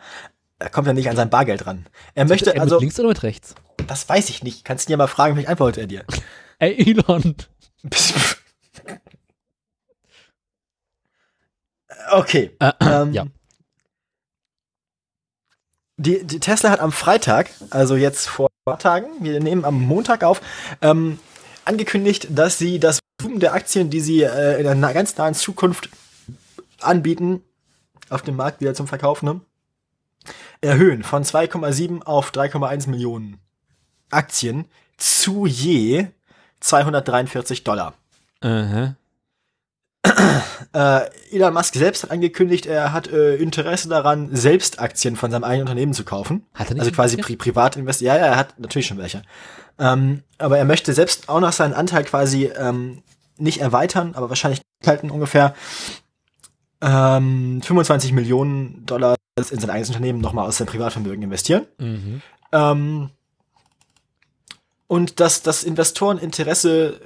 Speaker 2: Da kommt er nicht an sein Bargeld ran. Er möchte,
Speaker 1: Er
Speaker 2: also,
Speaker 1: äh, mit links oder mit rechts?
Speaker 2: das weiß ich nicht. Kannst du ihn ja mal fragen, vielleicht antwortet er dir.
Speaker 1: Ey, Elon.
Speaker 2: okay.
Speaker 1: Äh,
Speaker 2: Ähm,
Speaker 1: ja.
Speaker 2: Die, die Tesla hat am Freitag, also jetzt vor ein paar Tagen, wir nehmen am Montag auf, ähm, angekündigt, dass sie das Volumen der Aktien, die sie äh, in einer ganz nahen Zukunft anbieten, auf dem Markt wieder zum Verkauf ne, erhöhen von 2,7 auf 3,1 Millionen Aktien zu je 243 Dollar.
Speaker 1: Aha.
Speaker 2: Äh, Elon Musk selbst hat angekündigt, er hat äh, Interesse daran, selbst Aktien von seinem eigenen Unternehmen zu kaufen.
Speaker 1: Hat er nicht
Speaker 2: Also quasi
Speaker 1: investiert?
Speaker 2: pri privat investiert. Ja, ja, er hat natürlich schon welche. Ähm, aber er möchte selbst auch noch seinen Anteil quasi ähm, nicht erweitern, aber wahrscheinlich halten ungefähr. ähm, 25 Millionen Dollar in sein eigenes Unternehmen nochmal aus seinem Privatvermögen investieren.
Speaker 1: Mhm.
Speaker 2: Ähm, und das, das Investoreninteresse äh,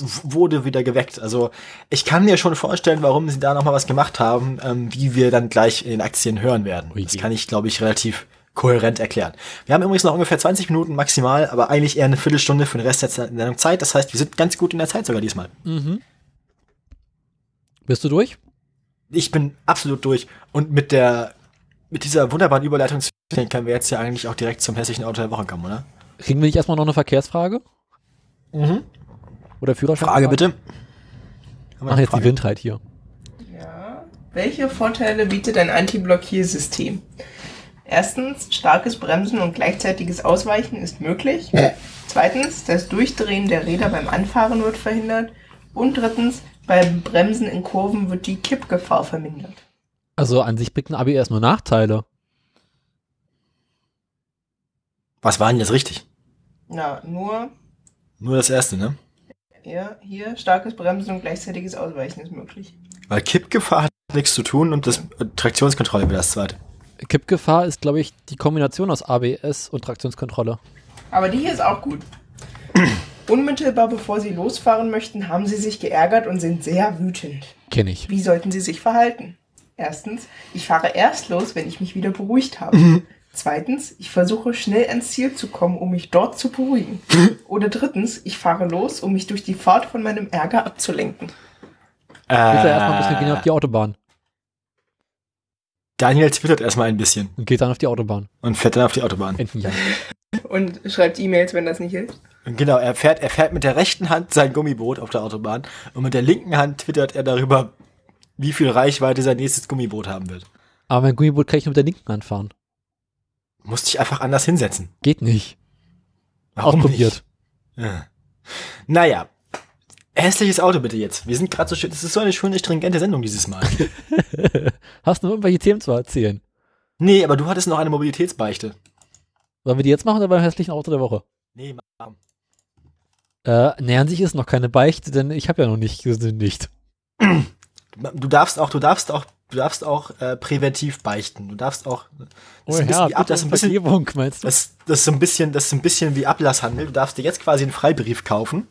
Speaker 2: w- wurde wieder geweckt. Also ich kann mir schon vorstellen, warum sie da nochmal was gemacht haben, ähm, wie wir dann gleich in den Aktien hören werden.
Speaker 1: Ui.
Speaker 2: Das kann ich, glaube ich, relativ kohärent erklären. Wir haben übrigens noch ungefähr 20 Minuten maximal, aber eigentlich eher eine Viertelstunde für den Rest der Ze- Sendung Zeit. Das heißt, wir sind ganz gut in der Zeit sogar diesmal.
Speaker 1: Mhm. Bist du durch?
Speaker 2: Ich bin absolut durch. Und mit der mit dieser wunderbaren Überleitung zu können wir jetzt ja eigentlich auch direkt zum hässlichen Auto der Woche kommen, oder?
Speaker 1: Kriegen wir nicht erstmal noch eine Verkehrsfrage?
Speaker 2: Mhm.
Speaker 1: Oder Führerschein?
Speaker 2: Frage bitte. Haben wir
Speaker 1: Ach,
Speaker 2: eine
Speaker 1: jetzt die
Speaker 2: Frage?
Speaker 1: Windheit hier.
Speaker 3: Ja. Welche Vorteile bietet ein Anti-Blockiersystem? Erstens, starkes Bremsen und gleichzeitiges Ausweichen ist möglich. Zweitens, das Durchdrehen der Räder beim Anfahren wird verhindert. Und drittens, beim Bremsen in Kurven wird die Kippgefahr vermindert.
Speaker 1: Also an sich bringt ein ABS nur Nachteile.
Speaker 2: Was war denn jetzt richtig?
Speaker 3: Na, nur
Speaker 2: Nur das erste, ne?
Speaker 3: ja, hier starkes Bremsen und gleichzeitiges Ausweichen ist möglich.
Speaker 2: Weil Kippgefahr hat nichts zu tun und das äh, Traktionskontrolle wäre das zweite.
Speaker 1: Kippgefahr ist, glaube ich, die Kombination aus ABS und Traktionskontrolle.
Speaker 3: Aber die hier ist auch gut. Unmittelbar bevor sie losfahren möchten, haben sie sich geärgert und sind sehr wütend.
Speaker 1: Kenne ich.
Speaker 3: Wie sollten sie sich verhalten? Erstens, ich fahre erst los, wenn ich mich wieder beruhigt habe. Zweitens, ich versuche schnell ans Ziel zu kommen, um mich dort zu beruhigen. Oder drittens, ich fahre los, um mich durch die Fahrt von meinem Ärger abzulenken.
Speaker 2: Äh,
Speaker 1: Bitte erstmal ein bisschen gehen auf die Autobahn.
Speaker 2: Daniel twittert erstmal ein bisschen
Speaker 1: Und geht dann auf die Autobahn.
Speaker 2: und fährt dann auf die Autobahn.
Speaker 1: Entenjagd.
Speaker 3: Und schreibt E-Mails, wenn das nicht hilft.
Speaker 2: Und genau, er fährt, er fährt mit der rechten Hand sein Gummiboot auf der Autobahn und mit der linken Hand twittert er darüber, wie viel Reichweite sein nächstes Gummiboot haben wird.
Speaker 1: Aber mein Gummiboot kann ich nur mit der linken anfahren.
Speaker 2: Musste ich einfach anders hinsetzen.
Speaker 1: Geht nicht.
Speaker 2: Warum
Speaker 1: Ausprobiert.
Speaker 2: Nicht? Ja. Naja. Hässliches Auto bitte jetzt. Wir sind gerade so schön. Das ist so eine schöne, stringente Sendung dieses Mal.
Speaker 1: Hast du noch irgendwelche Themen zu erzählen?
Speaker 2: nee, aber du hattest noch eine Mobilitätsbeichte.
Speaker 1: Sollen wir die jetzt machen oder beim hässlichen Auto der Woche?
Speaker 2: Nee, Mann.
Speaker 1: Äh, nee, an sich ist noch keine Beichte, denn ich habe ja noch nicht gesündigt.
Speaker 2: Du darfst auch, du darfst auch, du darfst auch äh, präventiv beichten. Du darfst auch. Das ist ein bisschen wie ab,
Speaker 1: bitte
Speaker 2: das ist
Speaker 1: um
Speaker 2: ein bisschen,
Speaker 1: Vergebung, meinst du?
Speaker 2: das, das ist so ein bisschen, das ist ein bisschen wie Ablasshandel. Du darfst dir jetzt quasi einen Freibrief kaufen.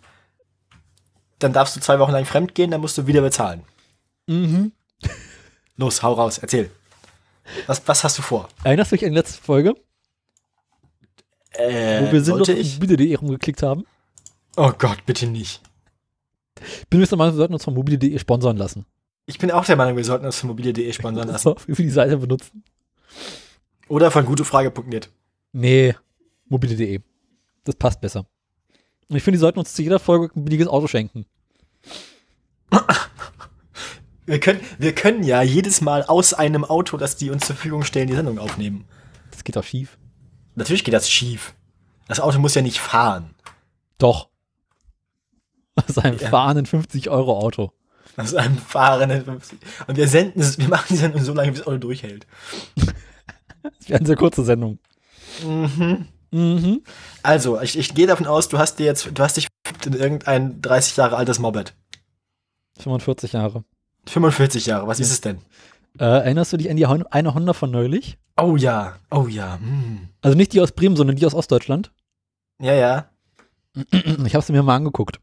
Speaker 2: Dann darfst du zwei Wochen lang fremd gehen, dann musst du wieder bezahlen.
Speaker 1: Mhm.
Speaker 2: Los, hau raus, erzähl. Was, was hast du vor?
Speaker 1: Erinnerst du dich an die letzte Folge,
Speaker 2: Äh,
Speaker 1: wo wir sind
Speaker 2: sollte
Speaker 1: noch
Speaker 2: ich?
Speaker 1: mobile.de rumgeklickt haben?
Speaker 2: Oh Gott, bitte nicht.
Speaker 1: Ich bin mir der Meinung, wir sollten uns von mobile.de sponsern lassen.
Speaker 2: Ich bin auch der Meinung, wir sollten uns von mobile.de sponsern lassen.
Speaker 1: Also für die Seite benutzen.
Speaker 2: Oder von gutefrage.net.
Speaker 1: Nee, mobile.de. Das passt besser. Und ich finde, die sollten uns zu jeder Folge ein billiges Auto schenken.
Speaker 2: Wir können, wir können ja jedes Mal aus einem Auto, das die uns zur Verfügung stellen, die Sendung aufnehmen.
Speaker 1: Das geht doch schief.
Speaker 2: Natürlich geht das schief. Das Auto muss ja nicht fahren.
Speaker 1: Doch. Aus einem
Speaker 2: Ja.
Speaker 1: fahrenden 50-Euro-Auto.
Speaker 2: Aus einem fahrenden 50. Und wir senden es, wir machen die Sendung so lange, bis das Auto durchhält.
Speaker 1: Das wäre eine sehr kurze Sendung. Mhm.
Speaker 2: Also, ich, ich gehe davon aus, du hast dir jetzt, du hast dich verliebt in irgendein 30 Jahre altes Moped.
Speaker 1: 45 Jahre.
Speaker 2: 45 Jahre, was ist es denn?
Speaker 1: Äh, erinnerst du dich an die Hon eine Honda von neulich?
Speaker 2: Oh ja, oh ja, hm.
Speaker 1: Also nicht die aus Bremen, sondern die aus Ostdeutschland.
Speaker 2: Ja, ja,
Speaker 1: Ich habe sie mir mal angeguckt.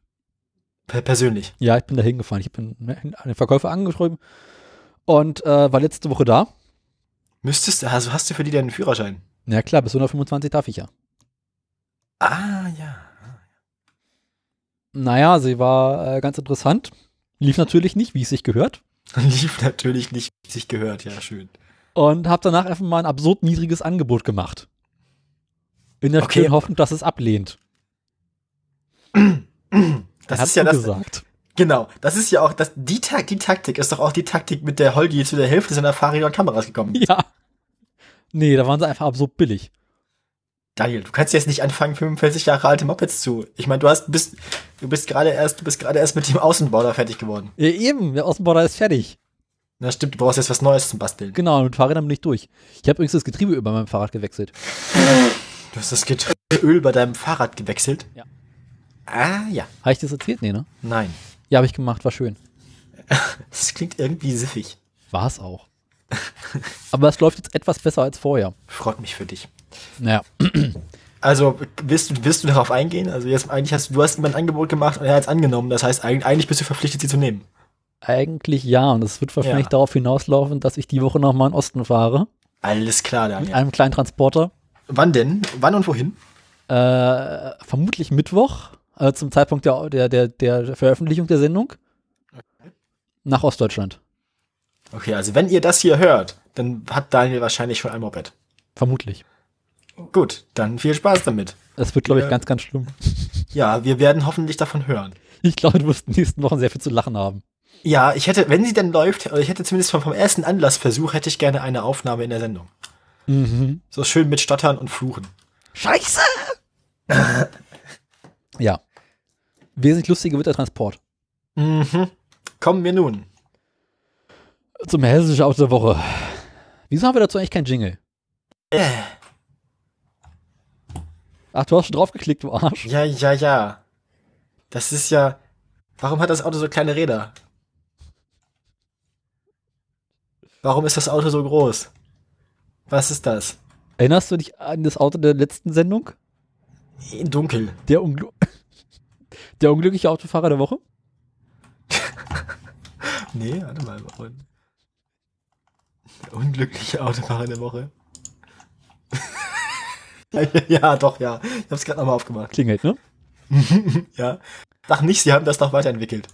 Speaker 2: per persönlich.
Speaker 1: Ja, ich bin da hingefahren. Ich bin ne, den Verkäufer angeschrieben und äh, war letzte Woche da.
Speaker 2: Müsstest du, also hast du für die denn einen Führerschein?
Speaker 1: Na klar, bis 125 darf ich ja.
Speaker 2: Ah, ja.
Speaker 1: Naja, sie war äh, ganz interessant. Lief natürlich nicht, wie es sich gehört.
Speaker 2: Lief natürlich nicht, wie sich gehört, ja, schön.
Speaker 1: Und habe danach einfach mal ein absurd niedriges Angebot gemacht. In der
Speaker 2: Okay.
Speaker 1: schönen Hoffnung, dass es ablehnt.
Speaker 2: Das
Speaker 1: Er
Speaker 2: ist ja das,
Speaker 1: zugesagt.
Speaker 2: Genau, das ist ja auch, das, die, Tak- die Taktik ist doch auch die Taktik, mit der Holdi zu der Hälfte seiner Fahrräder und Kameras gekommen ist.
Speaker 1: Ja. Nee, da waren sie einfach absurd billig.
Speaker 2: Daniel, du kannst jetzt nicht anfangen, 45 Jahre alte Mopeds zu. Ich meine, du hast, bist, du bist gerade erst, du bist gerade erst mit dem Außenbau da fertig geworden.
Speaker 1: Ja, eben, der Außenborder ist fertig.
Speaker 2: Na stimmt, du brauchst jetzt was Neues zum Basteln.
Speaker 1: Genau, und Fahrrädern bin ich durch. Ich habe übrigens das Getriebe über meinem Fahrrad gewechselt.
Speaker 2: Du hast das Getriebeöl bei deinem Fahrrad gewechselt.
Speaker 1: Ja.
Speaker 2: Ah, ja.
Speaker 1: Habe ich das erzählt? Nee, ne?
Speaker 2: Nein.
Speaker 1: Ja, habe ich gemacht, war schön.
Speaker 2: Das klingt irgendwie siffig.
Speaker 1: war es auch. Aber es läuft jetzt etwas besser als vorher.
Speaker 2: Freut mich für dich.
Speaker 1: Naja.
Speaker 2: Also, willst du, willst du darauf eingehen? Also, jetzt eigentlich hast du, du hast ihm ein Angebot gemacht und er hat es angenommen. Das heißt, eig- eigentlich bist du verpflichtet, sie zu nehmen.
Speaker 1: Eigentlich ja, und es wird wahrscheinlich
Speaker 2: Ja.
Speaker 1: darauf hinauslaufen, dass ich die Woche nochmal in den Osten fahre.
Speaker 2: Alles klar,
Speaker 1: Mit
Speaker 2: Daniel.
Speaker 1: einem kleinen Transporter.
Speaker 2: Wann denn? Wann und wohin?
Speaker 1: Äh, vermutlich Mittwoch, äh, zum Zeitpunkt der, der, der, der Veröffentlichung der Sendung. Nach Ostdeutschland.
Speaker 2: Okay, also wenn ihr das hier hört, dann hat Daniel wahrscheinlich schon ein Moped.
Speaker 1: Vermutlich.
Speaker 2: Gut, dann viel Spaß damit.
Speaker 1: Das wird, glaube ich,
Speaker 2: Ja.
Speaker 1: ganz, ganz schlimm.
Speaker 2: Ja, wir werden hoffentlich davon hören.
Speaker 1: Ich glaube, du wirst in den nächsten Wochen sehr viel zu lachen haben.
Speaker 2: Ja, ich hätte, wenn sie denn läuft, oder ich hätte zumindest vom, vom ersten Anlassversuch, hätte ich gerne eine Aufnahme in der Sendung.
Speaker 1: Mhm.
Speaker 2: So schön mit Stottern und Fluchen.
Speaker 1: Scheiße! ja. Wesentlich lustiger wird der Transport.
Speaker 2: Mhm. Kommen wir nun.
Speaker 1: Zum hessischen Auto der Woche. Wieso haben wir dazu eigentlich keinen Jingle?
Speaker 2: Äh,
Speaker 1: Ach, du hast schon draufgeklickt, du Arsch.
Speaker 2: ja, ja, ja. Das ist ja. Warum hat das Auto so kleine Räder? Warum ist das Auto so groß? Was ist das?
Speaker 1: Erinnerst du dich an das Auto der letzten Sendung?
Speaker 2: Dunkel.
Speaker 1: Der, Ungl der unglückliche Autofahrer der Woche?
Speaker 2: Nee, warte mal. Warum? Der unglückliche Autofahrer der Woche. ja, ja, ja, doch, ja. Ich hab's gerade nochmal aufgemacht.
Speaker 1: Klingelt, ne?
Speaker 2: Ja. Ach nicht, sie haben das doch weiterentwickelt.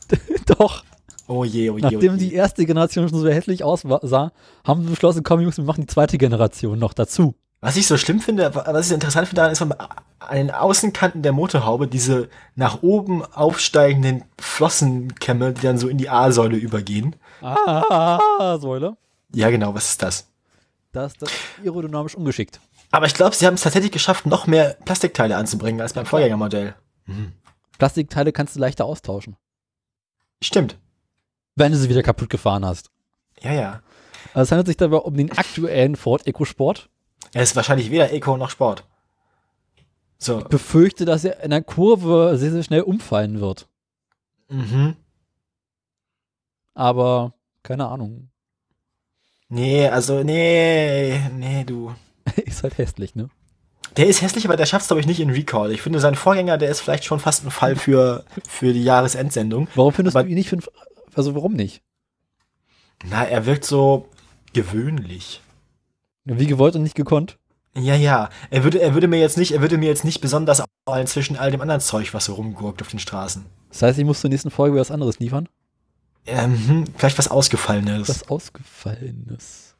Speaker 1: Doch.
Speaker 2: Oh je, oh je, oh
Speaker 1: Nachdem
Speaker 2: je.
Speaker 1: die erste Generation schon so hässlich aussah, haben wir beschlossen, komm Jungs, wir machen die zweite Generation noch dazu.
Speaker 2: Was ich so schlimm finde, wa- was ich so interessant finde, daran ist, man an den Außenkanten der Motorhaube diese nach oben aufsteigenden Flossenkämme, die dann so in die A-Säule übergehen.
Speaker 1: Ah, Säule.
Speaker 2: Ja, genau, was ist das?
Speaker 1: Das, das ist aerodynamisch ungeschickt.
Speaker 2: Aber ich glaube, sie haben es tatsächlich geschafft, noch mehr Plastikteile anzubringen als beim Vorgängermodell.
Speaker 1: Plastikteile kannst du leichter austauschen,
Speaker 2: Stimmt.
Speaker 1: wenn du sie wieder kaputt gefahren hast.
Speaker 2: Ja, ja.
Speaker 1: Also es handelt sich dabei um den aktuellen Ford EcoSport.
Speaker 2: Er ist wahrscheinlich weder Eco noch Sport. So,
Speaker 1: Befürchte, dass er in der Kurve sehr, sehr schnell umfallen wird.
Speaker 2: mhm.
Speaker 1: Aber keine Ahnung.
Speaker 2: Nee, also, nee, nee, du.
Speaker 1: ist halt hässlich, ne?
Speaker 2: Der ist hässlich, aber der schafft es, glaube ich, nicht in Recall. Ich finde, sein Vorgänger, der ist vielleicht schon fast ein Fall für, für die Jahresendsendung.
Speaker 1: Warum findest
Speaker 2: Aber-
Speaker 1: du ihn nicht für einen, F- Also warum nicht?
Speaker 2: Na, er wirkt so gewöhnlich.
Speaker 1: Wie gewollt und nicht gekonnt.
Speaker 2: Ja, ja. Er würde, er würde mir jetzt nicht, er würde mir jetzt nicht besonders auffallen zwischen all dem anderen Zeug, was so rumgurkt auf den Straßen.
Speaker 1: Das heißt, ich muss zur nächsten Folge was anderes liefern.
Speaker 2: Ähm, hm, vielleicht was Ausgefallenes.
Speaker 1: Was Ausgefallenes.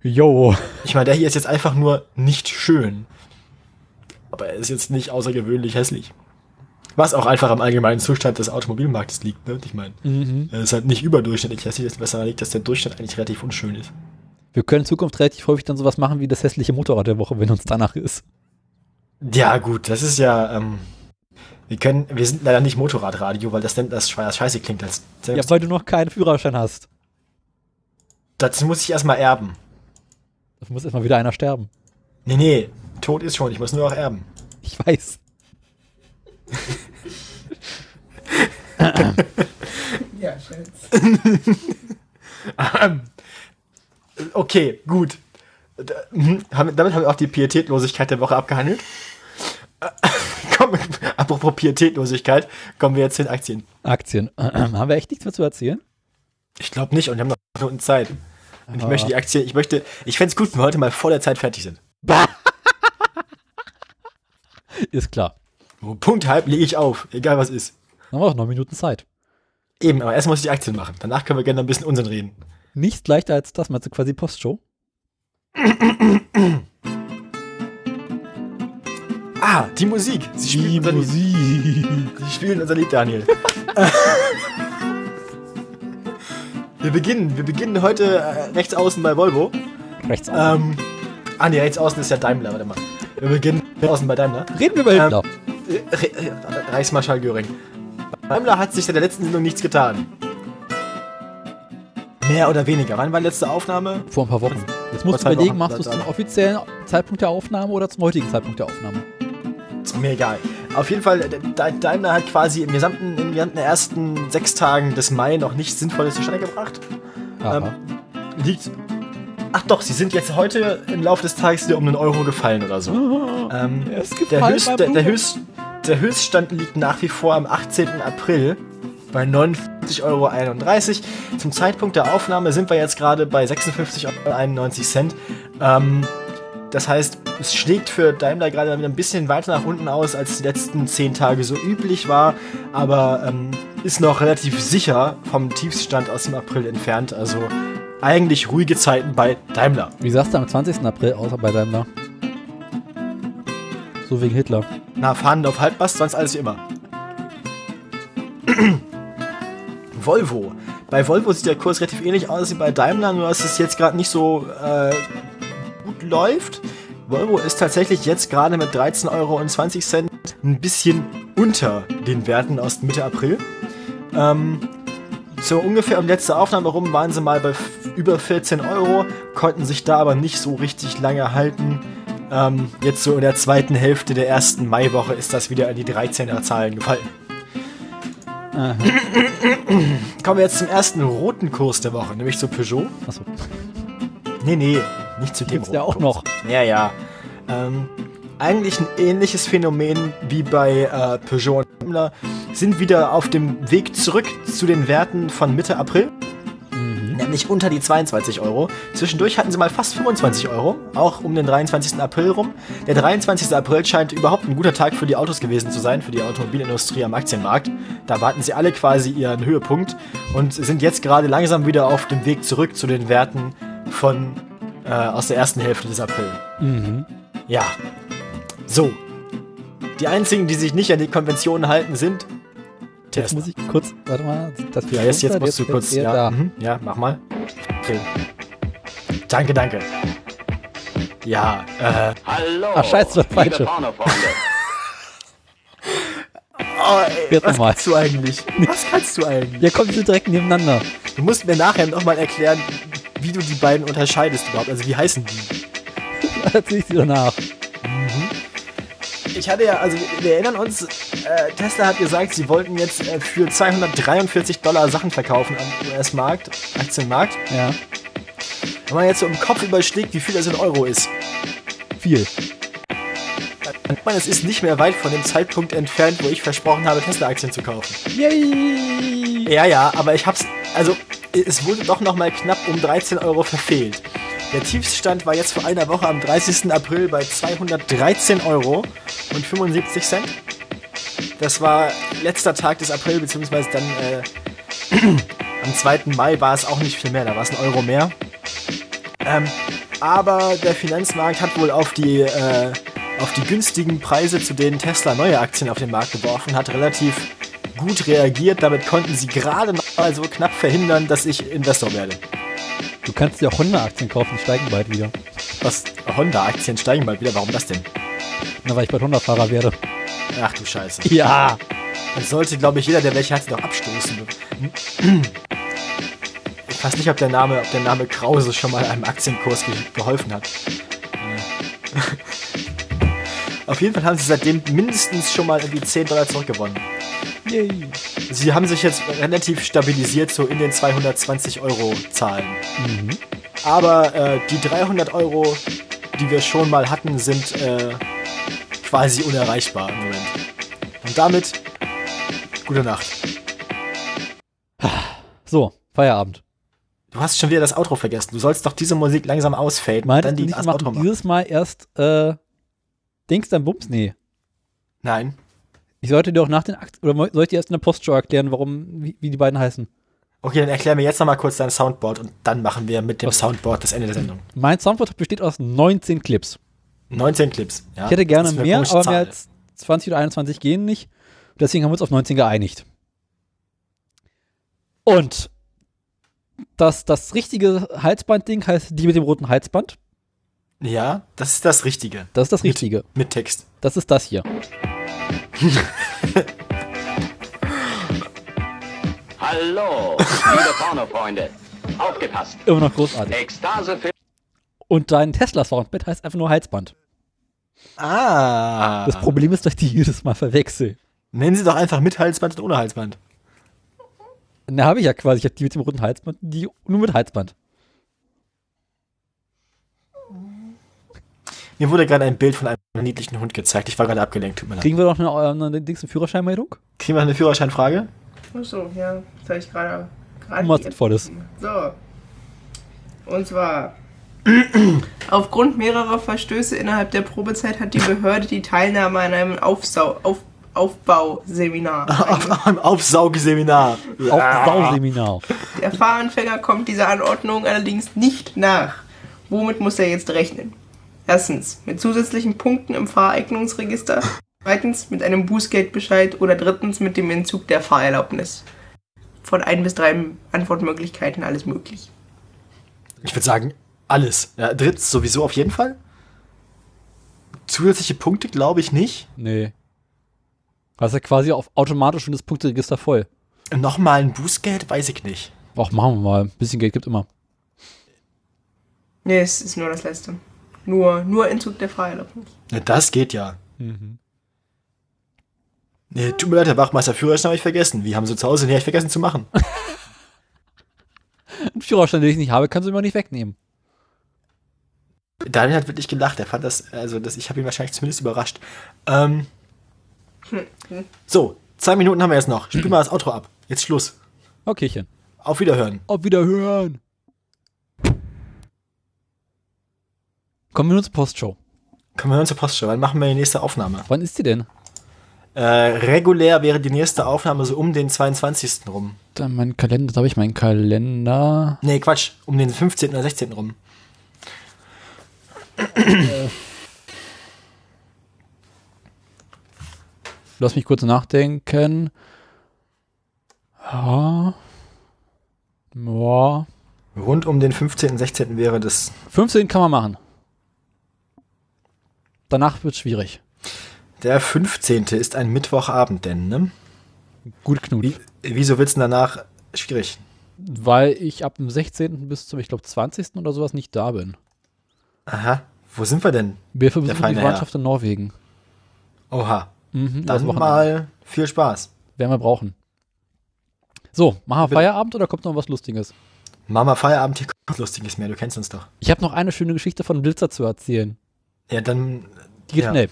Speaker 1: Jo.
Speaker 2: Ich meine, der hier ist jetzt einfach nur nicht schön. Aber er ist jetzt nicht außergewöhnlich hässlich. Was auch einfach am allgemeinen Zustand des Automobilmarktes liegt, ne? Ich meine,
Speaker 1: Mhm.
Speaker 2: er ist halt nicht überdurchschnittlich hässlich, das besser liegt, dass der Durchschnitt eigentlich relativ unschön ist.
Speaker 1: Wir können in Zukunft relativ häufig dann sowas machen wie das hässliche Motorrad der Woche, wenn uns danach ist.
Speaker 2: Ja, gut, das ist ja, ähm, wir können, wir sind leider nicht Motorradradio, weil das dann das schwe- scheiße klingt. Als,
Speaker 1: Ja, weil du noch keinen Führerschein hast.
Speaker 2: Dazu muss ich erstmal erben.
Speaker 1: Da muss erstmal wieder einer sterben.
Speaker 2: Nee, nee, tot ist schon, ich muss nur noch erben.
Speaker 1: Ich weiß.
Speaker 3: Ja, Schatz.
Speaker 2: Okay, gut. Da, mhm, haben- damit haben wir auch die Pietätlosigkeit der Woche abgehandelt. Äh, Komm, apropos Pietätlosigkeit, kommen wir jetzt zu den Aktien.
Speaker 1: Aktien. Haben wir echt nichts mehr zu erzählen?
Speaker 2: Ich glaube nicht und wir haben noch Minuten Zeit. Und ich möchte die Aktie, ich möchte, ich fänd's gut, wenn wir heute mal vor der Zeit fertig sind.
Speaker 1: Ist klar.
Speaker 2: Punkt halb lege ich auf, egal was ist.
Speaker 1: Dann haben wir auch noch Minuten Zeit.
Speaker 2: Eben, aber erst muss ich die Aktien machen. Danach können wir gerne noch ein bisschen Unsinn reden.
Speaker 1: Nichts leichter als das, meinst du quasi Postshow?
Speaker 2: Ah, die Musik. Sie spielen unser
Speaker 1: Musik.
Speaker 2: Lied. Sie spielen unser Lied, Daniel. wir beginnen. Wir beginnen heute äh, rechts außen bei Volvo.
Speaker 1: Rechts auf.
Speaker 2: Ähm, ah nee, rechts außen ist ja Daimler, warte mal. Wir beginnen rechts außen bei Daimler.
Speaker 1: Reden wir über
Speaker 2: ähm,
Speaker 1: Hitler.
Speaker 2: Äh, Re- äh, Reichsmarschall Göring. Daimler hat sich seit der letzten Sendung nichts getan. Mehr oder weniger. Wann war die letzte Aufnahme?
Speaker 1: Vor ein paar Wochen. Jetzt
Speaker 2: vor
Speaker 1: musst du
Speaker 2: zwei
Speaker 1: überlegen,
Speaker 2: Wochen
Speaker 1: machst du es
Speaker 2: dann.
Speaker 1: zum offiziellen Zeitpunkt der Aufnahme oder zum heutigen Zeitpunkt der Aufnahme?
Speaker 2: Ist mir egal. Auf jeden Fall, Da- Daimler hat quasi im gesamten, in den ersten sechs Tagen des Mai noch nichts Sinnvolles zustande gebracht.
Speaker 1: Aha.
Speaker 2: Liegt. Ach doch, sie sind jetzt heute im Laufe des Tages wieder um einen Euro gefallen oder so. Ähm,
Speaker 1: Er ist
Speaker 2: der,
Speaker 1: gefallen
Speaker 2: Höchst,
Speaker 1: beim
Speaker 2: der, der,
Speaker 1: Blumen.
Speaker 2: Höchst, der Höchststand liegt nach wie vor am 18. April bei 49,31 Euro. Zum Zeitpunkt der Aufnahme sind wir jetzt gerade bei 56,91 Euro. Ähm, das heißt, es schlägt für Daimler gerade mal wieder ein bisschen weiter nach unten aus, als die letzten zehn Tage so üblich war, aber ähm, ist noch relativ sicher vom Tiefstand aus dem April entfernt. Also eigentlich ruhige Zeiten bei Daimler.
Speaker 1: Wie sahst du am 20. April aus bei Daimler? So wegen Hitler.
Speaker 2: Na, fahren auf Halbmast, sonst alles wie immer. Volvo. Bei Volvo sieht der Kurs relativ ähnlich aus wie bei Daimler, nur dass es jetzt gerade nicht so äh, gut läuft. Volvo ist tatsächlich jetzt gerade mit 13,20 Euro ein bisschen unter den Werten aus Mitte April. Ähm, so ungefähr um letzte Aufnahme rum waren sie mal bei f- über 14 Euro, konnten sich da aber nicht so richtig lange halten. Ähm, jetzt so in der zweiten Hälfte der ersten Maiwoche ist das wieder in die 13er Zahlen gefallen.
Speaker 1: Aha.
Speaker 2: Kommen wir jetzt zum ersten roten Kurs der Woche, nämlich zu Peugeot.
Speaker 1: Achso,
Speaker 2: Nee, nee, nicht zu dem
Speaker 1: gibt's
Speaker 2: roten
Speaker 1: ja auch
Speaker 2: Kurs.
Speaker 1: noch.
Speaker 2: Ja, ja. Ähm, eigentlich ein ähnliches Phänomen wie bei äh, Peugeot und Daimler. Sind wieder auf dem Weg zurück zu den Werten von Mitte April. Nämlich unter die 22 Euro. Zwischendurch hatten sie mal fast 25 Euro, auch um den 23. April rum. Der 23. April scheint überhaupt ein guter Tag für die Autos gewesen zu sein, für die Automobilindustrie am Aktienmarkt. Da warten sie alle quasi ihren Höhepunkt und sind jetzt gerade langsam wieder auf dem Weg zurück zu den Werten von äh, aus der ersten Hälfte des April.
Speaker 1: Mhm.
Speaker 2: Ja. So. Die einzigen, die sich nicht an die Konventionen halten, sind
Speaker 1: Jetzt
Speaker 2: Tesla.
Speaker 1: muss ich kurz, warte mal, das
Speaker 2: ja, jetzt, jetzt
Speaker 1: runter,
Speaker 2: musst du kurz.
Speaker 1: jetzt
Speaker 2: Ja,
Speaker 1: da.
Speaker 2: mhm, ja, mach mal. Okay. Danke, danke. Ja, äh,
Speaker 4: Hallo.
Speaker 1: Ach, scheiße, das war falsche.
Speaker 4: liebe Pornofreunde.
Speaker 2: Oh,
Speaker 1: Jetzt nochmal.
Speaker 2: du eigentlich? Was kannst du eigentlich?
Speaker 1: Ja, komm, die sind direkt nebeneinander.
Speaker 2: Du musst mir nachher nochmal erklären, wie du die beiden unterscheidest überhaupt. Also, wie heißen die?
Speaker 1: Jetzt sehe ich sie danach.
Speaker 2: Ich hatte ja, also wir erinnern uns, äh, Tesla hat gesagt, sie wollten jetzt äh, für 243 Dollar Sachen verkaufen am US-Markt, Aktienmarkt.
Speaker 1: Ja,
Speaker 2: Wenn man jetzt so im Kopf überschlägt, wie viel das in Euro ist,
Speaker 1: viel.
Speaker 2: dann sieht man, es ist nicht mehr weit von dem Zeitpunkt entfernt, wo ich versprochen habe, Tesla-Aktien zu kaufen.
Speaker 1: Yay!
Speaker 2: Ja, ja, aber ich hab's, also es wurde doch nochmal knapp um 13 Euro verfehlt. Der Tiefstand war jetzt vor einer Woche am 30. April bei 213 Euro und 75 Cent. Das war letzter Tag des April, beziehungsweise dann äh, am 2. Mai war es auch nicht viel mehr, da war es ein Euro mehr. Ähm, aber der Finanzmarkt hat wohl auf die, äh, auf die günstigen Preise, zu denen Tesla neue Aktien auf den Markt geworfen hat, relativ gut reagiert. Damit konnten sie gerade noch mal so knapp verhindern, dass ich Investor werde.
Speaker 1: Du kannst dir auch Honda-Aktien kaufen, die steigen bald wieder.
Speaker 2: Was? Honda-Aktien steigen bald wieder. Warum das denn?
Speaker 1: Na, weil ich bald Honda-Fahrer werde.
Speaker 2: Ach du Scheiße.
Speaker 1: Ja!
Speaker 2: Dann sollte, glaube ich, jeder, der welche hat, sie doch abstoßen. Ich weiß nicht, ob der Name, ob der Name Krause schon mal einem Aktienkurs ge geholfen hat. Äh. Auf jeden Fall haben sie seitdem mindestens schon mal irgendwie 10 Dollar zurückgewonnen.
Speaker 1: Yay!
Speaker 2: Sie haben sich jetzt relativ stabilisiert, so in den 220 Euro Zahlen.
Speaker 1: Mhm.
Speaker 2: Aber äh, die 300 Euro, die wir schon mal hatten, sind äh, quasi unerreichbar im Moment. Und damit, gute Nacht.
Speaker 1: So, Feierabend.
Speaker 2: Du hast schon wieder das Outro vergessen. Du sollst doch diese Musik langsam ausfaden.
Speaker 1: Meintest du nicht, wir
Speaker 2: das
Speaker 1: machen dieses Mal erst, äh, Dings dann Bums? Nee.
Speaker 2: Nein.
Speaker 1: Ich sollte dir auch nach den Aktien, oder soll ich dir erst in der Postshow erklären, warum, wie, wie die beiden heißen?
Speaker 2: Okay, dann erklär mir jetzt nochmal kurz dein Soundboard und dann machen wir mit dem Soundboard das Ende der Sendung.
Speaker 1: Mein Soundboard besteht aus 19 Clips.
Speaker 2: 19 Clips. Ja,
Speaker 1: Ich hätte gerne
Speaker 2: Das ist eine
Speaker 1: mehr,
Speaker 2: komische
Speaker 1: aber
Speaker 2: Zahl.
Speaker 1: mehr als 20 oder 21 gehen nicht. Deswegen haben wir uns auf 19 geeinigt. Und das, das richtige Halsbandding heißt die mit dem roten Halsband.
Speaker 2: Ja, das ist das Richtige.
Speaker 1: Das ist das Richtige.
Speaker 2: Mit Text.
Speaker 1: Das ist das hier.
Speaker 4: Hallo, liebe Pornofreunde. Aufgepasst.
Speaker 1: Immer noch großartig.
Speaker 4: Ekstase für
Speaker 1: Und dein Tesla-Soundband heißt einfach nur Halsband.
Speaker 2: Ah.
Speaker 1: Das Problem ist, dass ich die jedes Mal verwechsel.
Speaker 2: Nennen Sie doch einfach mit Halsband und ohne Halsband.
Speaker 1: Na, habe ich ja quasi. Ich habe die mit dem roten Halsband, die nur mit Halsband.
Speaker 2: Mir wurde gerade ein Bild von einem niedlichen Hund gezeigt. Ich war gerade abgelenkt, tut mir leid.
Speaker 1: Kriegen wir noch eine, eine, äh, eine, Dings- eine Führerscheinmeldung?
Speaker 2: Kriegen wir eine Führerscheinfrage?
Speaker 3: Ach so, ja, das habe ich gerade. gerade
Speaker 1: Irgendwas
Speaker 3: die App
Speaker 1: Sinnvolles.
Speaker 3: gegeben. So. Und zwar. Aufgrund mehrerer Verstöße innerhalb der Probezeit hat die Behörde die Teilnahme an einem Aufsau auf Aufbauseminar. eingestellt.
Speaker 2: Auf, Aufsaugseminar.
Speaker 1: Auf Sauseminar.
Speaker 3: Der Fahranfänger kommt dieser Anordnung allerdings nicht nach. Womit muss er jetzt rechnen? Erstens, mit zusätzlichen Punkten im Fahreignungsregister. Zweitens, mit einem Bußgeldbescheid. Oder drittens, mit dem Entzug der Fahrerlaubnis. Von ein bis drei Antwortmöglichkeiten alles möglich.
Speaker 2: Ich würde sagen, alles. Ja, Dritts sowieso auf jeden Fall. Zusätzliche Punkte glaube ich nicht.
Speaker 1: Nee. Hast ja quasi auf automatisch schon das Punkteregister voll.
Speaker 2: Nochmal ein Bußgeld, weiß ich nicht.
Speaker 1: Ach, machen wir mal. Ein bisschen Geld gibt immer.
Speaker 3: Nee, es ist nur das letzte. Nur, nur Entzug der Fahrerlaubnis.
Speaker 2: Ja, das geht ja. Mhm. Nee, tut mir leid, Herr Wachmeister, Führerschein habe ich vergessen. Wie haben Sie zu Hause? Nee, hab ich vergessen zu machen.
Speaker 1: Einen Führerschein, den ich nicht habe, kannst du immer nicht wegnehmen.
Speaker 2: Daniel hat wirklich gelacht. Er fand das, also das, ich habe ihn wahrscheinlich zumindest überrascht. Ähm, so, zwei Minuten haben wir jetzt noch. Spiel mal das Outro ab. Jetzt Schluss.
Speaker 1: Okaychen.
Speaker 2: Auf Wiederhören.
Speaker 1: Auf Wiederhören. Kommen wir nun zur Postshow.
Speaker 2: Kommen wir hören zur Postshow. Wann machen wir die nächste Aufnahme?
Speaker 1: Wann ist die denn?
Speaker 2: Äh, regulär wäre die nächste Aufnahme so um den 22. rum.
Speaker 1: Dann mein Kalender, da habe ich meinen Kalender.
Speaker 2: Nee, Quatsch. Um den 15. oder 16. rum.
Speaker 1: Lass mich kurz nachdenken. Ja. Ja.
Speaker 2: Rund um den 15. 16. wäre das.
Speaker 1: 15 kann man machen. Danach wird schwierig.
Speaker 2: Der 15. ist ein Mittwochabend, denn, ne?
Speaker 1: Gut Knut.
Speaker 2: Wie, wieso wird's denn danach schwierig?
Speaker 1: Weil ich ab dem 16. bis zum, ich glaube, 20. oder sowas nicht da bin.
Speaker 2: Aha. Wo sind wir denn?
Speaker 1: Wir versuchen die
Speaker 2: feine Herr.
Speaker 1: Verwandtschaft in Norwegen.
Speaker 2: Oha.
Speaker 1: Mhm, das
Speaker 2: Dann
Speaker 1: Wochenende.
Speaker 2: mal viel Spaß.
Speaker 1: Werden wir brauchen. So, machen wir Feierabend oder kommt noch was Lustiges?
Speaker 2: Mama, Feierabend, hier kommt Lustiges mehr, du kennst uns doch.
Speaker 1: Ich habe noch eine schöne Geschichte von Blitzer zu erzählen.
Speaker 2: Ja, dann.
Speaker 1: Die geht
Speaker 2: ja.
Speaker 1: schnell.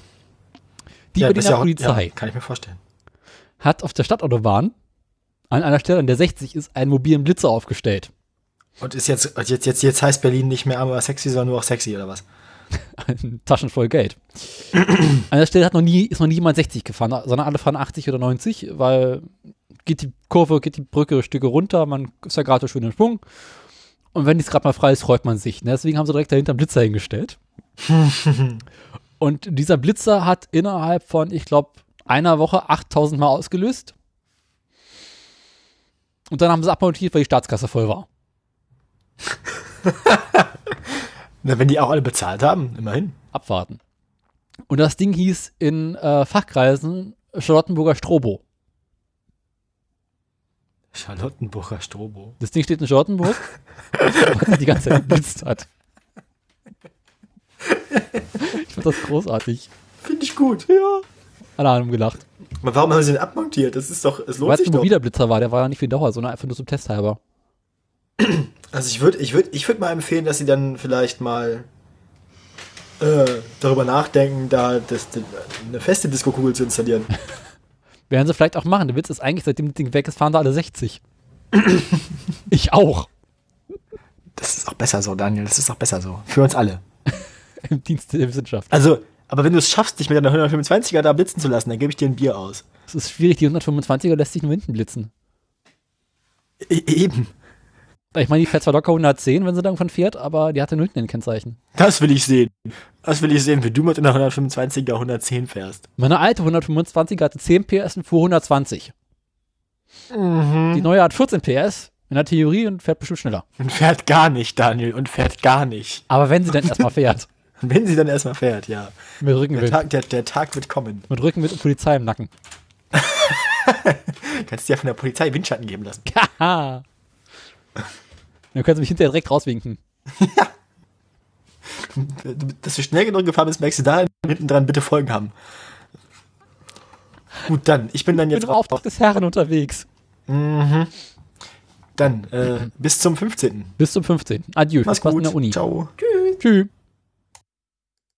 Speaker 1: Die
Speaker 2: ja, das
Speaker 1: Berliner
Speaker 2: ist ja auch-
Speaker 1: Polizei
Speaker 2: Ja, kann ich mir vorstellen.
Speaker 1: hat auf der Stadtautobahn an einer Stelle, an der 60 ist, einen mobilen Blitzer aufgestellt.
Speaker 2: Und ist jetzt, jetzt, jetzt, jetzt heißt Berlin nicht mehr aber sexy, sondern nur auch sexy, oder was?
Speaker 1: Taschen voll Geld. An der Stelle hat noch nie, ist noch niemand 60 gefahren, sondern alle fahren 80 oder 90, weil geht die Kurve, geht die Brücke Stücke runter, man ist ja gerade schön im Schwung. Und wenn dies gerade mal frei ist, freut man sich. Ne? Deswegen haben sie direkt dahinter einen Blitzer hingestellt. Und dieser Blitzer hat innerhalb von, ich glaube, einer Woche 8000 Mal ausgelöst. Und dann haben sie abmontiert, weil die Staatskasse voll war.
Speaker 2: Na, wenn die auch alle bezahlt haben, immerhin.
Speaker 1: abwarten. Und das Ding hieß in äh, Fachkreisen Charlottenburger Strobo.
Speaker 2: Charlottenburger Strobo.
Speaker 1: Das Ding steht in Charlottenburg, weil es die ganze Zeit geblitzt hat. Ich fand das großartig.
Speaker 2: Finde ich gut. Ja.
Speaker 1: Alle haben gelacht.
Speaker 2: Aber warum haben sie den abmontiert? Das ist doch, es lohnt
Speaker 1: Weil es
Speaker 2: sich
Speaker 1: ein
Speaker 2: doch.
Speaker 1: mobiler Blitzer war, der war ja nicht für die Dauer, sondern einfach nur zum Test halber.
Speaker 2: Also ich würde, ich würde, ich würde mal empfehlen, dass sie dann vielleicht mal äh, darüber nachdenken, da das, eine feste Disco-Kugel zu installieren.
Speaker 1: Werden sie vielleicht auch machen. Der Witz ist eigentlich, seitdem das Ding weg ist, fahren da alle 60. ich auch.
Speaker 2: Das ist auch besser so, Daniel. Das ist auch besser so. Für uns alle.
Speaker 1: Im Dienst der Wissenschaft.
Speaker 2: Also, aber wenn du es schaffst, dich mit deiner 125er da blitzen zu lassen, dann gebe ich dir ein Bier aus.
Speaker 1: Es ist schwierig, die 125er lässt sich nur hinten blitzen.
Speaker 2: E eben.
Speaker 1: Ich meine, die fährt zwar locker 110, wenn sie da irgendwann fährt, aber die hat ja nur hinten ein Kennzeichen.
Speaker 2: Das will ich sehen. Das will ich sehen, wie du mit einer 125er 110 fährst.
Speaker 1: Meine alte 125er hatte 10 PS und fuhr 120.
Speaker 2: Mhm.
Speaker 1: Die neue hat 14 PS in der Theorie und fährt bestimmt schneller.
Speaker 2: Und fährt gar nicht, Daniel. Und fährt gar nicht.
Speaker 1: Aber wenn sie dann erstmal fährt,
Speaker 2: Und wenn sie dann erstmal fährt, ja.
Speaker 1: mit
Speaker 2: Der
Speaker 1: Rückenwind,
Speaker 2: Tag, der, der Tag wird kommen.
Speaker 1: mit Rückenwind und Polizei im Nacken.
Speaker 2: Kannst dir ja von der Polizei Windschatten geben lassen.
Speaker 1: Haha. Dann können sie mich hinterher direkt rauswinken.
Speaker 2: Dass du schnell genug gefahren bist, merkst du da hinten dran bitte Folgen haben. Gut, dann. Ich bin dann
Speaker 1: Ich
Speaker 2: jetzt
Speaker 1: bin im Auftrag des Herren unterwegs.
Speaker 2: Dann äh, bis zum 15.
Speaker 1: Bis zum 15. Adieu.
Speaker 2: Mach's
Speaker 1: Viel Spaß
Speaker 2: gut.
Speaker 1: in der Uni.
Speaker 2: Ciao.
Speaker 1: Tschüss.